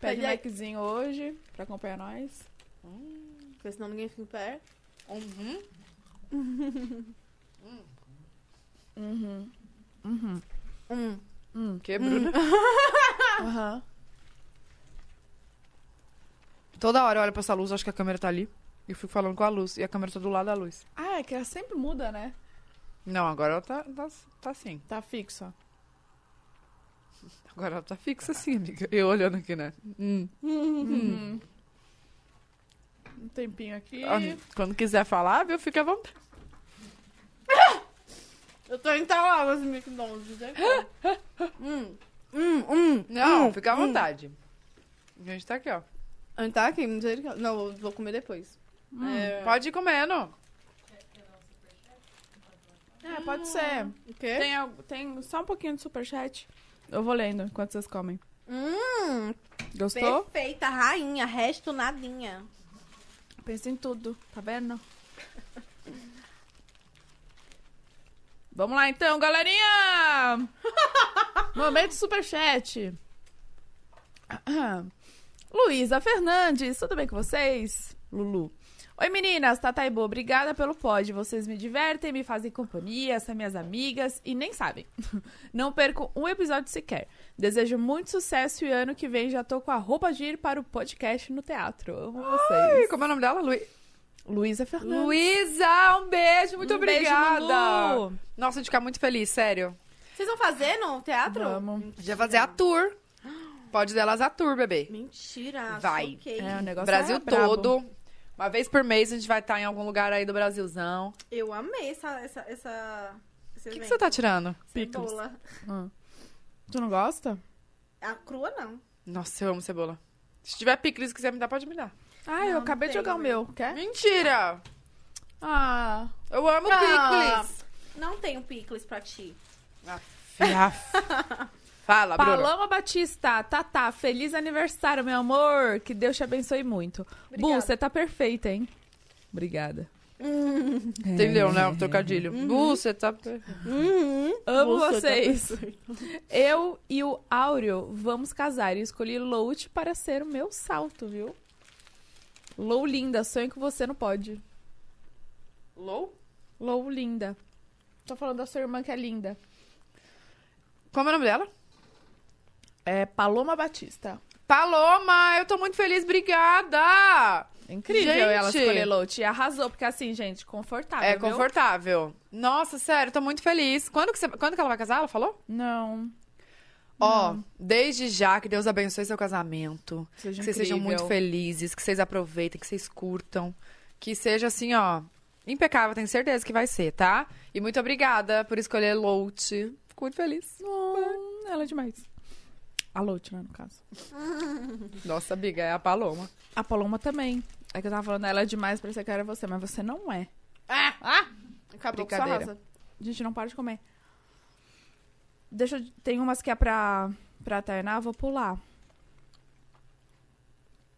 B: Pede
C: Pede
B: um
C: aí.
B: likezinho hoje pra acompanhar nós.
C: Porque senão ninguém fica em pé. (laughs) Uhum.
A: Uhum.
C: Hum.
A: Que, Bruna?
B: Aham.
A: Toda hora eu olho pra essa luz, acho que a câmera tá ali. E eu fico falando com a luz. E a câmera tá do lado da luz.
B: Ah, é que ela sempre muda, né?
A: Não, agora ela tá, tá, tá assim.
B: Tá fixa.
A: Agora ela tá fixa assim, amiga. Eu olhando aqui, né? Hum.
B: Uhum. Um tempinho aqui.
A: Ah, Quando quiser falar, viu? Fica à vontade.
C: Eu tô entalada nesse McDonald's, né? hum. Hum, hum.
A: Não, fica à vontade. A gente tá aqui, ó.
C: Hum. Tá aqui, misericórdia. Não, eu vou comer depois. É...
A: Pode ir comendo.
B: É, pode ser.
C: O quê?
B: Tem, al- tem só um pouquinho de superchat. Eu vou lendo enquanto vocês comem.
C: Hum,
B: Gostou?
C: perfeita, rainha. Resto nadinha.
B: Pensa em tudo, tá vendo? Vamos lá então, galerinha! Momento superchat. (clears throat) Luísa Fernandes, tudo bem com vocês? Lulu. Oi meninas, Tata e Bo, obrigada pelo pod. Vocês me divertem, me fazem companhia, são minhas amigas e nem sabem. (laughs) Não perco um episódio sequer. Desejo muito sucesso e ano que vem já tô com a roupa de ir para o podcast no teatro. Amo vocês.
A: Ih, como é o nome dela? Luí...
B: Luísa Fernandes.
A: Luísa, um beijo, muito
B: Um beijo,
A: obrigada.
B: Lulu.
A: Nossa, a gente fica muito feliz, sério.
C: Vocês vão fazer no teatro?
B: Vamos.
A: Já fazer a tour. Pode delas a tour, bebê.
C: Mentira.
A: Vai.
C: choquei.
B: É, o negócio
A: Brasil
B: é brabo.
A: todo. Uma vez por mês a gente vai estar em algum lugar aí do Brasilzão.
C: Eu amei essa. essa, essa esse
A: O que, que
C: evento.
A: você tá tirando?
B: Picles.
C: Cebola.
B: Ah. Tu não gosta?
C: A crua não.
A: Nossa, eu amo cebola. Se tiver picles que quiser me dar, pode me dar.
B: Ah,
C: Não,
B: eu
C: não
B: acabei de
C: tem,
B: jogar o
C: né?
B: meu. Quer?
A: Mentira!
B: Ah.
A: Eu amo
C: Ah.
A: picles.
C: Não tenho picles pra ti.
A: Fiaf. Fala, Bruno.
B: Paloma Batista, Tatá, feliz aniversário, meu amor. Que Deus te abençoe muito. Bu,
C: Obrigada.
B: você tá perfeita, hein? Obrigada.
A: Entendeu, né? O trocadilho. Uh, você tá...
B: Amo
C: Você tá
B: vocês. eu e o Áureo vamos casar e escolhi Lout para ser o meu salto, viu? Lou linda, sonho que você não pode.
A: Low?
B: Lou linda. Tô falando da sua irmã que é linda.
A: Como é o nome dela?
B: É Paloma Batista.
A: Paloma, eu tô muito feliz, obrigada!
B: Incrível
A: Gente!
B: ela escolher Lout. E arrasou, porque assim, gente, confortável.
A: é
B: viu?
A: confortável. Nossa, sério, tô muito feliz. Quando que, você- quando que ela vai casar? Ela falou?
B: Não.
A: Ó, desde já, que Deus abençoe seu casamento.
B: Seja
A: Que vocês sejam
B: incrível.
A: muito felizes, que vocês aproveitem, que vocês curtam. Que seja assim, ó, impecável, tenho certeza que vai ser, tá? E muito obrigada por escolher Lout. Fico muito feliz.
B: Hum, ela é demais. A Lout, né, no caso.
A: Nossa, amiga, é a Paloma.
B: A Paloma também. É que eu tava falando, ela é demais, parecia que era você, mas você não é.
C: Ah, ah, acabou com sua
B: Brincadeira.
C: rosa.
B: Gente, não para de comer. Deixa eu... Tem umas que é pra, pra Tainá, vou pular.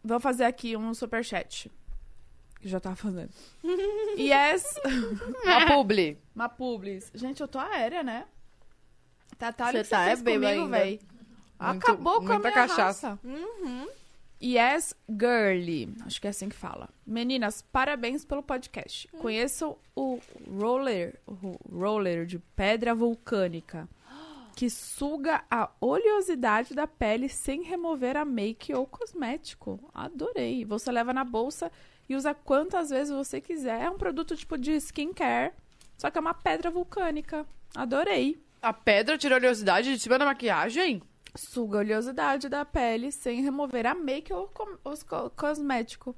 B: Vou fazer aqui um superchat. Que já tava
C: (laughs)
B: fazendo. yes, (laughs)
A: A Publi.
B: uma publis. Gente, eu tô aérea, né? Tatá, olha
C: Você
B: o que
C: tá
B: fez
C: é bêbada
B: comigo,
C: ainda.
B: véi.
A: Muito-
B: Acabou com
A: muita
B: a minha
A: cachaça.
B: raça. Yes Girly, acho que é assim que fala. Meninas, parabéns pelo podcast. Conheçam o roller, o roller de pedra vulcânica, que suga a oleosidade da pele sem remover a make ou cosmético. Adorei. Você leva na bolsa e usa quantas vezes você quiser. É um produto tipo de skincare, só que é uma pedra vulcânica. Adorei.
A: A pedra tirou oleosidade de cima da maquiagem?
B: Suga a oleosidade da pele sem remover a make ou com- os co- cosmético.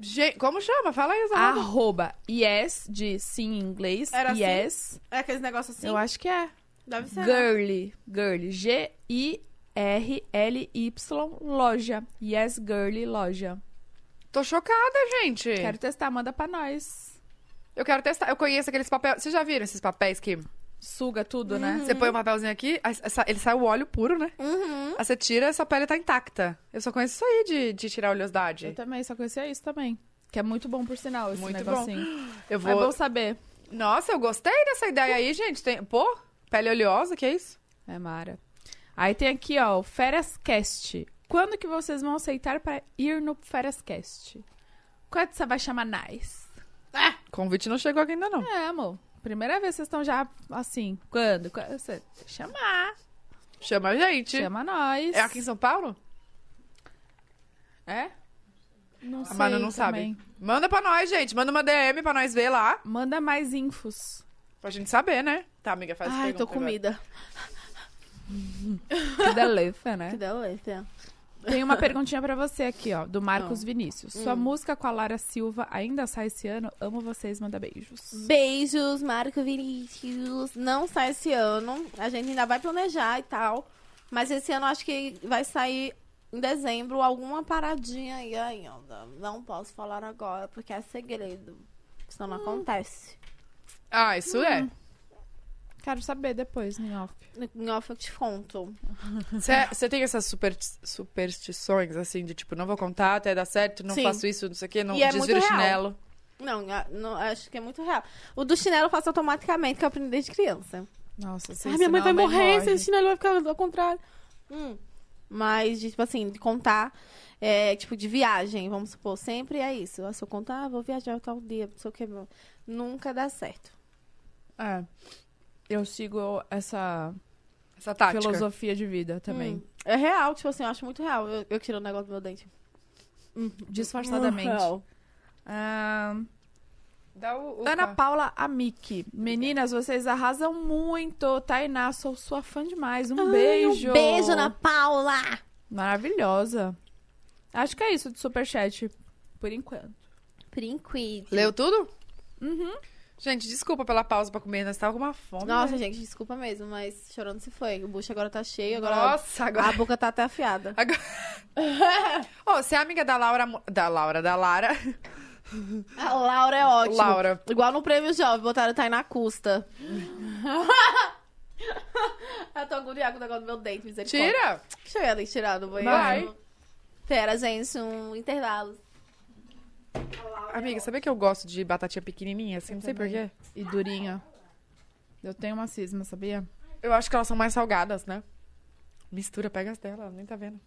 A: Gente, como chama? Fala aí, Zara.
B: Arroba yes, de sim em inglês.
C: Era assim?
B: yes.
C: É aqueles negócios assim?
B: Eu acho que é.
C: Deve ser. né?
B: Girly. Girly. G-I-R-L-Y loja. Yes, girly loja.
A: Tô chocada, gente.
B: Quero testar, manda pra nós.
A: Eu quero testar. Eu conheço aqueles papéis. Vocês já viram esses papéis que
B: Suga tudo, né?
A: você põe um papelzinho aqui, aí sa- ele sai o óleo puro, né?
C: Uhum.
A: Aí você tira e sua pele tá intacta. Eu só conheço isso aí de, de tirar a oleosidade.
B: Eu também, só conhecia isso também. Que é muito bom, por sinal, esse
A: Muito
B: (gasps) negocinho.
A: Eu
B: É
A: vou.
B: bom saber.
A: Nossa, eu gostei dessa ideia aí, gente. Tem... Pô, pele oleosa, que é isso?
B: É Mara. Aí tem aqui, ó, o Fériascast. Quando que vocês vão aceitar pra ir no Fériascast? Quando você vai chamar nós?
A: Convite não chegou aqui ainda, não.
B: É, amor. Primeira vez vocês estão já assim. Quando? Quando? Você chamar.
A: Chama a gente.
B: Chama nós.
A: É aqui em São Paulo?
B: É? Não sei.
A: A Manu não
B: também.
A: sabe. Manda pra nós, gente. Manda uma DM pra nós ver lá.
B: Manda mais infos.
A: Pra gente saber, né? Tá, amiga, faz
C: Ai, tô
A: pergunta agora.
C: comida.
B: (laughs) Que delícia, né?
C: Que delícia.
B: Tem uma perguntinha pra você aqui, ó, do Marcos Vinícius. Sua música com a Lara Silva ainda sai esse ano? Amo vocês, manda beijos.
C: Beijos, Marco Vinícius. Não sai esse ano. A gente ainda vai planejar e tal. Mas esse ano eu acho que vai sair em dezembro alguma paradinha aí ainda. Não posso falar agora, porque é segredo. Senão não acontece.
A: Ah, isso é.
B: Quero saber depois, em off.
C: Em off eu te conto.
A: Você tem essas super, superstições, assim, de tipo, não vou contar até dar certo, não
C: Sim.
A: faço isso, não sei o quê, não
C: E é
A: desviro o
C: muito real.
A: chinelo.
C: Não, a- não, acho que é muito real. O do chinelo eu faço automaticamente, que eu aprendi desde criança.
B: Nossa, se
C: Ai, minha mãe vai
B: ensinar, a
C: morrer,
B: morre.
C: esse chinelo vai ficar ao contrário. Hum. Mas, de, tipo assim, de contar, é, tipo, de viagem, vamos supor, sempre é isso. Ah, Se eu contar, ah, vou viajar tal dia, não sei o que, meu. nunca dá certo.
B: É. Eu sigo essa
A: Essa tática.
B: filosofia de vida também.
C: Hum. É real, tipo assim, eu acho muito real. Eu, eu tiro o negócio do meu dente.
B: Disfarçadamente.
C: Real.
B: Ah,
A: Dá o, o
B: Ana
A: pa-
B: Paula Amick. Meninas, vocês arrasam muito. Tainá, sou sua fã demais. Um beijo.
C: Um beijo, Ana Paula!
B: Maravilhosa. Acho que é isso de superchat. Por enquanto.
C: Prinquit.
A: Leu tudo? Uhum. Gente, desculpa pela pausa pra comer, nós tava com uma fome.
C: Nossa,
A: né?
C: gente, desculpa mesmo, mas chorando se foi. O bucho agora tá cheio, agora
A: Nossa,
C: (laughs)
A: agora.
C: a boca tá até afiada.
A: Agora... Ô, se a amiga da Laura. mo- Da Laura, da Lara.
C: A Laura é ótima.
A: Laura.
C: Igual no prêmio jovem, botaram Tainá Custa. (laughs) Eu tô agoniada com o negócio do meu dente, misericórdia.
A: Tira!
C: Deixa eu ir ali tirar do banheiro.
A: Vai.
C: Pera, gente, um intervalo.
A: Amiga, sabia que eu gosto de batatinha pequenininha, assim? Não sei porquê.
B: né? E Durinha. Eu tenho uma cisma, sabia?
A: Eu acho que elas são mais salgadas, né? Mistura, pega as dela, ela nem tá vendo.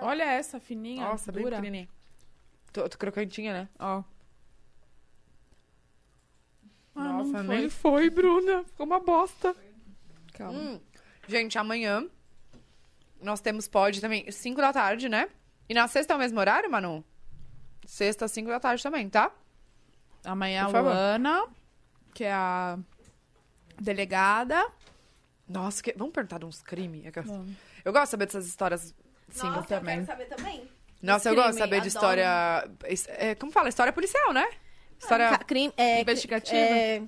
B: Olha essa fininha,
A: Nossa, bem
B: dura.
A: pequenininha. Tô, tô crocantinha, né?
B: Ó. Ah, não
A: Nossa,
B: foi.
A: nem foi, Bruna. Ficou uma bosta.
B: Calma.
A: Hum. Gente, amanhã nós temos pod também, 5 da tarde, né? E na sexta é o mesmo horário, Manu? Sexta, 5 da tarde também, tá?
B: Amanhã
A: Por
B: a
A: favor.
B: Luana, que é a delegada.
A: Nossa, que- vamos perguntar de uns crimes?
B: Vamos.
A: Eu gosto de saber dessas histórias. Sim,
C: Nossa,
A: Nossa,
C: eu
B: também.
C: quero saber também.
A: eu
C: crime,
A: gosto de saber de
C: adoro.
A: história. es- é, como fala? História policial, né? História.
C: Ca- crime, é,
B: Investigativa?
C: é,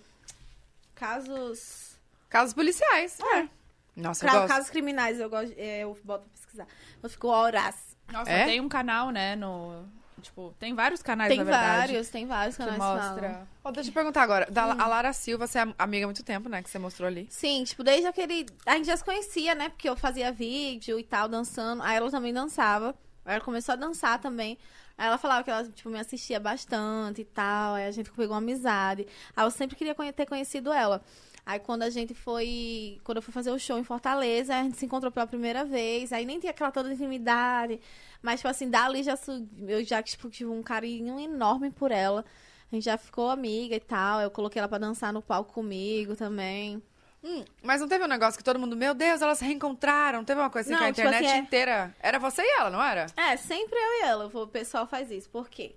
C: casos...
A: Casos policiais. É. Nossa, eu
C: Pra-
A: gosto.
C: casos criminais, eu gosto. é, eu boto pra pesquisar. Eu fico horas.
B: Nossa,
A: É?
B: tem um canal, né, no... Tipo, tem vários canais,
C: Tem
B: na verdade.
C: vários, tem vários
B: Que
C: canais que falam.
B: mostra...
A: Ó, deixa eu perguntar agora. Da,
C: Hum.
A: A Lara Silva, você é am- amiga há muito tempo, né? Que você mostrou ali.
C: Sim, tipo, desde aquele. A gente já se conhecia, né? Porque eu fazia vídeo e tal, dançando. Aí ela também dançava. Aí ela começou a dançar também. Aí ela falava que ela, tipo, me assistia bastante e tal. Aí a gente pegou uma amizade. Aí eu sempre queria conhe- ter conhecido ela. Aí quando a gente foi. Quando eu fui fazer o show em Fortaleza, a gente se encontrou pela primeira vez. Aí nem tinha aquela toda intimidade. Mas, tipo assim, dali já su- eu já tipo, tive um carinho enorme por ela. A gente já ficou amiga e tal. Eu coloquei ela pra dançar no palco comigo também.
A: Mas não teve um negócio que todo mundo, meu Deus, elas se reencontraram. Teve uma coisa assim
C: Não,
A: que a
C: tipo
A: internet
C: assim, é-
A: inteira. Era você e ela, não era?
C: É, sempre eu e ela. O pessoal faz isso. Por quê?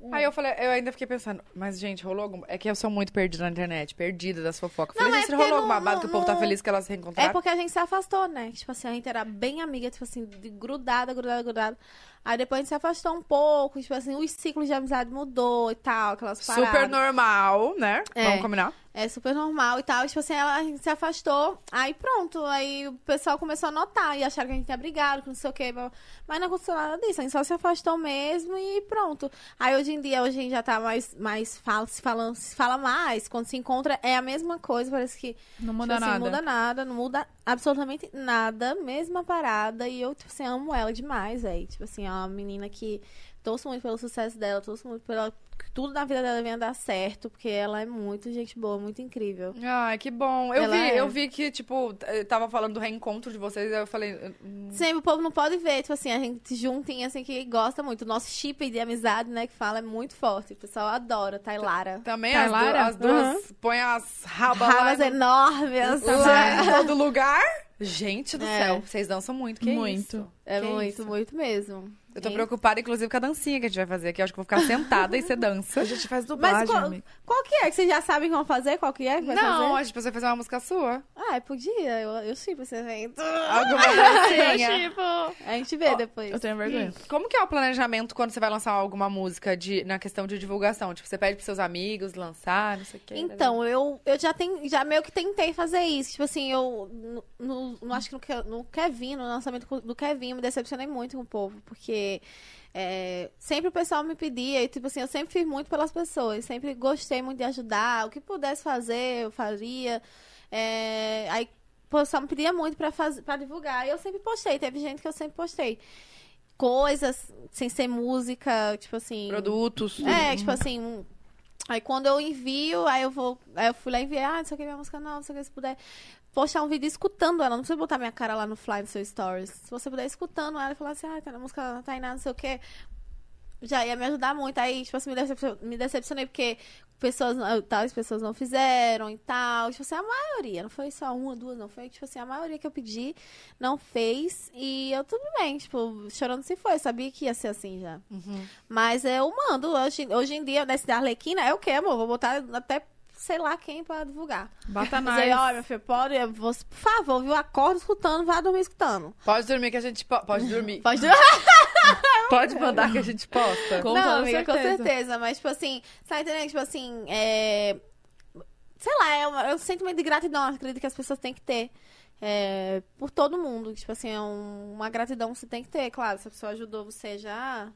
C: Hum.
A: Aí eu falei, eu ainda fiquei pensando, mas gente, rolou algum. É que eu sou muito perdida na internet, perdida das fofocas.
C: Não,
A: Falei,
C: é
A: gente,
C: porque
A: rolou algum
C: não-
A: babado que o povo
C: não-
A: tá feliz que elas se
C: É
A: reencontraram.
C: porque a gente se afastou, né? Tipo assim, a gente era bem amiga, tipo assim, de grudada, grudada, grudada. Aí depois a gente se afastou um pouco, tipo assim, os ciclos de amizade mudou e tal, aquelas paradas.
A: Super normal, né?
C: É.
A: Vamos combinar?
C: É super normal e tal. Tipo assim, ela, a gente se afastou, aí pronto. Aí o pessoal começou a notar e acharam que a gente tinha brigado, que não sei o quê. blá, blá. Mas não aconteceu nada disso, a gente só se afastou mesmo e pronto. Aí hoje em dia, hoje a gente já tá mais, mais fala, se, falando, se fala mais. Quando se encontra, é a mesma coisa, parece que
B: Não muda
C: tipo assim,
B: nada. (laughs)
C: muda nada, não muda absolutamente nada, mesma parada. E eu, tipo assim, amo ela demais, velho. Tipo assim, é uma menina que torço muito pelo sucesso dela, torço muito pela. que tudo na vida dela venha dar certo, porque ela é muito gente boa, muito incrível.
A: Ai, que bom. Eu
C: Ela
A: vi,
C: é.
A: eu vi que, tipo, eu tava falando do reencontro de vocês, aí eu falei. hum,
C: Sempre o povo não pode ver, tipo assim, a gente juntinha, assim, que gosta muito. O nosso chip de amizade, né, que fala, é muito forte. O pessoal adora, tá? E Lara.
A: Também
B: Tá,
A: as, du-
B: Lara?
A: as duas põem as rabas
C: Rabas
A: lá,
C: enormes.
A: no- lá em todo lugar. Gente do
C: É.
A: céu, vocês dançam muito, que
B: Muito.
A: isso?
C: É
A: Que
C: muito,
A: isso?
C: muito mesmo.
A: Eu tô
C: Gente,
A: preocupada, inclusive, com a dancinha que a gente vai fazer aqui. Eu acho que eu vou ficar sentada e você dança.
B: A gente faz
C: Mas
B: dublagem,
C: qual,
B: amiga.
C: qual que é? Que vocês já sabem como fazer? Qual que é que vai fazer?
A: Não, a gente precisa fazer uma música sua.
C: Ah, podia. Eu, eu chipo esse
A: (laughs)
C: evento.
A: Alguma dancinha.
B: tipo,
C: A gente vê depois.
B: Eu tenho vergonha.
A: Como que é o planejamento quando você vai lançar alguma música de, na questão de divulgação? Tipo, você pede pros seus amigos lançar, não sei o quê. né?
C: Então, eu, eu já, ten, já meio que tentei fazer isso. Tipo assim, eu no, no- no- acho que no, Ke- no Kevin, no lançamento do Kevin, eu me decepcionei muito com o povo. Porque é, sempre o pessoal me pedia. E tipo assim, eu sempre fiz muito pelas pessoas. Sempre gostei muito de ajudar. O que pudesse fazer, eu faria. É, aí o pessoal me pedia muito pra, faz, pra divulgar. E eu sempre postei. Teve gente que eu sempre postei. Coisas sem ser música, tipo assim.
A: Produtos.
C: É, tipo assim. um- Aí quando eu envio, aí eu vou. Aí eu fui lá e enviei, ah, não sei o que, minha música nova, não sei o que, se puder. Postar um vídeo escutando ela, não precisa botar minha cara lá no fly no seu stories. Se você puder escutando ela e falar assim, ah, tá na música da Tainá, não sei o que. Já ia me ajudar muito. Aí, tipo assim, me, decep- me decepcionei, porque pessoas, não- tal, as pessoas não fizeram e tal. Tipo assim, a maioria, não foi só uma, duas, não. Foi, tipo assim, a maioria que eu pedi não fez. E eu tudo bem, tipo, chorando se foi. Eu sabia que ia ser assim já.
A: Uhum.
C: Mas eu mando. Hoje, hoje em dia, nesse da Arlequina, é o que, amor? Vou botar até sei lá quem pra divulgar.
B: (laughs) Bata
C: Mas aí,
B: nós.
C: ó, meu filho, pode, eu vou- por favor, viu? Acorda escutando, vá dormir escutando.
A: Pode dormir que a gente... po- Pode dormir.
C: (laughs) Pode
A: Pode mandar que a gente posta.
B: Com
C: não,
B: toda
C: amiga,
B: certeza.
C: com certeza. Mas, tipo assim, sabe entendendo? Tipo assim, é... Sei lá, é, uma- é um sentimento de gratidão, eu acredito que as pessoas têm que ter. é, por todo mundo. Tipo assim, é um- uma gratidão que você tem que ter, claro. Se a pessoa ajudou você já.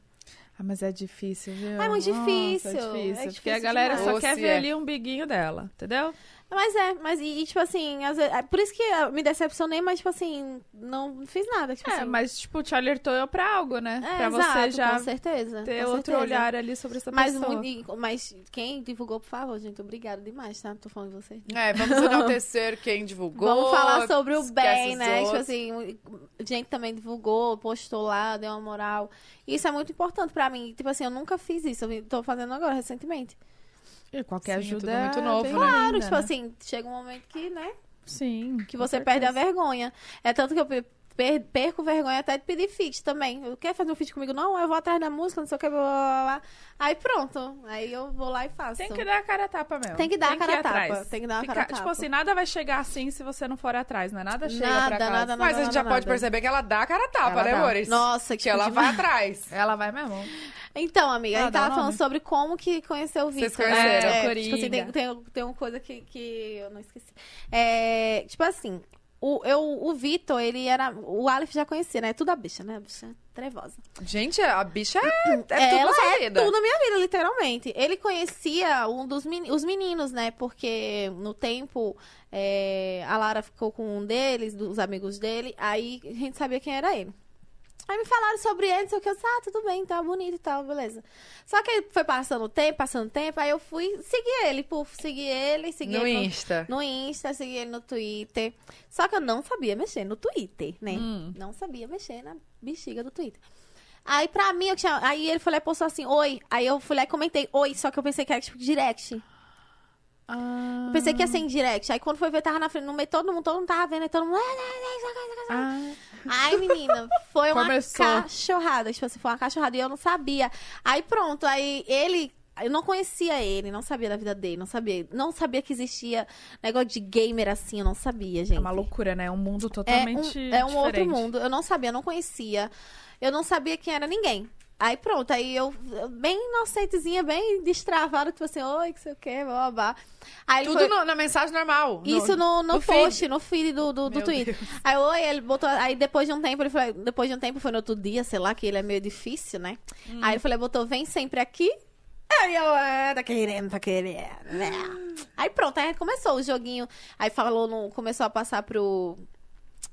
B: Ah, mas é difícil, viu?
C: Ah, é muito
B: Nossa,
C: difícil.
B: é difícil.
C: É
B: porque a
C: difícil
B: galera só
A: demais.
B: quer
A: Ou se
B: ver
A: é.
B: ali um biguinho dela, entendeu?
C: Mas é, mas e, e, tipo assim, às vezes, é por isso que eu me decepcionei, mas tipo assim, não fiz nada. Tipo
B: É,
C: assim,
B: mas tipo, te alertou eu pra algo, né?
C: É,
B: pra você
C: exato,
B: já
C: com certeza,
B: ter
C: com
B: outro
C: certeza.
B: olhar ali sobre essa
C: Mas,
B: pessoa.
C: muito- e- mas quem divulgou, por favor, gente, obrigado demais, tá? Tô falando de vocês.
A: É, vamos enaltecer quem divulgou.
C: Vamos falar sobre o
A: esquece
C: bem,
A: os
C: né? Tipo
A: outros.
C: assim, gente também divulgou, postou lá, deu uma moral. Isso é muito importante pra mim. Tipo assim, eu nunca fiz isso, eu tô fazendo agora, recentemente.
B: E qualquer
A: Sim, é
B: ajuda
A: tudo muito
B: é
A: novo,
B: bem
A: né?
B: vinda,
C: Claro, tipo
B: né?
C: assim, chega um momento que, né?
B: Sim.
C: que
B: com
C: você perde a
B: certeza.
C: vergonha. É tanto que eu pe- per- perco vergonha até de pedir feat também. Eu, Quer fazer um feat comigo? Não, eu vou atrás da música, não sei o que, blá, blá, blá, blá. Aí pronto. Aí eu vou lá e faço.
B: Tem que dar a cara a tapa mesmo.
C: Tem que dar a cara
B: ir
C: a tapa,
B: atrás.
C: tem que dar a
B: Fica-
C: cara a tapa.
B: Tipo assim, nada vai chegar assim se você não for atrás, né? Nada chega pra
C: Nada,
B: casa.
C: nada,
A: Mas a gente já
C: nada,
A: pode
C: nada.
A: perceber que ela dá a cara a tapa,
C: Ela
A: né,
C: dá.
A: Mores?
C: Nossa, que tipo
A: Que ela vai atrás.
B: Ela vai mesmo.
C: Então, amiga,
B: Ah, dá
C: a gente
B: o
C: tava
B: nome.
C: falando sobre como que conheceu o
A: Vocês
C: Vitor.
A: conheceram.
B: É,
C: né?
B: o
C: tipo assim,
B: Coringa.
C: tem, tem, tem uma coisa que, que eu não esqueci. É, tipo assim, o, eu, o Vitor, ele era. O Aleph já conhecia, né? Tudo a bicha, né? A bicha trevosa.
A: Gente, a bicha é, é tudo
C: Ela
A: na sua vida.
C: Tudo na minha vida, literalmente. Ele conhecia um dos meni- os meninos, né? Porque no tempo é, a Lara ficou com um deles, dos amigos dele, aí a gente sabia quem era ele. Aí me falaram sobre ele, não sei o que, eu disse, ah, tudo bem, tá bonito e tal, beleza. Só que foi passando o tempo, passando o tempo, aí eu fui seguir ele, puf, segui ele, segui
A: No
C: ele
A: Insta.
C: no, no Insta, segui ele no Twitter. Só que eu não sabia mexer no Twitter, né?
B: Hum.
C: Não sabia mexer na bexiga do Twitter. Aí pra mim, eu tinha... aí ele foi lá e postou assim, oi. Aí eu fui lá e comentei, oi. Só que eu pensei que era tipo direct.
B: Ah,
C: Eu pensei que ia ser em direct. Aí quando foi ver, tava na frente, no meio, todo mundo, todo mundo tava vendo, aí todo mundo. "É."
B: Ah,
C: Ai, menina, foi uma
B: Começou.
C: cachorrada. Tipo assim, foi uma cachorrada e eu não sabia. Aí pronto, aí ele. Eu não conhecia ele, não sabia da vida dele, não sabia. Não sabia que existia negócio de gamer assim, eu não sabia, gente.
B: é uma loucura, né? É um mundo
C: É
B: totalmente
C: um, é um outro
B: diferente.
C: mundo. Eu não sabia, não conhecia. Eu não sabia quem era ninguém. Aí pronto, aí eu, bem inocentezinha, bem destravada, tipo assim, oi, que sei o quê, blá blá blá. Aí ele
A: Tudo
C: foi-
A: no- na mensagem normal.
C: isso no, no,
A: no feed.
C: post, no feed do, do, do
A: Meu
C: Twitter. Aí, oi, ele botou. Aí depois de um tempo, ele falou. Depois de um tempo, foi no outro dia, sei lá, que ele é meio difícil, né?
A: Hum.
C: Aí ele falou, botou, vem sempre aqui. Aí eu, é, tá querendo, tá querendo. né?
A: Hum.
C: Aí pronto, aí a gente começou o joguinho. Aí falou, no- começou a passar pro.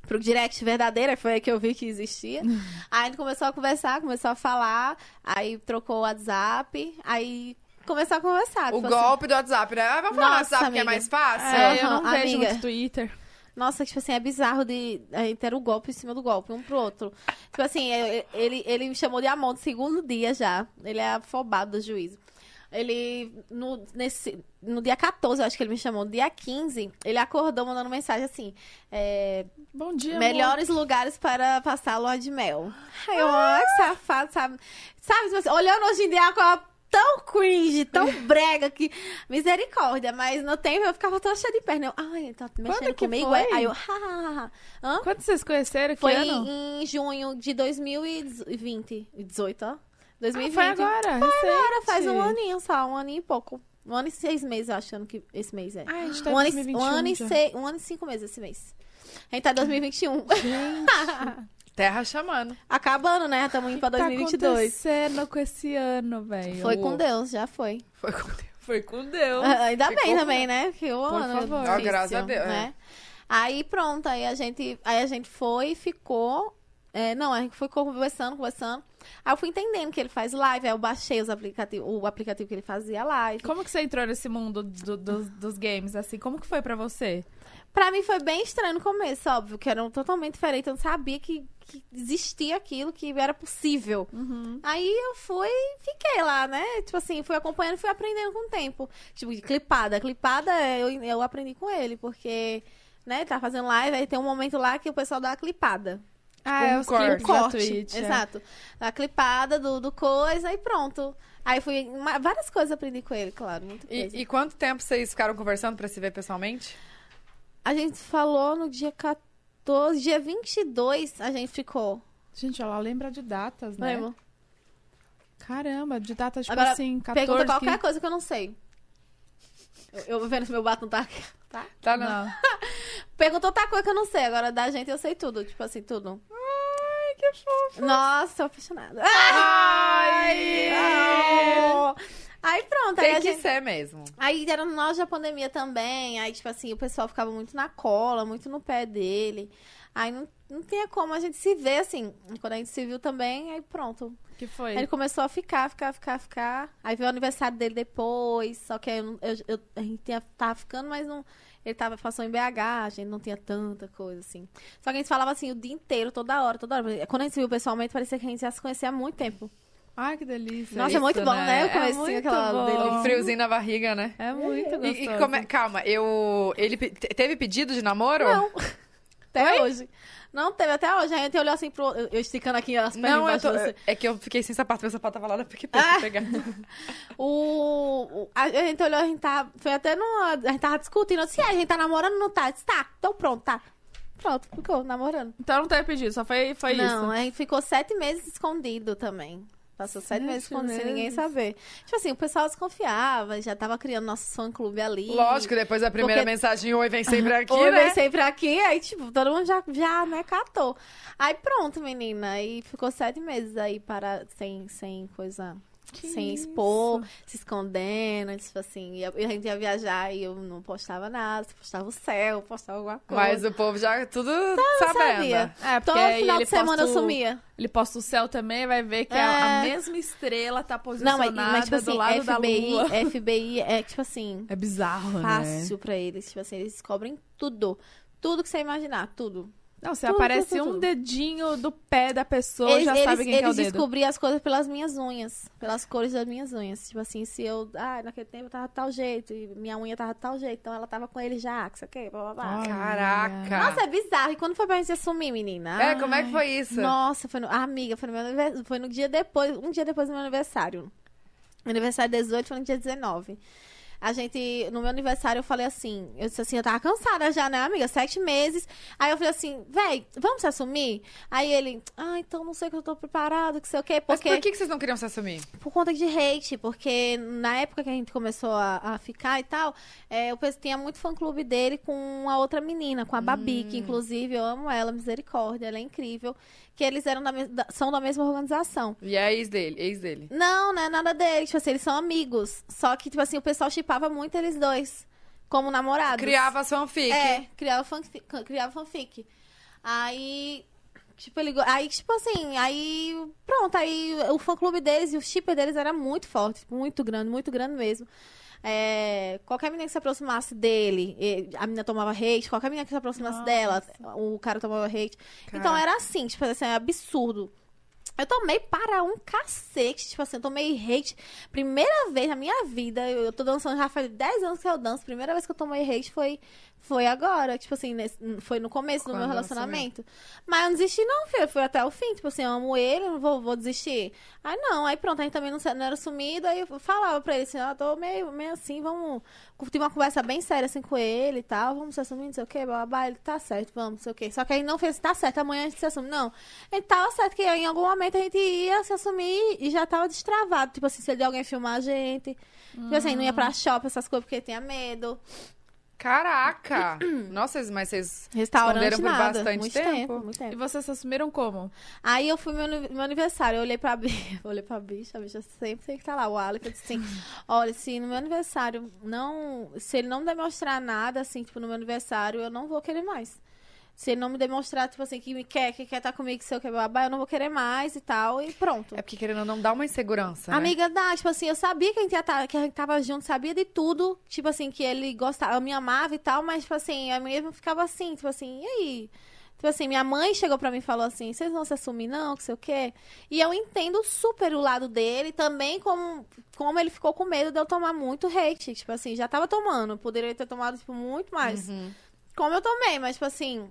C: Pro direct verdadeiro, aí foi aí que eu vi que
A: (laughs)
C: existia. Aí a gente começou a conversar, começou a falar, aí trocou o WhatsApp, aí começou a conversar.
A: O
C: tipo assim,
A: golpe do WhatsApp, né? Ah, vamos falar no
C: Nossa,
A: WhatsApp que é
C: amiga.
A: mais fácil?
B: É, eu não
C: Aham,
B: vejo
C: amiga.
B: muito Twitter.
C: Nossa, tipo assim, é bizarro de. A gente era o golpe em cima do golpe, um pro outro. Tipo assim, eu- ele, ele me chamou de amor no segundo dia já. Ele é afobado do juízo. Ele, no, nesse, no dia 14, eu acho que ele me chamou, no dia 15, ele acordou mandando mensagem assim: é,
B: Bom dia, amor.
C: Melhores lugares para passar a lua de mel. Aí eu, ah, que safado, sabe? Sabe, tipo assim, olhando hoje em dia, é uma coisa tão cringe, tão
B: (laughs)
C: brega que. Misericórdia, mas no tempo eu ficava toda cheia de perna. Eu, ai, ele tá mexendo
B: Quando que
C: comigo?
B: foi?
C: é? Aí eu, ha, ha, ha, ha. Hã?
B: Quando vocês conheceram? Que
C: Foi
B: ano? Ah,
C: em, em junho de 2020. 18, ó.
B: Ah,
C: 2020.
B: foi agora. Foi
C: Cara, faz um aninho só, um aninho e pouco. Um ano e seis meses, eu acho, ano que esse mês é.
B: Ah, a gente tá em
C: um, ano e,
B: 2021
C: um, ano e
B: já.
C: seis, um ano e cinco meses esse mês. A gente tá em 2021. Ah.
A: Terra chamando.
C: Acabando, né? Estamos indo pra
B: Tá
C: 2022.
B: acontecendo com esse ano, velho?
C: Foi com Deus, já foi.
A: Foi com Deus. (laughs) Foi com Deus.
C: (laughs) Ainda
A: Então, Ficou
C: bem
A: com-
C: também, né? Que o
B: Por
C: ano
B: favor.
C: difícil,
A: Ah, graças a Deus, é.
C: né? Aí pronto, aí a gente, aí a gente foi, ficou. é, não, a gente ficou conversando, conversando. Aí eu fui entendendo que ele faz live, aí eu baixei os aplicativo, o aplicativo que ele fazia live.
B: Como que você entrou nesse mundo do- dos, dos games, assim? Como que foi pra você?
C: Pra mim foi bem estranho no começo, óbvio, que era um totalmente diferente. Eu não sabia que, que existia aquilo, que era possível. Aí eu fui e fiquei lá, né? Tipo assim, fui acompanhando, fui aprendendo com o tempo. Tipo, de clipada. Clipada eu, eu aprendi com ele, porque, né, tá fazendo live, aí tem um momento lá que o pessoal dá a clipada.
B: Ah,
A: um
B: é os
A: corte.
B: clipes da
C: Corte.
B: Twitch. é.
C: Exato. A clipada do, do coisa e pronto. Aí fui. ma- Várias coisas aprendi com ele, claro. Muita coisa.
A: E, e quanto tempo vocês ficaram conversando pra se ver pessoalmente?
C: A gente falou no dia 14, dia 22 a gente ficou.
B: Gente, ela lembra de datas, né?
C: Lembro.
B: Caramba, de datas, tipo
C: Agora,
B: assim, 14,
C: Pergunta qualquer
B: 15...
C: coisa que eu não sei. Eu, eu vendo se meu batom tá aqui. Tá?
A: Tá, não.
B: Não.
C: Perguntou outra coisa que eu não sei. Agora da gente eu sei tudo. Tipo assim, tudo.
A: Ai, que fofo.
C: Nossa, tô apaixonada.
A: Ai!
C: Ah! Aí pronto, aí
A: Tem
C: a
A: que
C: gente.
A: ser mesmo.
C: Aí era no auge da pandemia também. Aí, tipo assim, o pessoal ficava muito na cola, muito no pé dele. Aí não, não tinha como a gente se ver, assim. Quando a gente se viu também, aí pronto.
B: Que
C: Aí ele
B: foi?
C: começou a ficar, ficar, ficar, ficar. Aí veio o aniversário dele depois. Só que aí eu, não- eu, eu- a gente tinha- tava ficando, mas não. Ele tava, passou em BH, a gente não tinha tanta coisa, assim. Só que a gente falava assim o dia inteiro, toda hora, toda hora. Quando a gente se viu pessoalmente, parecia que a gente já se conhecia há muito tempo.
B: Ai, que delícia.
C: Nossa, é muito bom, né? O
B: É
C: comecinho,
B: muito
C: aquela
B: bom.
C: delícia.
A: Um friozinho na barriga, né?
B: É muito
C: Tá
A: E-
B: gostoso.
A: E, como é- calma, eu. Ele pe- te- teve pedido de namoro?
C: Não. até hoje. Não teve até hoje. Aí eu olhou assim pro. Eu, eu esticando aqui as pernas
A: Não, eu
C: embaixo
A: tô...
C: do você.
A: é que eu fiquei sem sapato, meu sapato tava lá na piqueteira
C: Ah.
A: pra
C: (laughs)
A: pegar.
C: O, o- a gente olhou, a gente tava. Foi até no. A gente tava discutindo. Se a gente tá namorando, não tá? Eu disse, tá, então pronto, tá. Pronto, ficou namorando.
B: Então não teve pedido, só foi, foi
C: não, é
B: isso.
C: a gente ficou sete meses escondido também. Passou sete,
B: Sete
C: meses escondido sem ninguém
B: meses.
C: saber. Tipo assim, o pessoal desconfiava, já tava criando nosso fã clube ali.
A: Lógico, depois da primeira
C: Porque- Ah.
A: mensagem, oi, vem sempre aqui,
C: Oi,
A: né?
C: vem sempre aqui, aí tipo, todo mundo já, já né, catou. Aí pronto, menina, aí ficou sete meses aí para, sem, sem coisa,
B: Que
C: sem
B: isso.
C: expor, se escondendo, tipo assim, e a e a gente ia viajar e eu não postava nada, só postava o céu, postava alguma coisa.
A: Mas o povo já tudo
C: Tá, eu
A: sabendo.
C: sabia.
B: É, porque
C: Todo
B: aí
C: final
B: ele
C: de semana
B: posta
C: eu
B: o-
C: sumia.
B: Ele posta o céu também, vai ver que a, a
C: É.
B: mesma estrela tá
C: Não,
B: posicionada
C: mas, mas tipo assim,
B: do lado da
C: FBI,
B: lua. (laughs)
C: FBI é tipo assim,
B: É bizarro,
C: fácil pra eles. Tipo assim, eles descobrem tudo. Tudo que você imaginar, tudo.
B: Não, se
C: Tudo,
B: aparece
C: tudo,
B: um
C: tudo.
B: dedinho do pé da pessoa,
C: eles
B: já sabe
C: eles,
B: quem que é o
C: eles
B: dedo.
C: descobriam as coisas pelas minhas unhas, pelas cores das minhas unhas. Tipo assim, se eu. Ah, naquele tempo eu tava tal jeito, e minha unha tava tal jeito, então ela tava com ele já, que isso aqui, blá blá blá.
B: Olha.
A: Caraca.
C: Nossa, é bizarro. E quando foi pra gente assumir, menina?
A: é, como é que foi isso?
C: Nossa, foi no, ah, amiga, foi no, meu anivers- foi no dia depois, um dia depois do meu aniversário. Meu aniversário 18 foi no dia 19. A gente, no meu aniversário, eu falei assim, eu disse assim, eu tava cansada já, né, amiga? Sete meses. Aí eu falei assim, véi, vamos se assumir? Aí ele, ah, então não sei que eu tô preparado, que sei o quê,
A: Mas
C: porque
A: por que que vocês não queriam se assumir?
C: por conta de hate, porque na época que a gente começou a, a ficar e tal, é, eu penso, tinha muito fã-clube dele com a outra menina, com a Babi, que inclusive eu amo ela, misericórdia, ela é incrível, que eles eram da mes- da- são da mesma organização.
A: E é ex dele, ex dele.
C: Não, não é nada dele, tipo assim, eles são amigos, só que, tipo assim, o pessoal chipava muito eles dois, como namorados.
A: Criava as fanfic.
C: É, criava fanfic. Criava fanfic. Aí. Tipo, ele, go- aí, tipo assim, aí. Pronto, aí o fã clube deles e o shipper deles era muito forte, tipo, muito grande, muito grande mesmo. É, qualquer menina que se aproximasse dele, e- a menina tomava hate, qualquer menina que se aproximasse
B: Nossa.
C: dela, o cara tomava hate. Então
A: Caraca.
C: era assim, tipo assim, é absurdo. Eu tomei para um cacete, tipo assim, eu tomei hate. Primeira vez na minha vida, eu, eu tô dançando já faz 10 anos que eu danço. Primeira vez que eu tomei hate foi, foi agora, tipo assim, nesse- foi no começo do
A: Quando
C: meu
A: você
C: relacionamento. Mas eu não desisti não, filho, eu fui até o fim, tipo assim, eu amo ele, não vou, vou desistir. Aí não, aí pronto, aí também não, se- não era sumido, aí eu falava pra ele assim, ó, tô meio, meio assim, vamos... Tive uma conversa bem séria assim com ele e tal, vamos se assumir, não sei o que, babá, ele tá certo, vamos, não sei o que. Só que aí não fez, tá certo, amanhã a gente se assume. Não, ele tava certo que em algum momento a gente ia se assumir e já tava destravado. Tipo assim, se ele alguém filmar a gente. Tipo assim, não ia pra shopping, essas coisas, porque tinha medo. (clears throat)
A: Caraca. Nossa, mas vocês...
C: Restaurante,
A: Esconderam por
C: nada.
A: bastante
C: muito
A: tempo.
C: muito
B: E
C: tempo.
B: vocês se assumiram como?
C: Aí eu fui meu, ani- meu aniversário, eu olhei pra bicha, (laughs) olhei pra bicha, a bicha sempre tem que estar lá, o Alec, eu disse assim, olha, se no meu aniversário não, se ele não me demonstrar nada, assim, tipo, no meu aniversário, eu não vou querer mais. Se ele não me demonstrar, tipo assim, que me quer, que quer estar comigo, que sei o que, babá, eu não vou querer mais e tal, e pronto.
A: É porque querendo ou não dá uma insegurança, né?
C: Amiga, dá, tipo assim, eu sabia que a gente, ia tá- que a gente tava junto, sabia de tudo. Tipo assim, que ele gostava, eu me amava e tal, mas, tipo assim, eu mesmo ficava assim, tipo assim, e aí? Tipo assim, minha mãe chegou pra mim e falou assim, vocês vão se assumir não, que sei o quê. E eu entendo super o lado dele, também como, como ele ficou com medo de eu tomar muito hate. Tipo assim, já tava tomando, poderia ter tomado, tipo, muito mais.
A: Uhum.
C: Como eu tomei, mas, tipo assim,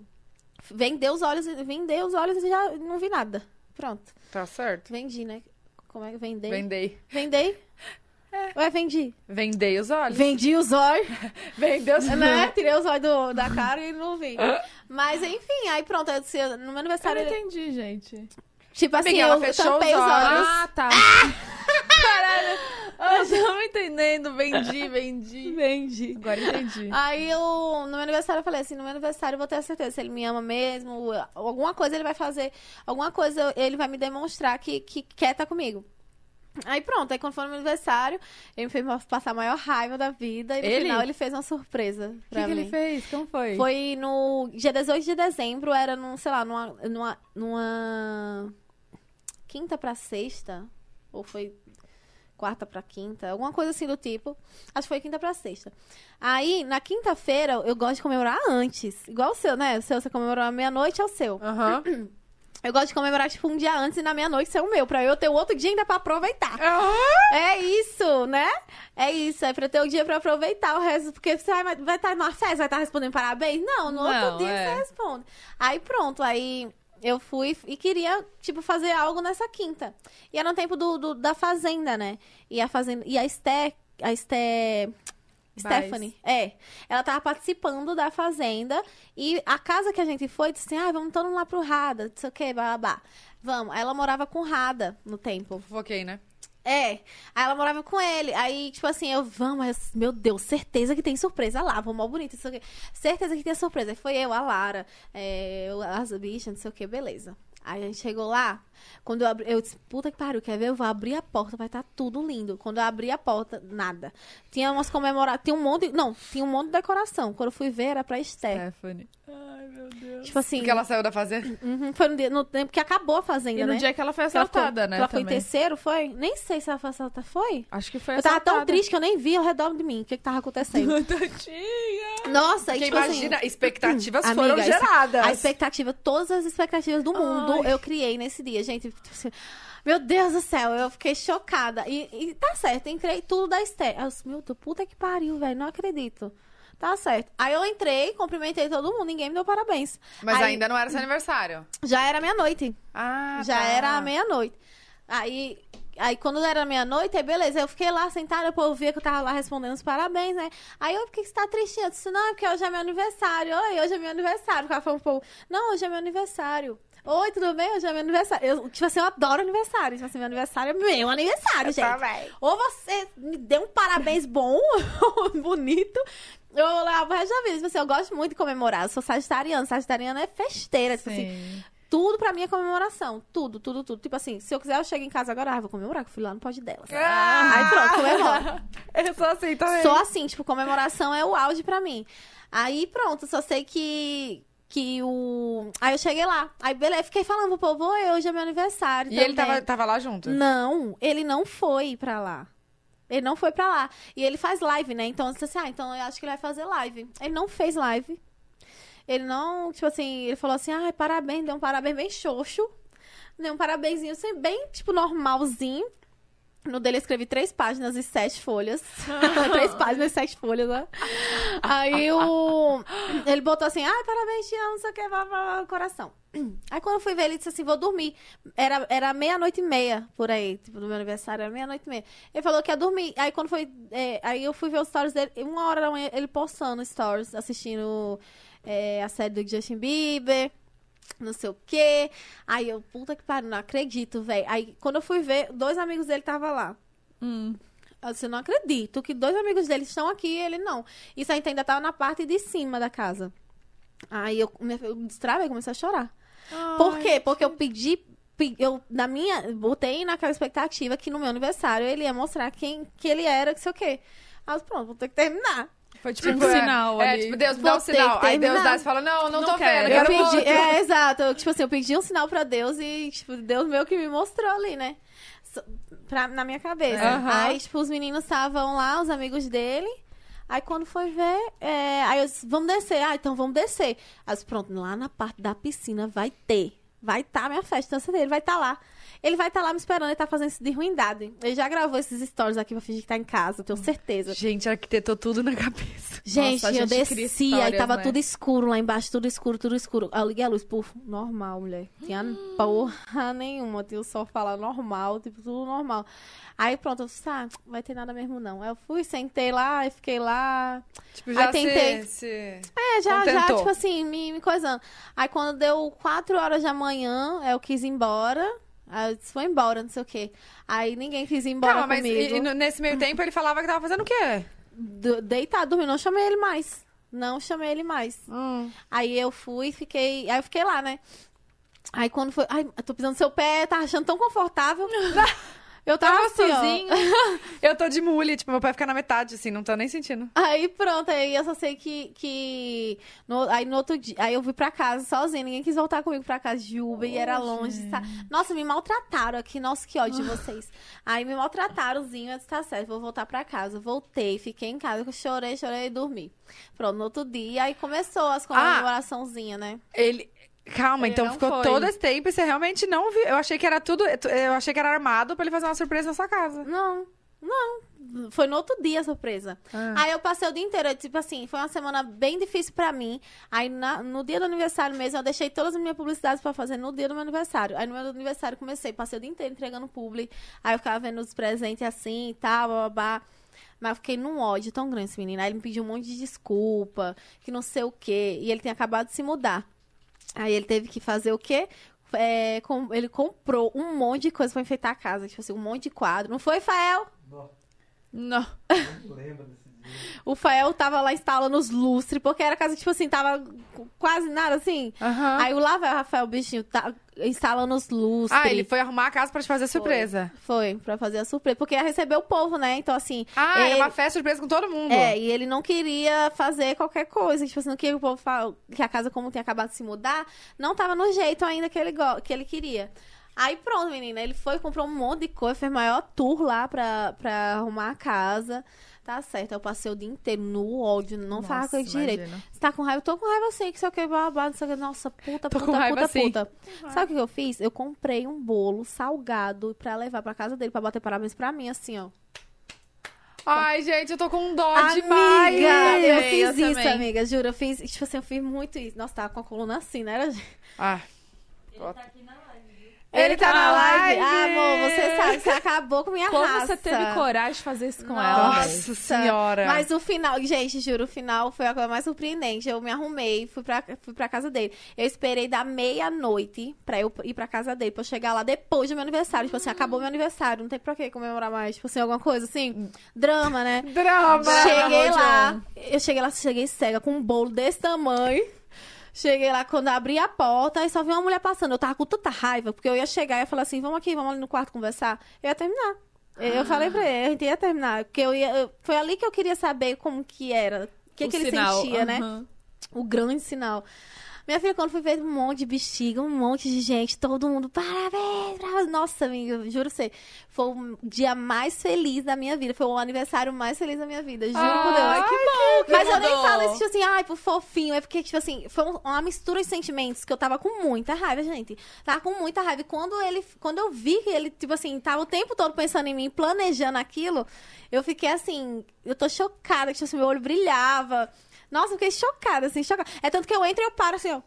C: vendeu os olhos, vendeu os olhos e já não vi nada. Pronto,
A: Tá certo.
C: vendi, né? Como é que vendei?
A: Vendei.
C: Vendei? É. Ué, vendi.
A: Vendei os olhos. (laughs)
C: Vendi os olhos,
A: Vendeu os
C: né? Tirei os olhos do- da cara e não vi. Mas enfim, aí pronto, eu disse, no meu aniversário.
B: eu não
C: ele- é
B: entendi, gente.
C: Tipo assim,
A: Amiga, ela
C: eu
A: fechou
C: tampei
A: os
C: os
A: olhos.
C: olhos.
B: Ah,
C: (laughs)
B: tá. Caralho. Eu não entendendo. Vendi, vendi. Vendi. Agora entendi.
C: Aí eu, no meu aniversário, eu falei assim: no meu aniversário eu vou ter a certeza se ele me ama mesmo, alguma coisa ele vai fazer, alguma coisa ele vai me demonstrar que, que quer estar comigo. Aí pronto, aí quando foi no meu aniversário, ele me fez passar a maior raiva da vida e no
A: Ele?
C: final ele fez uma surpresa.
B: O que,
C: pra
B: que
C: mim.
B: ele fez? Como foi?
C: Foi no dia 18 de dezembro, era num, sei lá, numa, numa, numa quinta pra sexta, ou foi quarta pra quinta, alguma coisa assim do tipo. Acho que foi quinta pra sexta. Aí, na quinta-feira, eu gosto de comemorar antes, igual o seu, né? O seu, você comemorou a meia-noite, é o seu.
A: Aham.
C: Eu gosto de comemorar, tipo, um dia antes e na meia-noite ser o meu, pra eu ter o outro dia ainda pra aproveitar.
A: Ah!
C: É isso, né? É isso, é pra ter o dia pra aproveitar o resto. Porque você vai estar vai tá numa festa, vai estar respondendo parabéns? Não, no
A: Não,
C: outro dia
A: é.
C: você responde. Aí pronto, aí eu fui e queria, tipo, fazer algo nessa quinta. E era no tempo do, do- da Fazenda, né? E a Fazenda. E a Esté. A Esté. Stephanie, é. Ela tava participando da Fazenda e a casa que a gente foi disse assim: ah, vamos todo mundo lá pro Rada, não sei o que, blá blá blá. Vamos. Aí ela morava com o Rada no tempo.
A: Fofoquei, né?
C: É. Aí ela morava com ele. Aí, tipo assim, eu, vamos, mas, meu Deus, certeza que tem surpresa lá, vamos mal bonito, não sei o quê. Certeza que tem surpresa. Aí foi eu, a Lara, é, eu, as bichas, não sei o que, beleza. Aí a gente chegou lá, quando eu abri, eu disse, puta que pariu, quer ver? Eu vou abrir a porta, vai estar tudo lindo. Quando eu abri a porta, nada. Tinha umas comemorações, tinha um monte, não, tinha um monte de decoração. Quando eu fui ver, era pra
B: É,
C: Esther.
A: Stephanie.
B: Ai, meu Deus.
C: Tipo assim,
A: Porque ela saiu da fazenda.
C: uhum, foi no, dia- no tempo que acabou a fazenda,
B: E no
C: né?
B: dia que ela foi
C: Que ela ficou-
B: assaltada,
C: que Ela
B: né?
C: ficou em
B: também.
C: terceiro, foi? Nem sei se ela foi assaltada, foi?
B: Acho que foi
C: Eu tava
B: assaltada.
C: tão
B: (laughs)
C: triste que eu nem vi ao redor de mim o que, que tava acontecendo.
B: Tadinha.
C: (laughs) Nossa, e
A: Porque
C: tipo
A: imagina,
C: (clears throat)
A: expectativas
C: Amiga,
A: foram
C: isso-
A: geradas.
C: assim, a expectativa, todas as expectativas do mundo eu criei nesse dia, gente. Meu Deus do céu, eu fiquei chocada. E, e tá certo, entrei tudo da Esté. Eu disse, meu Deus, puta que pariu, velho, não acredito. Tá certo. Aí eu entrei, cumprimentei todo mundo, ninguém me deu parabéns.
A: Mas
C: Aí-
A: ainda não era seu aniversário.
C: Já era meia-noite.
A: Ah,
C: Já
A: tá.
C: era meia-noite. Aí, aí quando era meia-noite, aí beleza, eu fiquei lá sentada, o povo via que eu tava lá respondendo os parabéns, né? Aí eu, por que que você tá tristinha? Eu disse, não, é porque hoje é meu aniversário. Oi, hoje é meu aniversário. Ficava falando pro povo, não, hoje é meu aniversário. Oi, tudo bem? Hoje é meu aniversário. Eu, tipo assim, eu adoro aniversário. Tipo assim, meu aniversário é meu aniversário, gente. Ou você me deu um parabéns bom, (laughs) bonito. Eu levo o resto da vida. Tipo assim, eu gosto muito de comemorar. Eu sou sagitariana. Sagitariana é festeira. Tipo assim,
B: Sim.
C: tudo pra mim é comemoração. Tudo, tudo, tudo. Tipo assim, se eu quiser, eu chego em casa agora, ah, vou comemorar, que eu fui lá no pod dela.
A: Ah!
C: Aí pronto,
A: (laughs)
C: comemora.
A: Eu sou assim também.
C: Só assim, tipo, comemoração é o auge pra mim. Aí pronto, só sei que. Que o. Aí eu cheguei lá. Aí beleza, fiquei falando pro povo, oi, hoje é meu aniversário.
A: E ele
C: também."
A: tava, tava lá junto?
C: Hum. Não, ele não foi pra lá. Ele não foi pra lá. E ele faz live, né? Então, eu disse assim, ah, então eu acho que ele vai fazer live. Ele não fez live. Ele não, tipo assim, ele falou assim, ah, parabéns, deu um parabéns bem xoxo. Deu um parabenzinho, assim, bem, tipo, normalzinho. No dele eu escrevi três páginas e sete folhas. (laughs) três páginas e sete folhas, né? Aí o... Ele botou assim, ah, parabéns, Tina, não sei o que, blá, blá, blá, coração. Aí quando eu fui ver, ele disse assim, vou dormir. Era, era meia-noite e meia, por aí. Tipo, do meu aniversário, era meia-noite e meia. Ele falou que ia dormir. Aí quando foi... é, aí eu fui ver os stories dele. e Uma hora da manhã, ele postando stories, assistindo é, a série do Justin Bieber. Não sei o quê. Aí eu, puta que pariu, não acredito, velho. Aí quando eu fui ver, dois amigos dele estavam lá.
B: Hum.
C: Eu disse, não acredito que dois amigos dele estão aqui e ele não. Isso aí ainda tava na parte de cima da casa. Aí eu, me- eu destravei e comecei a chorar.
B: Ah,
C: Por quê? Porque eu pedi, pe- eu na minha, botei naquela expectativa que no meu aniversário ele ia mostrar quem que ele era, que sei o quê. Aí eu disse, pronto, vou ter que terminar.
B: Foi tipo,
A: é,
B: um sinal
A: É,
B: ali.
A: tipo, Deus me dá um
C: Vou ter
A: sinal.
C: que
A: Aí Deus
C: terminar.
A: dá e você fala, não, não,
B: Não
A: tô
B: quero.
A: vendo,
C: Eu
A: quero
C: pedi,
A: outro.
C: é, exato. Eu, tipo assim, eu pedi um sinal pra Deus e, tipo, Deus meio que me mostrou ali, né? So- pra- na minha cabeça.
A: É. Aham.
C: Aí, tipo, os meninos estavam lá, os amigos dele. Aí quando foi ver, é, aí eu disse, vamos descer. Ah, então vamos descer. Aí eu disse, pronto, lá na parte da piscina vai ter. Vai estar tá a minha festa, dança dele, vai estar lá. Ele vai estar lá me esperando, ele tá fazendo isso de ruindade. Ele já gravou esses stories aqui pra fingir que tá em casa, eu tenho certeza.
A: Gente, arquitetou tudo na cabeça.
C: Gente,
B: Nossa, a
C: eu
B: gente cria
C: desci, aí
B: histórias,
C: tava
B: né?
C: tudo escuro lá embaixo, tudo escuro, tudo escuro. Aí eu liguei a luz, puf, normal, mulher. Tinha porra nenhuma, tinha o sol falar normal, tipo, tudo normal. Aí pronto, eu disse, ah, vai ter nada mesmo não. Aí eu fui, sentei lá, e fiquei lá.
A: Tipo, já
C: Aí tentei.
A: se, se...
C: É, já, já,
A: Contentou.
C: tipo assim, me, me coisando. Aí quando deu 4 horas da manhã, eu quis ir embora. Aí eu disse, vou embora, não sei o quê. Aí ninguém quis ir embora
A: Calma, mas
C: comigo.
A: e, e no- nesse meio tempo ele falava que tava fazendo o quê?
C: Do- Deitado, dormindo, não chamei ele mais. Não chamei ele mais. Aí eu fui, fiquei. Aí eu fiquei lá, né? Aí quando foi. Ai, eu tô pisando no seu pé, tá achando tão confortável. Eu tava
A: Tava
C: assim, ó.
A: sozinho. Eu tô de mule, tipo, meu pai fica na metade, assim, não tô nem sentindo.
C: Aí pronto, aí eu só sei que. que no- aí no outro dia. Aí eu fui pra casa sozinha, ninguém quis voltar comigo pra casa de Uber e era longe. tá? Nossa, me maltrataram aqui, nossa, que ódio de vocês. Aí me maltratarozinho, eu disse, tá certo, vou voltar pra casa. Voltei, fiquei em casa, chorei, chorei e dormi. Pronto, no outro dia, aí começou as comemoraçãozinhas, né?
A: Ele... Calma,
B: Ele
A: então
B: não
A: ficou
B: foi.
A: todo esse tempo e você realmente não viu. Eu achei que era tudo. Eu achei que era armado pra ele fazer uma surpresa na sua casa.
C: Não, não. Foi no outro dia a surpresa. Aí eu passei o dia inteiro, eu, tipo assim, foi uma semana bem difícil pra mim. Aí na- no dia do aniversário mesmo, eu deixei todas as minhas publicidades pra fazer no dia do meu aniversário. Aí no meu aniversário comecei, passei o dia inteiro entregando publi. Aí eu ficava vendo os presentes assim e tal, babá. Mas eu fiquei num ódio tão grande esse menino. Aí ele me pediu um monte de desculpa, que não sei o quê. E ele tinha acabado de se mudar. Aí ele teve que fazer o quê? É, com- ele comprou um monte de coisa pra enfeitar a casa. Tipo assim, um monte de quadro. Não foi, Fael?
D: Nossa,
B: Não.
D: não lembro desse dia.
C: O Fael tava lá instalando os lustres, porque era casa, tipo assim, tava cu- quase nada assim.
A: Aham.
C: Aí lá vai o Rafael, bichinho, tá instalando os lustres.
A: Ah, ele foi arrumar a casa pra te fazer surpresa.
C: Foi, pra fazer a surpresa. Porque ia receber o povo, né? Então, assim.
A: Ah, é
C: ele-
A: uma festa surpresa com todo mundo.
C: É, e ele não queria fazer qualquer coisa. Tipo assim, não queria que o povo fala que a casa, como tinha acabado de se mudar, não tava no jeito ainda que ele, go- que ele queria. Aí pronto, menina. Ele foi, comprou um monte de coisa, fez maior tour lá pra, pra arrumar a casa. Tá certo. Eu passei o dia inteiro no ódio, não falava com ele direito. Você tá com raiva? Eu tô com raiva assim, que sei o que, babado, não sei o que. Nossa,
A: Tô
C: puta, puta,
A: com
C: puta,
A: raiva
C: puta,
A: assim.
C: Sabe o que que eu fiz? Eu comprei um bolo salgado pra levar pra casa dele, pra bater parabéns pra mim, assim, ó.
A: Ai, gente, eu tô com dó demais.
C: Amiga, eu
B: também, eu
C: fiz isso,
B: também.
C: amiga, juro. Eu fiz, tipo assim, eu fiz muito isso. Nossa, tava com a coluna assim, né?
A: Ah,
C: Ele, tá na live. Ah,
A: live.
C: amor, você sabe, você acabou com minha
B: Como
C: raça.
B: você teve coragem de fazer isso com ela?
A: nossa
B: velho?
A: senhora.
C: Mas o final, gente, juro, o final foi a coisa mais surpreendente. Eu me arrumei, fui pra, fui pra casa dele. Eu esperei da meia-noite pra eu ir pra casa dele, pra eu chegar lá depois do meu aniversário. Tipo assim, acabou meu aniversário, não tem pra que comemorar mais. Tipo assim, alguma coisa assim. Drama, né?
A: Drama.
C: Cheguei
B: Amor,
C: lá, eu cheguei lá, cheguei cega, com um bolo desse tamanho. Cheguei lá, quando eu abri a porta, aí só vi uma mulher passando. Eu tava com tanta raiva, porque eu ia chegar e ia falar assim, vamos aqui, vamos ali no quarto conversar. Eu ia terminar. Eu
B: Ah.
C: falei pra ele, a gente ia terminar. Porque eu ia, eu- foi ali que eu queria saber como que era. O que, que ele
B: sinal,
C: sentia, né?
B: aham.
C: O grande sinal. Minha filha, quando foi ver um monte de bexiga, um monte de gente, todo mundo, parabéns! parabéns." Nossa, amiga, eu juro você, foi o dia mais feliz da minha vida. Foi o aniversário mais feliz da minha vida, juro por Deus.
A: Ai, que bom que
C: Mas eu nem
A: mudou.
C: falo isso, tipo assim, ai, por fofinho. É porque, tipo assim, foi um- uma mistura de sentimentos que eu tava com muita raiva, gente. Tava com muita raiva. E quando ele. Quando eu vi que ele, tipo assim, tava o tempo todo pensando em mim, planejando aquilo, eu fiquei assim, eu tô chocada, tipo assim, meu olho brilhava. Nossa, eu fiquei chocada, assim, chocada. É tanto que eu entro e eu paro assim, ó.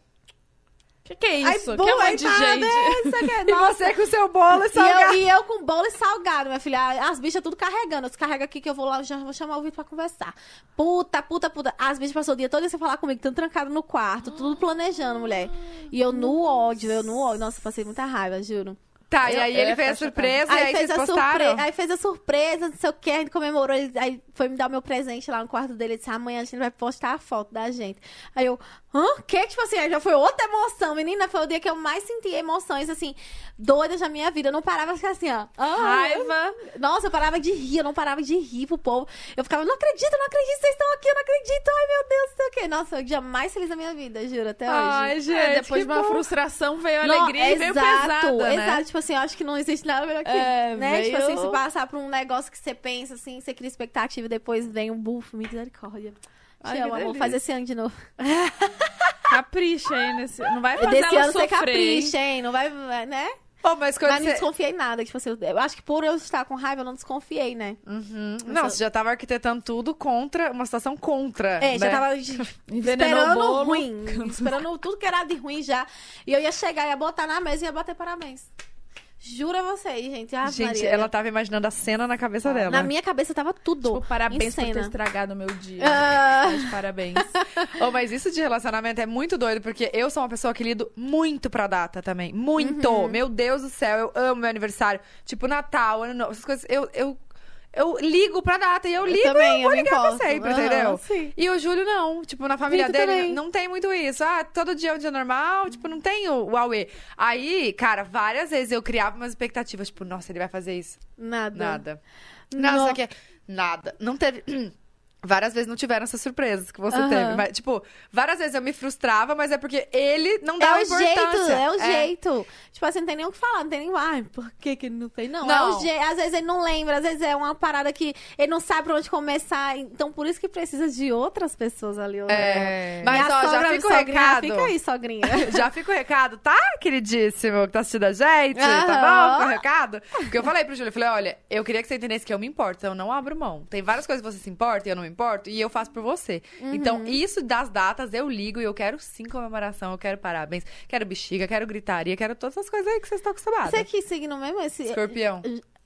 B: Que que é
C: Ai,
B: isso? que é um
C: boa,
B: monte de
C: parabéns,
B: gente.
C: isso aqui é- (laughs)
A: E
C: Nossa,
A: você com o seu bolo e
C: e eu,
A: salgado.
C: e eu com bolo e salgado, minha filha. As bichas tudo carregando. Descarrega aqui que eu vou lá, já vou chamar o Vitor pra conversar. Puta, puta, puta. As bichas passou o dia todo sem falar comigo, tão trancado no quarto, tudo planejando, mulher. E eu no ódio, eu no ódio. Nossa, passei muita raiva, juro.
A: Tá, e aí
B: Eu- eu
A: ele
B: ia
A: fez a
B: ficar
A: surpresa e Assim, aí vocês postaram?
C: surpresa, aí fez a surpresa, não sei o que, a gente comemorou. ele- aí foi me dar o meu presente lá no quarto dele. Ele disse: amanhã a gente vai postar a foto da gente. Aí eu, hã? Que? Tipo assim, aí já foi outra emoção, menina. Foi o dia que eu mais senti emoções, assim, doidas na minha vida. Eu não parava de ficar assim, ó. Ah,
B: Raiva.
C: nossa, eu parava de rir, eu não parava de rir pro povo. Eu ficava, não acredito, não acredito, vocês estão aqui, eu não acredito. Ai, meu Deus, não sei o quê. Nossa, foi o dia mais feliz da minha vida, juro, até hoje.
A: Ai, gente,
B: É, depois
A: que
B: de uma
A: bom.
B: frustração veio Então, a
C: Não,
B: alegria e veio pesada, né?
C: Exato, tipo assim, eu acho que não existe nada melhor que,
B: É,
C: né? Tipo
B: veio-
C: assim, se passar por um negócio que você pensa, assim, você cria expectativa e depois vem um bufo, misericórdia.
B: Ai,
C: Te amo,
B: que
C: amor,
B: delícia.
C: faz esse ano de novo.
B: Capricha aí nesse... Não vai fazer
C: Desse
B: ela
C: ano você
B: sofrer. hein?
C: capricha, hein? Não vai, né?
A: Pô, mas quando
C: Mas não
A: você...
C: desconfiei em nada, tipo assim, eu- eu acho que por eu estar com raiva, eu não desconfiei, né?
A: Uhum. Não, você já tava arquitetando tudo contra, uma situação contra,
C: É, já
A: né?
B: (laughs)
C: tava de-
B: Envenenou o
C: esperando
B: bolo.
C: ruim, esperando tudo que era de ruim já. E eu ia chegar, ia botar na mesa e ia bater parabéns. Jura vocês, gente. Ah,
A: Gente,
C: Maria. Ah,
A: ela tava imaginando a cena na cabeça dela.
C: Na minha cabeça tava tudo.
B: Tipo, parabéns por ter
C: Encena.
B: estragado o meu dia.
C: Ah.
B: Tá de Parabéns.
C: (laughs)
A: Oh, mas isso de relacionamento é muito doido, porque eu sou uma pessoa que lido muito pra data também. Muito! Meu Deus do céu, eu amo meu aniversário. Tipo, Natal, ano novo, essas coisas. Eu, eu, eu ligo pra data e eu ligo e eu
C: também,
A: vou
C: eu me
A: ligar pra
C: importo.
A: sempre,
C: Aham,
A: entendeu?
C: sim.
A: E o Júlio não. Tipo, na família
C: Vitor
A: dele
C: também.
A: não tem muito isso. Ah, todo dia é um dia normal, tipo, não tem o, o Aue. Aí, cara, várias vezes eu criava umas expectativas, tipo, nossa, ele vai fazer isso.
C: Nada.
A: Nada. Nada,
C: No-
A: sabe o que é? Nada. Não teve. (clears throat) Várias vezes não tiveram essas surpresas que você
C: Aham.
A: teve. Mas, tipo, várias vezes eu me frustrava, mas é porque ele não dá
C: é o
A: importância.
C: jeito, é o jeito. Tipo assim, não tem nem o que falar, não tem nem. Ai, por que que ele não fez? Não, é
A: Não.
C: o jeito. Às vezes ele não lembra, às vezes é uma parada que ele não sabe pra onde começar. Então por isso que precisa de outras pessoas ali. ao redor.
A: É. Mas,
C: Minha
A: ó, já
C: sogra,
A: fica o (laughs)
C: sogrinha,
A: recado.
C: Fica aí, sogrinha.
A: Já fica o recado, tá, queridíssimo, que tá assistindo a gente? Tá
C: Aham.
A: bom? Fica o recado? Porque eu falei pro Júlio, eu falei, olha, eu queria que você entendesse que eu me importo, eu não abro mão. Tem várias coisas que você se importa e eu não me importo, e eu faço por você. Então,
C: Uhum.
A: isso das datas, eu ligo e eu quero sim comemoração, eu quero parabéns, quero bexiga, quero gritaria, quero todas as coisas aí que vocês estão acostumados.
C: Você que signo mesmo? Esse...
A: Escorpião.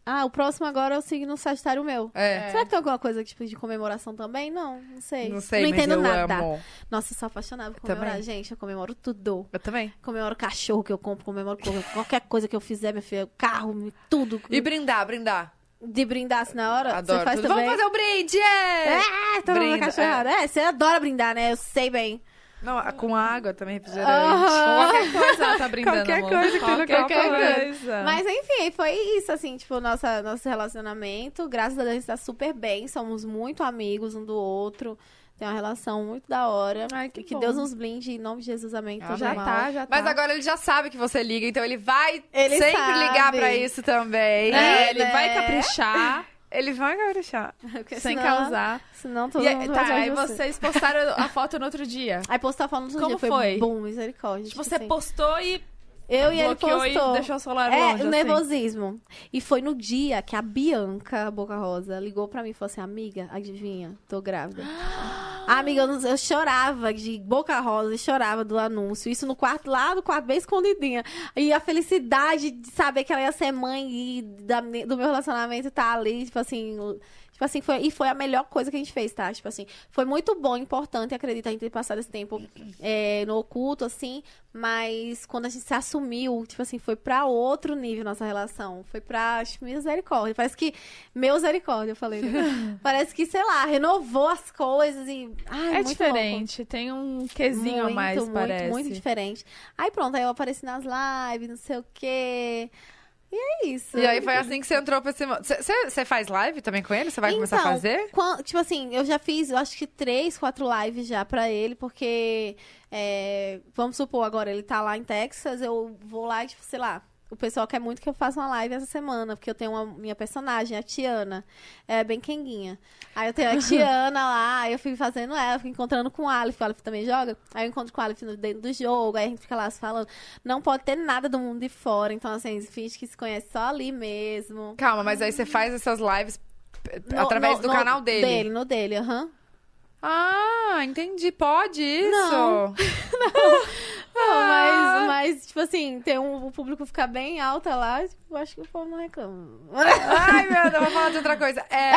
C: Ah, o próximo agora é o signo Sagitário meu.
A: É.
C: Será que tem alguma coisa tipo, de comemoração também? Não, É, não sei.
A: Não sei, mas
C: entendo
A: eu
C: nada.
A: amo.
C: Nossa, eu sou apaixonada por comemorar,
A: Também.
C: gente. Eu comemoro tudo.
A: Eu também.
C: Comemoro é cachorro que eu compro, é comemoro co- qualquer coisa que eu fizer, minha filha. Carro, tudo.
A: E brindar, brindar.
C: De brindar assim na hora,
A: Adoro.
C: você faz
A: tudo.
C: também.
A: Vamos fazer um brinde! é!
C: É, todo mundo
A: Brinda,
C: cachorrada. É. você adora brindar, né? Eu sei bem.
A: Não, a- com água também refrigerante.
C: Aham.
B: Qualquer coisa
C: (laughs)
B: ela tá brindando,
A: Qualquer
B: amor.
A: coisa que tem no
B: Qualquer
C: tá
A: copo, né?
B: coisa.
C: Mas enfim, foi isso, assim, tipo, nossa, nosso relacionamento. Graças a Deus, a gente tá super bem. Somos muito amigos um do outro. Tem uma relação muito da hora.
B: Ai, que
C: e que
B: bom.
C: Deus nos blinde em nome de Jesus, amém. Tudo
B: já
C: mal.
B: tá, já tá.
A: Mas agora ele já sabe que você liga, então ele vai
C: Ele
A: sempre
C: sabe.
A: ligar pra isso também.
B: É, ele
C: né?
B: vai caprichar,
A: Ele vai caprichar.
C: (laughs) (laughs) Porque
B: sem
C: senão-
B: causar.
C: Senão todo
B: E aí-
C: mundo vai
B: tá,
C: atrás
B: aí
C: de você.
B: vocês postaram a foto no outro
C: (laughs)
B: dia.
C: Aí postar falando todo
B: Como
C: dia, foi,
B: foi?
C: bom, misericórdia.
B: Tipo,
C: tipo
B: Você
C: assim.
B: postou e
C: Eu e ele
B: bloqueou
C: postou.
B: e deixou o celular
C: É,
B: longe,
C: o
B: assim.
C: nervosismo. E foi no dia que a Bianca a Boca Rosa ligou pra mim e falou assim: Amiga, adivinha, tô grávida. (gasps) Amiga, eu, não- eu chorava de Boca Rosa, eu chorava do anúncio. Isso no quarto, lá no quarto, bem escondidinha. E a felicidade de saber que ela ia ser mãe e da me- do meu relacionamento tá ali, tipo assim. Tipo assim, foi, e foi a melhor coisa que a gente fez, tá? Tipo assim, foi muito bom, importante, acredito, a gente ter passado esse tempo é, no oculto, assim, mas quando a gente se assumiu, tipo assim, foi pra outro nível nossa relação. Foi pra, acho, misericórdia. Parece que, meu misericórdia, eu
B: (laughs)
C: falei, né? Parece que, sei lá, renovou as coisas e, ai,
B: É
C: muito louco.
B: diferente, tem um quesinho a
C: muito,
B: mais,
C: muito, né?
B: parece.
C: muito diferente. Aí pronto, aí eu apareci nas lives, não sei o quê. E é isso.
A: E aí foi assim que você entrou pra esse mundo. Você faz live também com ele? Você vai começar a
C: Então,
A: fazer?
C: Quan- tipo assim, eu já fiz, eu acho que três, quatro lives já pra ele, porque é, vamos supor, agora ele tá lá em Texas, eu vou lá e, tipo, sei lá. O pessoal quer muito que eu faça uma live essa semana, porque eu tenho uma minha personagem, a Tiana. É bem quenguinha. Aí eu tenho a Tiana lá, aí eu fico fazendo ela, fico encontrando com o Aleph, o Aleph também joga. Aí eu encontro com o Aleph no- dentro do jogo, aí a gente fica lá se falando. Não pode ter nada do mundo de fora, então assim, finge que se conhece só ali mesmo.
A: Calma, mas aí você faz essas lives p-
C: No-
A: através
C: no-
A: do
C: no-
A: canal dele.
C: Dele, no dele, aham.
A: Ah, entendi. Pode isso.
C: Não. Não,
A: Ah.
C: mas, mas, tipo assim, tem um, o público ficar bem alta lá, tipo, acho que o povo não
A: (laughs)
C: reclama.
A: Ai, meu Deus, vou falar de outra coisa. É,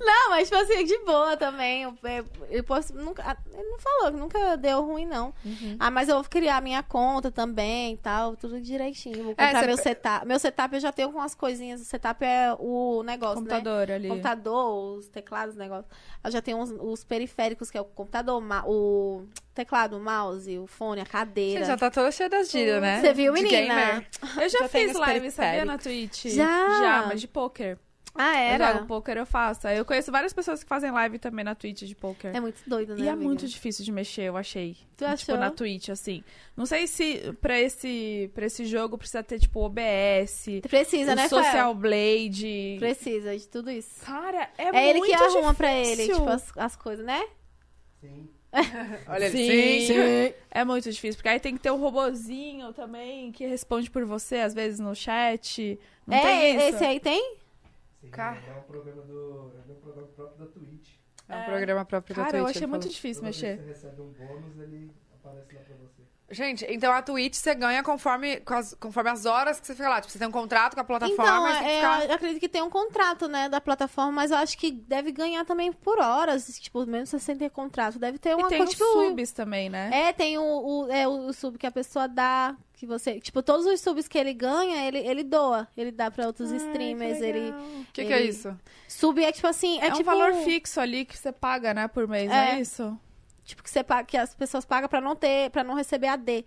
C: Não, mas, tipo assim, de boa também. Eu, eu, eu posso, nunca, ah, ele não falou que nunca deu ruim, não.
A: Uhum.
C: Ah, mas eu vou criar minha conta também e tal, tudo direitinho. Vou
A: É,
C: comprar
A: cê
C: meu
A: pe-
C: setup. Meu setup eu já tenho com as coisinhas. O setup é o negócio, né?
B: Computador ali.
C: computador, os teclados, negócio. Eu já tenho os, os periféricos, que é o computador, o ma- o teclado, o mouse, o fone, a cadeira.
A: você já tá toda cheia das gírias, né?
C: Você viu,
A: De
C: menina?
A: gamer.
B: Eu já,
C: (laughs)
A: Já tem
B: fiz
A: os
B: live, sabia,
A: periféricos.
B: na Twitch?
C: Já?
B: Já, mas de poker.
C: Ah,
B: Eu
C: era?
B: jogo poker, eu faço. Aí Eu conheço várias pessoas que fazem live também na Twitch de poker.
C: É muito doido, né?
B: E é
C: amiga?
B: muito difícil de mexer, eu achei. Tipo,
C: Tu achou?
B: na Twitch, assim. Não sei se pra esse, pra esse jogo precisa ter, tipo, OBS,
C: Precisa,
B: o
C: né, Fael?
B: Social Blade.
C: Precisa de tudo isso.
B: Cara, é,
C: É, ele
B: muito
C: que
B: difícil.
C: arruma pra ele, tipo, as, as coisas, né?
D: Sim.
A: Olha ele.
B: Sim.
A: sim.
B: É muito difícil, porque aí tem que ter um robozinho também que responde por você, às vezes, no chat. Não
C: é,
B: tem isso?
C: esse aí tem?
D: Sim,
A: Cara.
D: É um programa do. É um programa próprio da Twitch.
A: É um programa próprio da
B: Cara, eu
A: Twitch,
B: achei
A: ele
B: muito
A: falou.
B: difícil
D: Toda vez
B: mexer.
D: que Você recebe um bônus, ele aparece lá pra você.
A: Gente, então a Twitch você ganha conforme, com as- conforme as horas que você fica lá. Tipo, você tem um contrato com a plataforma,
C: então,
A: você tem
C: é,
A: que ficar...
C: eu acredito que tem um contrato, né, da plataforma, mas eu acho que deve ganhar também por horas, tipo, mesmo se sem ter contrato, deve ter uma
B: E tem
C: coisa,
B: os
C: tipo,
B: subs também, né?
C: É, tem o, o- é, o, o sub que a pessoa dá, que você... Tipo, todos os subs que ele ganha, ele, ele doa. Ele dá pra outros streamers, ele...
A: O que, que é
C: Ele-
A: isso?
C: Sub é tipo assim... É,
B: É,
C: tipo
B: um valor fixo ali que você paga, né, por mês, não é
C: É.
B: isso?
C: tipo que você paga, que as pessoas pagam pra não ter, para não receber AD.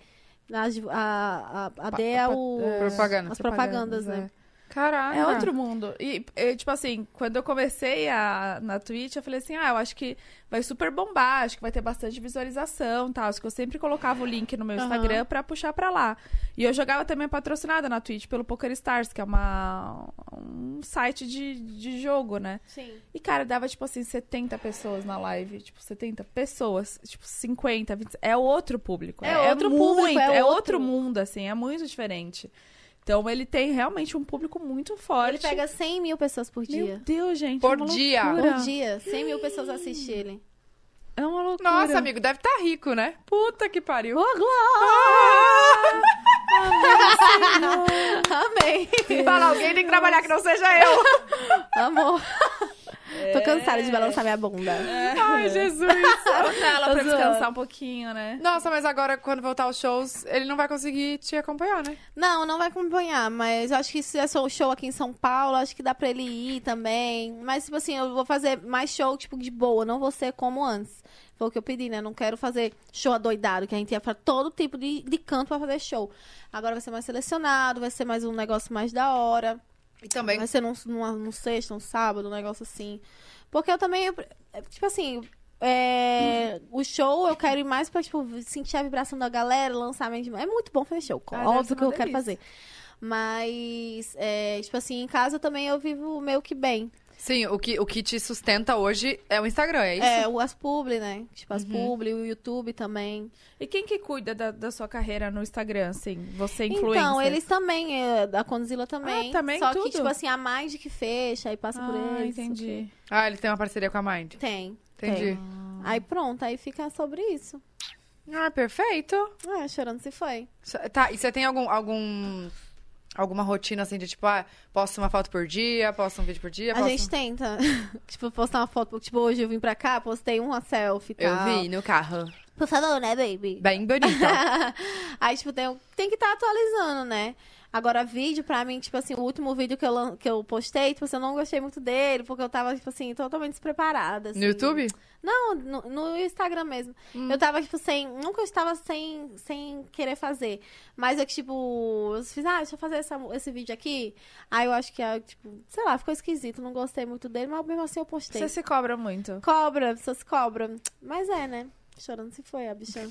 C: As- A, a, AD é o
A: Propaganda.
C: as é, propagandas, né?
A: é. Caraca.
B: É outro mundo. E, eh, tipo assim, quando eu comecei a, na Twitch, eu falei assim, ah, eu acho que vai super bombar, acho que vai ter bastante visualização e tal. Acho que eu sempre colocava o link no meu
C: Aham.
B: Instagram pra puxar pra lá. E eu jogava também patrocinada na Twitch pelo Poker Stars, que é uma, um site de, de jogo, né?
C: Sim.
B: E, cara, dava, tipo assim, 70 pessoas na live. Tipo, 70 pessoas. Tipo, 50, 20. É outro público.
C: É outro
B: muito,
C: público, é
B: É
C: outro.
B: outro mundo, assim. É muito diferente. Então, ele tem realmente um público muito forte.
C: Ele pega 100 Tipo, mil pessoas por
B: Meu
C: dia.
B: Deus, gente.
A: Por
B: é uma
A: dia.
B: loucura.
C: Por dia. 100 mil pessoas assistem ele.
B: É uma loucura.
A: Nossa, amigo, deve estar rico, né? Puta que pariu.
C: (laughs) Amém.
A: Fala, alguém tem que trabalhar que não seja eu.
C: (laughs) Amor. Tô cansada de balançar minha bunda.
B: É.
A: Ai, Jesus.
B: Botar ela pra
C: (laughs) Tô zoando.
B: descansar um pouquinho, né?
A: Nossa, mas agora, quando voltar aos shows, ele não vai conseguir te acompanhar, né?
C: Não, não vai acompanhar, mas eu acho que se é só o show aqui em São Paulo, acho que dá pra ele ir também. Mas, tipo assim, eu vou fazer mais show, tipo, de boa, não vou ser como antes. Foi o que eu pedi, né? Não quero fazer show adoidado, que a gente ia pra todo tipo de, de canto pra fazer show. Agora vai ser mais selecionado, vai ser mais um negócio mais da hora.
A: E também.
C: Vai ser num, numa- num sexta, um sábado, um negócio assim. Porque eu também, eu- é, tipo assim, é, o show eu quero ir mais pra, tipo, sentir a vibração da galera, lançamento. de- É muito bom fazer show,
B: Ah, deve ser
C: óbvio que eu
B: uma
C: quero
B: delícia.
C: fazer. Mas, é, tipo assim, em casa também eu vivo meio que bem.
A: Sim, o que, o que te sustenta hoje é o Instagram, é isso?
C: É, o as publi, né? Tipo, as
B: Uhum.
C: publi, o YouTube também.
B: E quem que cuida da, da sua carreira no Instagram, assim? Você influencer?
C: Então, eles também, é, da Condzilla também.
B: Ah, também
C: Só
B: tudo?
C: que, tipo assim, a Mind que fecha, aí passa por
B: Ah,
C: eles.
B: entendi.
A: Ah, ele tem uma parceria com a Mind.
C: Tem.
A: Entendi.
B: Ah.
C: Aí pronto, aí fica sobre isso.
A: Ah, perfeito.
C: É, chorando se foi.
A: Só- Tá, e você tem algum, algum alguma rotina assim de tipo, ah, posto uma foto por dia, posto um vídeo por dia,
C: A
A: posto...
C: gente tá tenta, (laughs) tipo, postar uma foto. Tipo, hoje eu vim pra cá, postei uma selfie e
A: Eu
C: tal.
A: vi no carro.
C: Por favor, né, (laughs) baby?
A: Bem bonita.
C: Aí, tipo, tem, tem que estar atualizando, né? Agora, vídeo, pra mim, tipo assim, o último vídeo que eu, lan- que eu postei, tipo assim, eu não gostei muito dele, porque eu tava, tipo assim, totalmente despreparada. assim.
A: No YouTube?
C: Não, no, no Instagram mesmo.
B: Hum.
C: Eu tava, tipo, sem. Nunca eu estava sem, sem querer fazer. Mas eu, tipo, eu fiz, ah, deixa eu fazer essa- esse vídeo aqui. Aí eu acho que, ah, tipo, sei lá, ficou esquisito, não gostei muito dele, mas mesmo assim eu postei.
B: Você se cobra muito.
C: Cobra, as pessoas cobram. Mas é, né? Chorando se foi,
B: (laughs)
C: a bicha.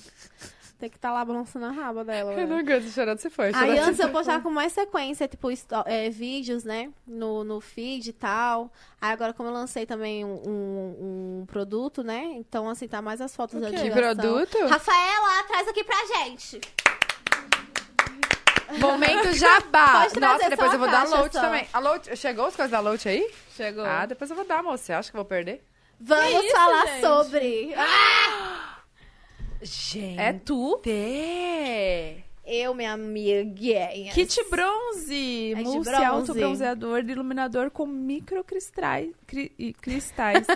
C: Tem que estar lá balançando a raba dela. né?
A: aguento chorando se foi.
C: Aí antes eu postava com mais sequência, tipo, histó- é, vídeos, né? No, no feed e tal. Aí agora, como eu lancei também um, um- um produto, né? Então, assim, tá mais as fotos
B: O
C: da
B: quê?
A: Que
C: divulgação.
A: produto?
C: Rafaela, traz aqui pra gente.
A: Momento
C: (laughs)
A: jabá.
C: Pode trazer
A: Nossa,
C: só
A: depois eu vou
C: a
A: dar
C: caixa
A: load
C: só.
A: também. A load, chegou as coisas da load aí?
B: Chegou.
A: Ah, depois eu vou dar, moça. Você acha que eu vou perder?
C: Vamos
B: isso,
C: falar
B: gente?
C: sobre. Ah,
A: Gente.
B: é tu?
C: Eu, minha É amiguinha.
B: Kit bronze,
C: É de
B: mousse
C: bronze.
B: autobronzeador de iluminador com microcristais. Cri, e
C: (laughs)
B: cristais.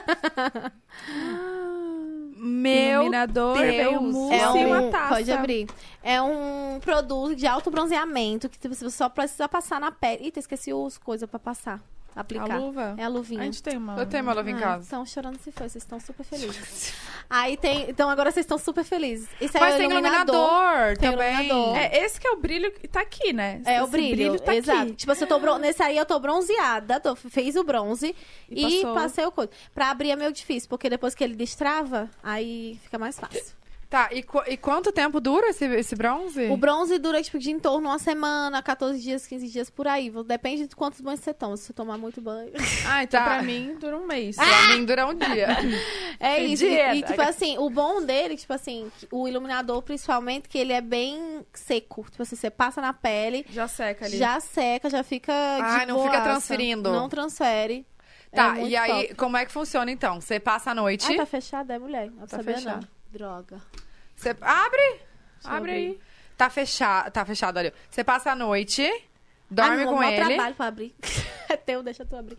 A: Meu
B: iluminador,
A: Deus.
B: vem o mousse
C: É
B: e tipo, uma
C: um,
B: taça.
C: pode abrir. É um produto de alto bronzeamento que tipo, você só precisa passar na pele. Eita, esqueci os coisas pra passar, aplicar.
B: A luva?
C: É a
B: A
C: luvinha.
B: gente tem uma.
A: Eu tenho uma
C: Ah.
A: luva em casa.
C: Estão chorando se foi, vocês estão super felizes. Aí tem, então agora vocês estão super felizes. Isso aí
A: Mas
C: é o
A: tem
C: iluminador.
A: iluminador
C: Tem
A: também.
C: iluminador.
B: É, esse que é o brilho que tá aqui, né?
C: É o
B: Esse
C: brilho,
B: tá
C: exato.
B: aqui.
C: Tipo, assim, eu tô bron- nesse aí eu tô bronzeada, tô- fez o bronze
B: E
C: e,
B: passou.
C: passei o coisa. Pra abrir é meio difícil, porque depois que ele destrava, aí fica mais fácil.
A: Tá, e, qu- e quanto tempo dura esse, esse bronze?
C: O bronze dura, tipo, de em torno de uma semana, 14 dias, 15 dias, por aí. Depende de quantos banhos você toma. Se você tomar muito banho...
B: Ah, então
A: Tá.
B: pra mim dura um mês.
C: Ah,
A: Pra mim dura um dia.
C: (laughs) É
A: Tem
C: isso. E-
A: dieta.
C: E, tipo assim, o bom dele, tipo assim, que o iluminador, principalmente, que ele é bem seco. Tipo assim, você passa na pele,
B: Já seca ali.
C: já seca, já fica
A: Ah,
C: de
A: não fica
C: boaça.
A: transferindo.
C: Não transfere. É
A: Tá,
C: muito
A: e aí,
C: top.
A: como é que funciona então? Você passa a noite.
C: Ah, tá fechado, é mulher. Não
A: Tá
C: sabia
A: fechado.
C: não. Droga.
A: Você abre!
C: Deixa eu
A: Abre
C: abrir.
A: aí. Tá fechado, tá fechado ali. Você passa a noite, dorme
C: ah, não,
A: com
C: mó
A: ele.
C: trabalho pra abrir. (laughs) é teu, deixa tu abrir.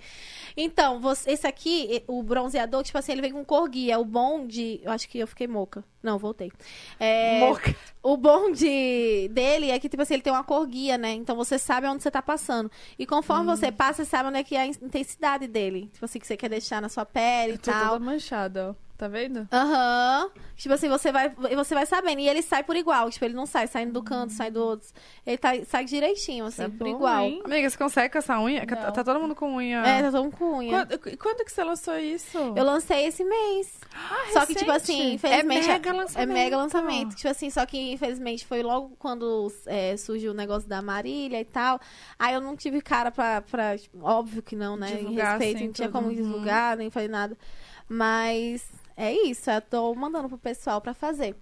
C: Então, você- esse aqui, e- o bronzeador, tipo assim, ele vem com cor guia. O bom de... Eu acho que eu fiquei moca. Não, voltei. É,
A: Moca.
C: O bom de, dele é que, tipo assim, ele tem uma cor guia, né? Então você sabe onde você tá passando. E
A: Hum.
C: conforme você passa, você sabe onde é que é a intensidade dele. Tipo assim, que você quer deixar na sua pele e
B: Tô toda
C: tal.
B: manchada, ó. Tá vendo?
C: Aham. Tipo assim, você vai, você vai sabendo. E ele sai por igual. Tipo, ele não sai saindo do canto, sai do outro. Ele tá- sai direitinho, assim,
B: Isso é
C: por
B: bom,
C: igual.
B: hein?
A: Amiga, você consegue com essa unha? Tá,
B: Não.
A: tá todo mundo com unha.
C: É, tá tão com unha.
B: Quando, quando que você lançou isso? Ah,
C: Eu lancei esse mês. só que, tipo assim, infelizmente.
A: Ah, É mega lançamento.
C: É mega lançamento. Tipo assim, só que infelizmente foi logo quando é, surgiu o negócio da Marília e tal. Aí eu não tive cara pra. pra tipo, óbvio que não, né?
A: Divulgar,
C: em respeito,
A: assim,
C: não tinha
A: tudo.
C: como
A: Uhum.
C: divulgar, nem falei nada. Mas é isso, eu tô mandando pro pessoal pra fazer.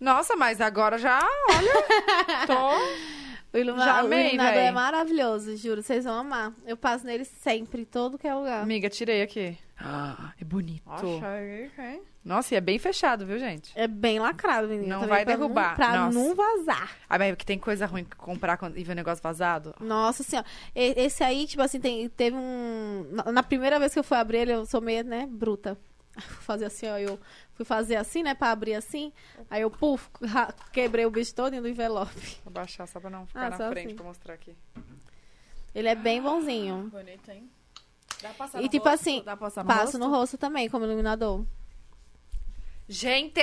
A: Nossa, mas agora já,
C: (laughs)
A: olha. tô.
C: O, iluma-
A: Já amei,
C: o iluminador
A: véi.
C: é maravilhoso, juro. Vocês vão amar. Eu passo nele sempre, em todo que é lugar.
A: Amiga, tirei aqui. Ah, é bonito.
B: Acha,
A: Nossa, e é bem fechado, viu, gente?
C: É bem lacrado, menino.
A: Não
C: também,
A: vai
C: pra
A: derrubar.
C: pra
A: Nossa.
C: não vazar.
A: Ah, mas porque tem coisa ruim que comprar quando- e ver o negócio vazado.
C: Nossa senhora. E- Esse aí, tipo assim, tem- teve um. na- Na primeira vez que eu fui abrir ele, eu sou meio, né, bruta. (laughs) Fui fazer assim, ó. Eu fui fazer assim, né, pra abrir assim. Aí eu, puf, ra- quebrei o bicho todo do envelope.
A: Vou baixar só pra não ficar
C: Ah,
A: na
C: só
A: frente
C: assim.
A: pra mostrar aqui.
C: Ele é bem bonzinho.
B: Bonito, hein? Dá pra passar
C: E
B: no
C: tipo
B: rosto?
C: assim,
B: Dá pra passar no
C: Passo no
B: rosto?
C: rosto também, como iluminador.
A: Gente!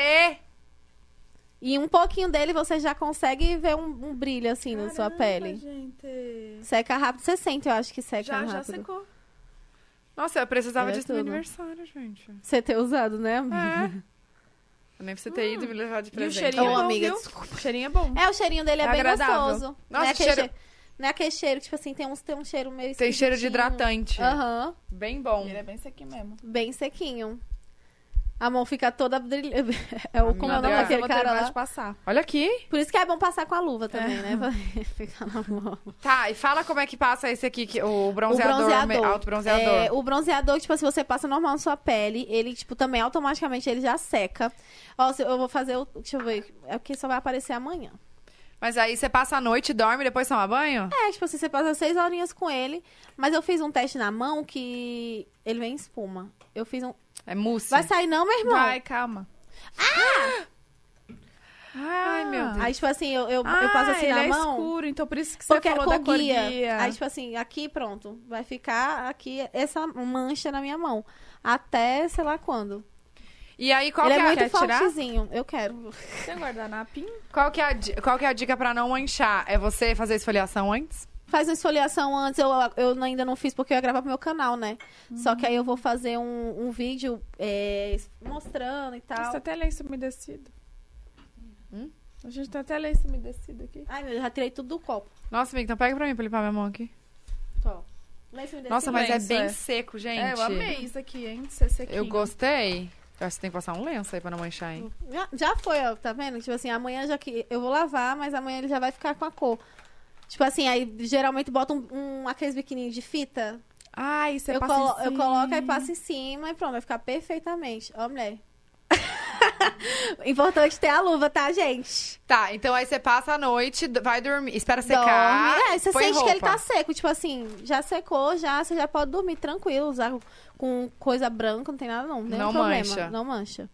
C: E um pouquinho dele você já consegue ver um, um brilho assim na sua
B: Caramba,
C: pele.
B: gente.
C: Seca rápido, você sente, eu acho que seca
B: Já,
C: rápido.
B: já secou.
A: Nossa, eu precisava
C: Olha
A: disso no
C: tudo.
A: aniversário, gente.
C: Você ter usado, né, amiga?
A: É. Eu nem preciso ter ido e me levar de
B: Ah. E o
A: presente. Então,
B: cheirinho
C: Ô,
B: é bom,
C: amiga,
B: viu?
C: desculpa.
B: O cheirinho é bom.
C: É, o cheirinho dele é,
A: É
C: bem
A: agradável.
C: gostoso.
A: Nossa,
C: não, é
A: que
C: aquele
A: cheiro-
C: cheiro... não é aquele cheiro, tipo assim, tem, uns, tem um cheiro meio
A: Tem cheiro de
C: esquisitinho.
A: hidratante.
C: Aham,
A: Bem bom.
B: Ele é bem sequinho mesmo.
C: bem sequinho. A mão fica toda brilhante. (laughs) É o como é o
A: Amiga.
C: nome
A: Não,
C: daquele
B: vou
C: cara
B: terminar de
C: lá.
B: passar.
A: Olha aqui.
C: Por isso que é bom passar com a luva também,
A: É.
C: né? Pra (laughs) ficar na mão.
A: Tá, e fala como é que passa esse aqui, que- o bronzeador,
C: o bronzeador.
A: alto bronzeador.
C: É, o bronzeador, tipo, se você passa normal na sua pele, ele, tipo, também automaticamente ele já seca. Ó, se- eu vou fazer o. Deixa eu ver. É porque só vai aparecer amanhã.
A: Mas aí você passa a noite, dorme, depois toma banho?
C: É, tipo assim, você passa seis horinhas com ele. Mas eu fiz um teste na mão que ele vem em espuma. Eu fiz um.
A: É, mousse.
C: Vai sair não, meu irmão?
B: Vai, calma. Ah!
A: Ai, meu Deus.
C: Aí, tipo assim, eu, eu,
B: Ah,
C: eu passo assim
B: ele
C: na
B: é
C: mão.
B: escuro, então por isso que você
C: Porque é
B: falou
C: com
B: da cor
C: guia.
B: guia.
C: Aí, tipo assim, aqui pronto. Vai ficar aqui essa mancha na minha mão. Até sei lá quando.
A: E aí, qual que
C: ele
A: é,
C: é muito
A: quer tirar?
C: fortezinho. Eu quero.
B: Tem guardanapinho?
A: Qual que, é a, di- qual que é a dica pra não manchar? É você fazer esfoliação antes?
C: Faz uma esfoliação antes, eu, eu ainda não fiz porque eu ia gravar pro meu canal, né? Só que aí eu vou fazer um, um vídeo é, mostrando e tal.
B: Você até lenço umedecido.
C: Hum?
B: A gente tem até lenço umedecido aqui.
C: Ai, meu Deus, já tirei tudo do copo.
A: Nossa, amiga, então pega pra mim pra limpar minha mão aqui.
C: Tó. Lenço umedecido.
A: Nossa, mas
B: lenço,
A: é bem
B: é.
A: seco, gente.
B: É, eu amei isso aqui, hein? de Ser sequinho.
A: Eu gostei. Eu acho que tem que passar um lenço aí pra não manchar, hein?
C: Já, já foi, ó, tá vendo? Tipo assim, amanhã já que eu vou lavar, mas amanhã ele já vai ficar com a cor. Tipo assim, aí geralmente bota um, um- aqueles biquininhos de fita.
B: Ai, você
C: eu,
B: passa
C: colo-
B: em
C: eu
B: cima.
C: coloco aí passo em cima e pronto, vai ficar perfeitamente. Ó, mulher. (laughs) Importante ter a luva, tá, gente?
A: Tá, então aí você passa a noite, d- vai dormir, espera secar.
C: Dorme. É, você
A: põe
C: sente
A: roupa.
C: que ele tá seco. Tipo assim, já secou, já, você já pode dormir tranquilo, usar com coisa branca, não tem nada não. Nenhum
A: Não
C: problema.
A: mancha.
C: Não mancha.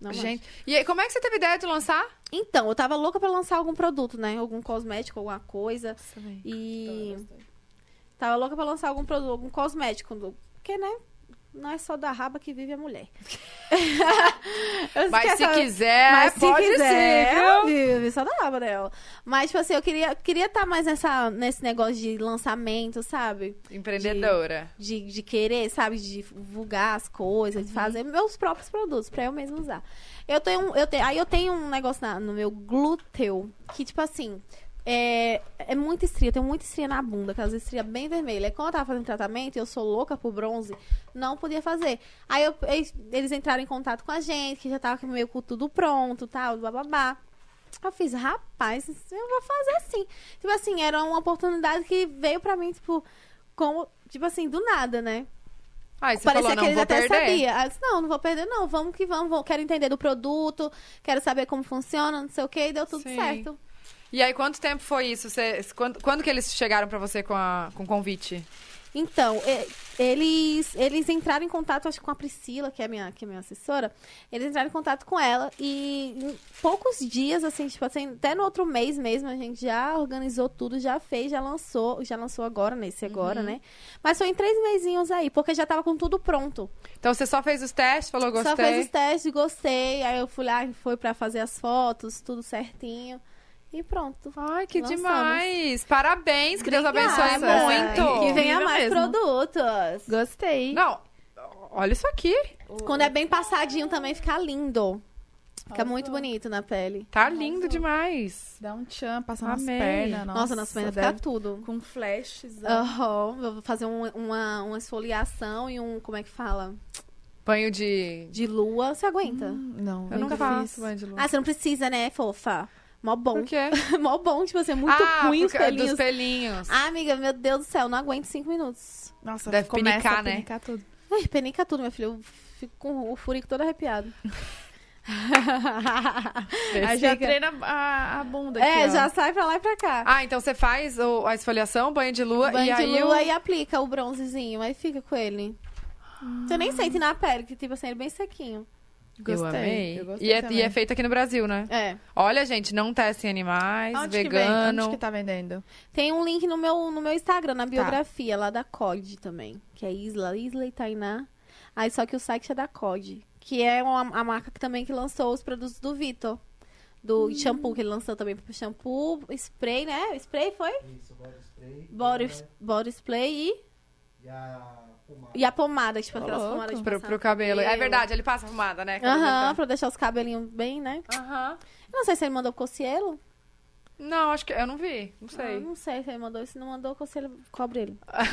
C: Não mancha.
A: Gente, e aí, como é que você teve ideia de lançar?
C: Então, eu tava louca pra lançar algum produto, né? Algum cosmético, alguma coisa. E tava louca pra lançar algum produto, algum cosmético. do- Porque, né? Não é só da raba que vive a mulher.
A: (laughs)
C: Eu
A: Mas
C: esqueço-
A: se quiser,
C: mas se
A: pode
C: quiser,
A: ser, viu?
C: ela vive só da raba dela. Mas, tipo assim, eu queria estar queria tá mais nessa, nesse negócio de lançamento, sabe?
A: Empreendedora.
C: De, de querer, sabe? De divulgar as coisas, de fazer meus próprios produtos pra eu mesma usar. Eu tenho, um- eu tenho, aí eu tenho um negócio na- no meu glúteo que, tipo assim, é, é muita estria, eu tenho muita estria na bunda, aquelas estrias bem vermelhas. Aí Quando eu tava fazendo tratamento, e eu sou louca por bronze, não podia fazer. Aí eu- eles- eles entraram em contato com a gente, que já tava meio com tudo pronto, tal, bababá. Eu fiz, rapaz, eu vou fazer assim. Tipo assim, era uma oportunidade que veio pra mim, tipo, como, tipo assim, do nada, né?
A: Aí você
C: Parecia
A: falou,
C: que
A: não
C: eles
A: vou
C: até
A: perder.
C: sabiam. Aí eu disse, não, não vou perder, não. Vamos que vamos, vou- quero entender do produto, quero saber como funciona, não sei o que, e deu tudo
A: Sim.
C: certo.
A: E aí, quanto tempo foi isso? Você- quando, quando que eles chegaram pra você com, a, com o convite?
C: Então, e- eles, eles entraram em contato, acho que com a Priscila, que é minha, que é minha assessora. Eles entraram em contato com ela e em poucos dias, assim, tipo assim, até no outro mês mesmo, a gente já organizou tudo, já fez, já lançou, já lançou agora, nesse
A: Uhum.
C: agora, né? Mas foi em três mesinhos aí, porque já tava com tudo pronto.
A: Então você só fez os testes, falou gostei.
C: Só fez os testes, gostei, aí eu fui lá, foi pra fazer as fotos, tudo certinho. E pronto.
A: Ai, que
C: Lançamos.
A: demais! Parabéns, que Deus abençe
C: Obrigada.
A: é muito.
C: E que venha
B: Incrível
C: mais
B: mesmo.
C: produtos.
B: Gostei.
A: Não, olha isso aqui.
C: Quando é bem passadinho também fica lindo. Fica muito bonito na pele.
A: Tá lindo demais.
B: Dá um tchan, passa nas
A: Amei.
B: pernas. Nossa,
C: Nossa, nossa pele fica
B: deve-
C: tudo.
B: Com flashes. ó.
C: Aham, eu vou fazer um- uma, uma esfoliação e um, como é que fala?
A: Banho de.
C: De lua. Você aguenta?
B: Não,
A: Eu
B: bem
A: nunca
B: difícil.
A: faço banho de luz.
C: Ah, você não precisa, né, fofa? Mó bom.
A: Por quê?
C: (laughs) Mó bom, tipo assim, muito
A: ah,
C: ruim os
A: por causa
C: pelinhos.
A: dos pelinhos.
C: Ah, amiga, meu Deus do céu, não aguento cinco minutos.
B: Nossa,
A: Deve
B: começa
A: pinicar,
B: a
A: né?
B: pinicar tudo.
C: Ai, penica tudo, meu filho. Eu fico com o furico todo arrepiado.
A: É,
B: Aí já
C: Fica-
B: treina a, a bunda aqui,
C: é,
B: ó.
C: já sai pra lá e pra cá.
A: Ah, então você faz o- a esfoliação, banho de lua
C: banho
A: Ah, e
C: de
A: aí
C: lua
A: o...
C: e aplica o bronzezinho, aí fica com ele. Você nem sente na pele, que tipo assim, ele é bem sequinho.
A: eu
B: Gostei,
A: amei.
B: eu gostei
A: e, é,
B: também.
A: e é feito aqui no Brasil, né?
C: É.
A: Olha, gente, não testem animais,
B: Onde que vem?
A: vegano.
B: Onde que tá vendendo?
C: Tem um link no meu, no meu Instagram,
B: Tá.
C: na biografia, lá da COD também, que é Isla, Isla e Tainá. Aí só que o site é da COD, que é uma, a marca que também que lançou os produtos do Vitor. Do
B: Hum.
C: shampoo, que ele lançou também pro shampoo, spray, né? Spray foi?
D: Isso, body spray.
C: Body,
B: É.
D: né?
C: body spray e,
D: E a pomada.
C: e a pomada, tipo
B: Ô,
C: aquelas
B: louco.
C: pomadas de
A: Pro,
C: passar
A: pro
C: no
A: cabelo. É verdade, ele passa fumada, né? Quando
B: tá.
C: Aham,
A: ele
C: pra deixar os cabelinhos bem, né?
A: tá- Aham.
C: Eu não sei se ele mandou pro Cocielo.
A: Não, acho que... Eu não vi, não
C: Ah,
A: sei.
C: não sei se ele mandou, se não mandou, conselho, cobre
A: (laughs)
C: ele. Mas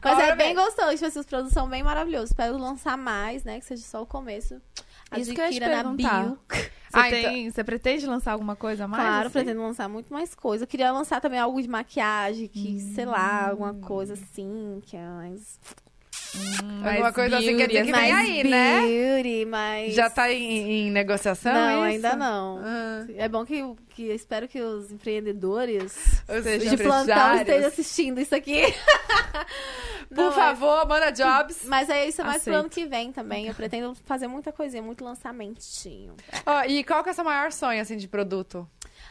A: Cobra
C: é
A: bem.
C: bem gostoso, tipo, essas produtos são bem maravilhosas. Espero lançar mais, né? Que seja só o começo.
B: Isso que eu ia te
C: Adquira na
B: perguntar.
C: bio.
B: Você,
A: Ah,
B: tem- você pretende lançar alguma coisa a mais?
C: claro,
B: assim?
C: pretendo lançar muito mais coisa. Eu queria lançar também algo de maquiagem, que, sei
A: Hum.
C: lá, alguma coisa assim, que é mais.
A: Alguma
B: mais
A: coisa assim, quer dizer
B: beauty,
A: que
C: é
A: vem
C: mais
A: aí, né?
C: beauty, mais.
A: Já tá em, em negociação
C: Não,
A: isso?
C: ainda não.
A: Ah,
C: É bom que, que eu espero que os empreendedores
A: ou seja,
C: de plantão estejam
A: empresários.
C: assistindo isso aqui. (laughs)
A: Por
C: é
A: favor, manda jobs.
C: Mas é isso, é mais
B: Aceito.
C: pro ano que vem também. Eu pretendo fazer muita coisinha, muito lançamentinho.
A: Ó, e qual que é o seu maior sonho, assim, de produto?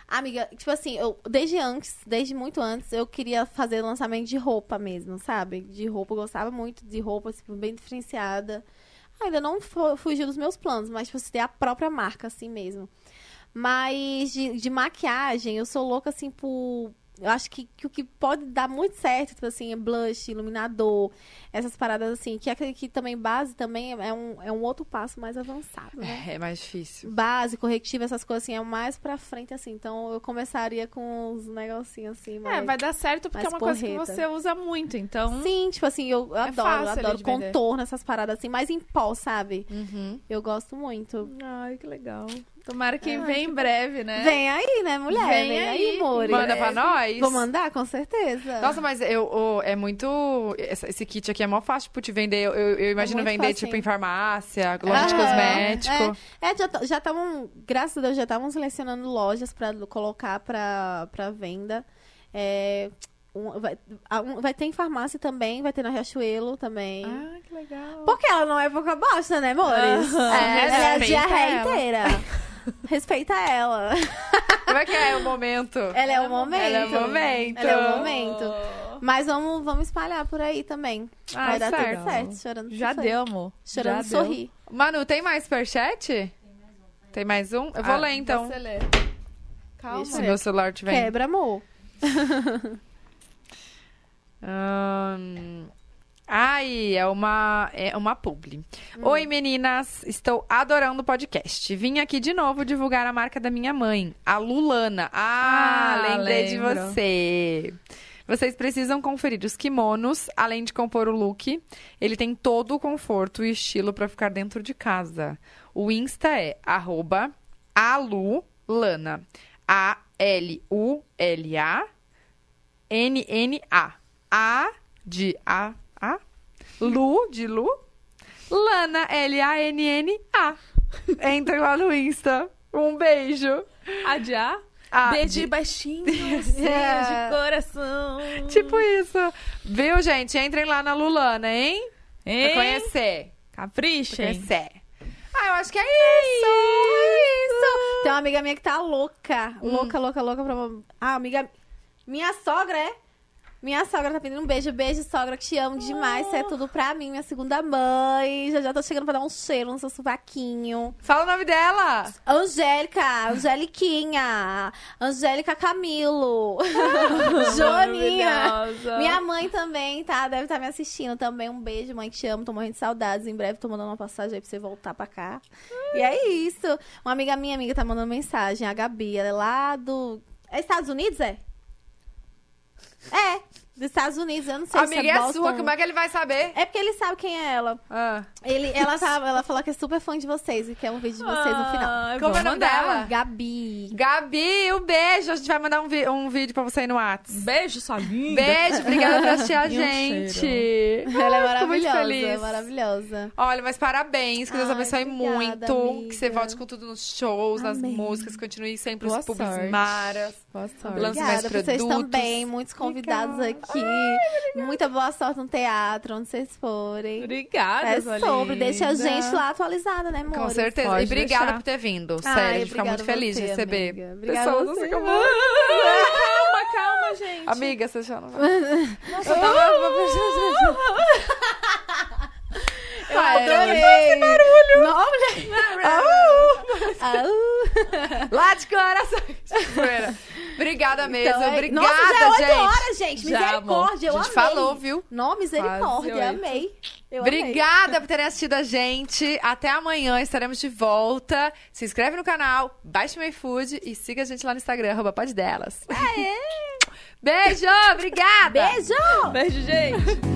C: Amiga, tipo assim, eu desde antes, desde muito antes, eu queria fazer lançamento de roupa mesmo, sabe? De roupa, eu gostava muito de roupa, tipo, bem diferenciada. Ainda não fu- fugiu dos meus planos, mas tipo, assim, ter a própria marca assim mesmo. Mas de, de maquiagem, eu sou louca assim por. Eu acho que, que o que pode dar muito certo, tipo assim, é blush, iluminador, essas paradas assim, que é aquele que também base também é um, é um outro passo mais avançado, né?
A: É, é mais difícil.
C: base, corretivo, essas coisas assim, é mais pra frente, assim. Então eu começaria com uns negocinhos assim,
B: É,
C: mas...
B: vai dar certo porque é
C: mais
B: uma coisa que
C: porreta.
B: você usa muito, então...
C: Sim, tipo assim, eu adoro, eu
B: é fácil ali
C: adoro
B: de vender.
C: contorno, essas paradas assim, mas em pó, sabe?
A: Uhum.
C: Eu gosto muito.
B: Ai, que legal. Tomara que
C: Ai,
B: venha em breve, né?
C: Vem aí, né, mulher?
B: Vem
C: Vem, aí,
B: aí.
C: amores.
A: Manda Tá É pra nós.
C: Vou mandar, com certeza.
A: Nossa, mas eu, ô, é muito. essa- Esse kit aqui é mó fácil tipo, te vender. Eu, eu- eu imagino
C: É muito Ah,
A: vender,
C: facinho.
A: tipo, em farmácia, loja de
C: Aham.
A: cosmético.
C: É, já t- já estavam, graças a Deus, já estavam selecionando lojas pra colocar pra, pra venda. É, um- vai, a- um- vai ter em farmácia também, vai ter na Riachuelo também.
B: Ah, que legal.
C: Porque ela não é boca bosta, né, amores?
B: Aham.
C: É, ela é a
A: Respeita
C: diarreia
A: ela.
C: inteira. Respeita ela.
A: Como é que é o momento?
C: Ela é o momento.
A: Ela é o momento.
B: então,
C: Ela é o momento. Mas vamos, vamos espalhar por aí também.
A: Ah,
C: Vai dar
A: certo.
C: tudo certo. Chorando de
B: Já
C: sorrir.
B: deu, amor. Já
C: Chorando de
B: deu.
C: sorrir.
A: Manu, tem mais superchat? Tem mais um? Eu vou
B: Ah,
A: ler então.
B: Você lê. Calma.
A: Se meu celular tiver. em
C: Quebra, amor.
A: Ahn, Ai, é uma, é uma publi.
B: Hum.
A: Oi, meninas. Estou adorando o podcast. Vim aqui de novo divulgar a marca da minha mãe, a Lulana. Ah,
B: Ah,
A: lembrei de
B: lembro.
A: você. Vocês precisam conferir os kimonos, além de compor o look. Ele tem todo o conforto e estilo para ficar dentro de casa. O Insta é arroba alulana. A-L-U-L-A. N-N-A. A de A. A. Lu de Lu. Lana, L-A-N-N-A. Entra lá no Insta. Um beijo.
B: Adiar?
A: Ah,
B: Beijo
A: de-
B: (laughs) baixinho, assim,
A: É.
B: de coração.
A: Tipo isso. Viu, gente? Entrem lá na Lulana, hein? Pra
B: hein?
A: conhecer.
B: Capricha, hein?
A: Conhecer. Ah, eu acho que é isso. É isso.
C: Tem uma amiga minha que tá louca. Louca, louca, louca pra. Ah, amiga. Minha sogra é. Minha sogra tá pedindo um beijo, beijo, sogra, que te amo demais. Você é tudo pra mim, minha segunda mãe. Já já tô chegando pra dar um cheiro no seu sovaquinho.
A: Fala o nome dela.
C: Angélica, Angeliquinha,
A: (laughs)
C: Angélica Camilo, Joaninha.
B: é Maravilhosa.
C: Minha mãe também, tá? Deve estar me assistindo também. Um beijo, mãe, que te amo. Tô morrendo de saudades. Em breve tô mandando uma passagem aí pra você voltar pra cá. E é isso. Uma amiga minha, amiga, tá mandando mensagem. A Gabi, ela é lá do... É Estados Unidos, é? É, dos Estados Unidos. Eu não sei
A: Amiga,
C: se
A: é,
C: é, Boston.
A: sua. Como é que ele vai saber?
C: É porque ele sabe quem é ela.
A: Ah.
C: Ele, ela, tá, ela falou que é super fã de vocês e quer um vídeo de vocês no final.
B: Ah, eu
A: Como
B: vou
A: é o nome
B: mandar.
A: dela?
C: Gabi.
A: Gabi, um beijo. A gente vai mandar um, vi- um vídeo pra você aí no WhatsApp.
B: Beijo, sua linda.
A: Beijo, obrigada por assistir a
B: E um
A: gente.
C: Ela é
A: Ai, Ah, fico muito
C: maravilhosa,
A: feliz.
C: é maravilhosa.
A: Olha, mas parabéns, que Deus
C: Ai,
A: abençoe
C: obrigada,
A: muito. Que você
C: amiga.
A: volte com tudo nos shows, nas
C: Amém.
A: músicas, continue sempre
B: Boa
A: os pubs
B: sorte.
A: maras.
B: Boa sorte.
A: Lance mais
C: Obrigada pra vocês
A: produtos.
C: também, muitos convidados
A: Obrigada.
C: aqui. Muita boa sorte no teatro, onde vocês forem.
B: Obrigada,
C: é
B: sua
C: sobre,
B: linda.
C: deixa a gente lá atualizada, né, amor?
A: Com certeza.
B: pode
A: e obrigada
B: deixar.
A: por ter vindo.
C: Ai,
A: Sério, a gente fica
C: obrigada
A: muito feliz
C: você,
A: de receber. assim
C: amiga. Obrigada
A: Pessoal,
C: você.
A: fica muito-
B: Calma, calma, gente.
A: Amiga, você já não vai.
B: Nossa, eu tava...
C: (laughs) Eu
A: Ai,
C: adorei. Não, mulher. Au.
A: Lá de coração. Zoeira. obrigada (laughs) mesmo.
C: Então, é-
A: obrigada,
C: Nossa, já é 8
A: gente.
C: horas, gente.
B: Já,
C: Misericórdia, eu
A: a
C: amei.
A: gente falou, viu?
C: Não,
B: Quase
C: misericórdia,
B: oito.
C: amei. Eu amei.
A: Obrigada por terem assistido a gente. Até amanhã estaremos de volta. Se inscreve no canal, baixe meu iFood e siga a gente lá no Instagram, arroba Pode Delas. (laughs) Beijo, obrigada!
C: Beijo!
B: Beijo, gente.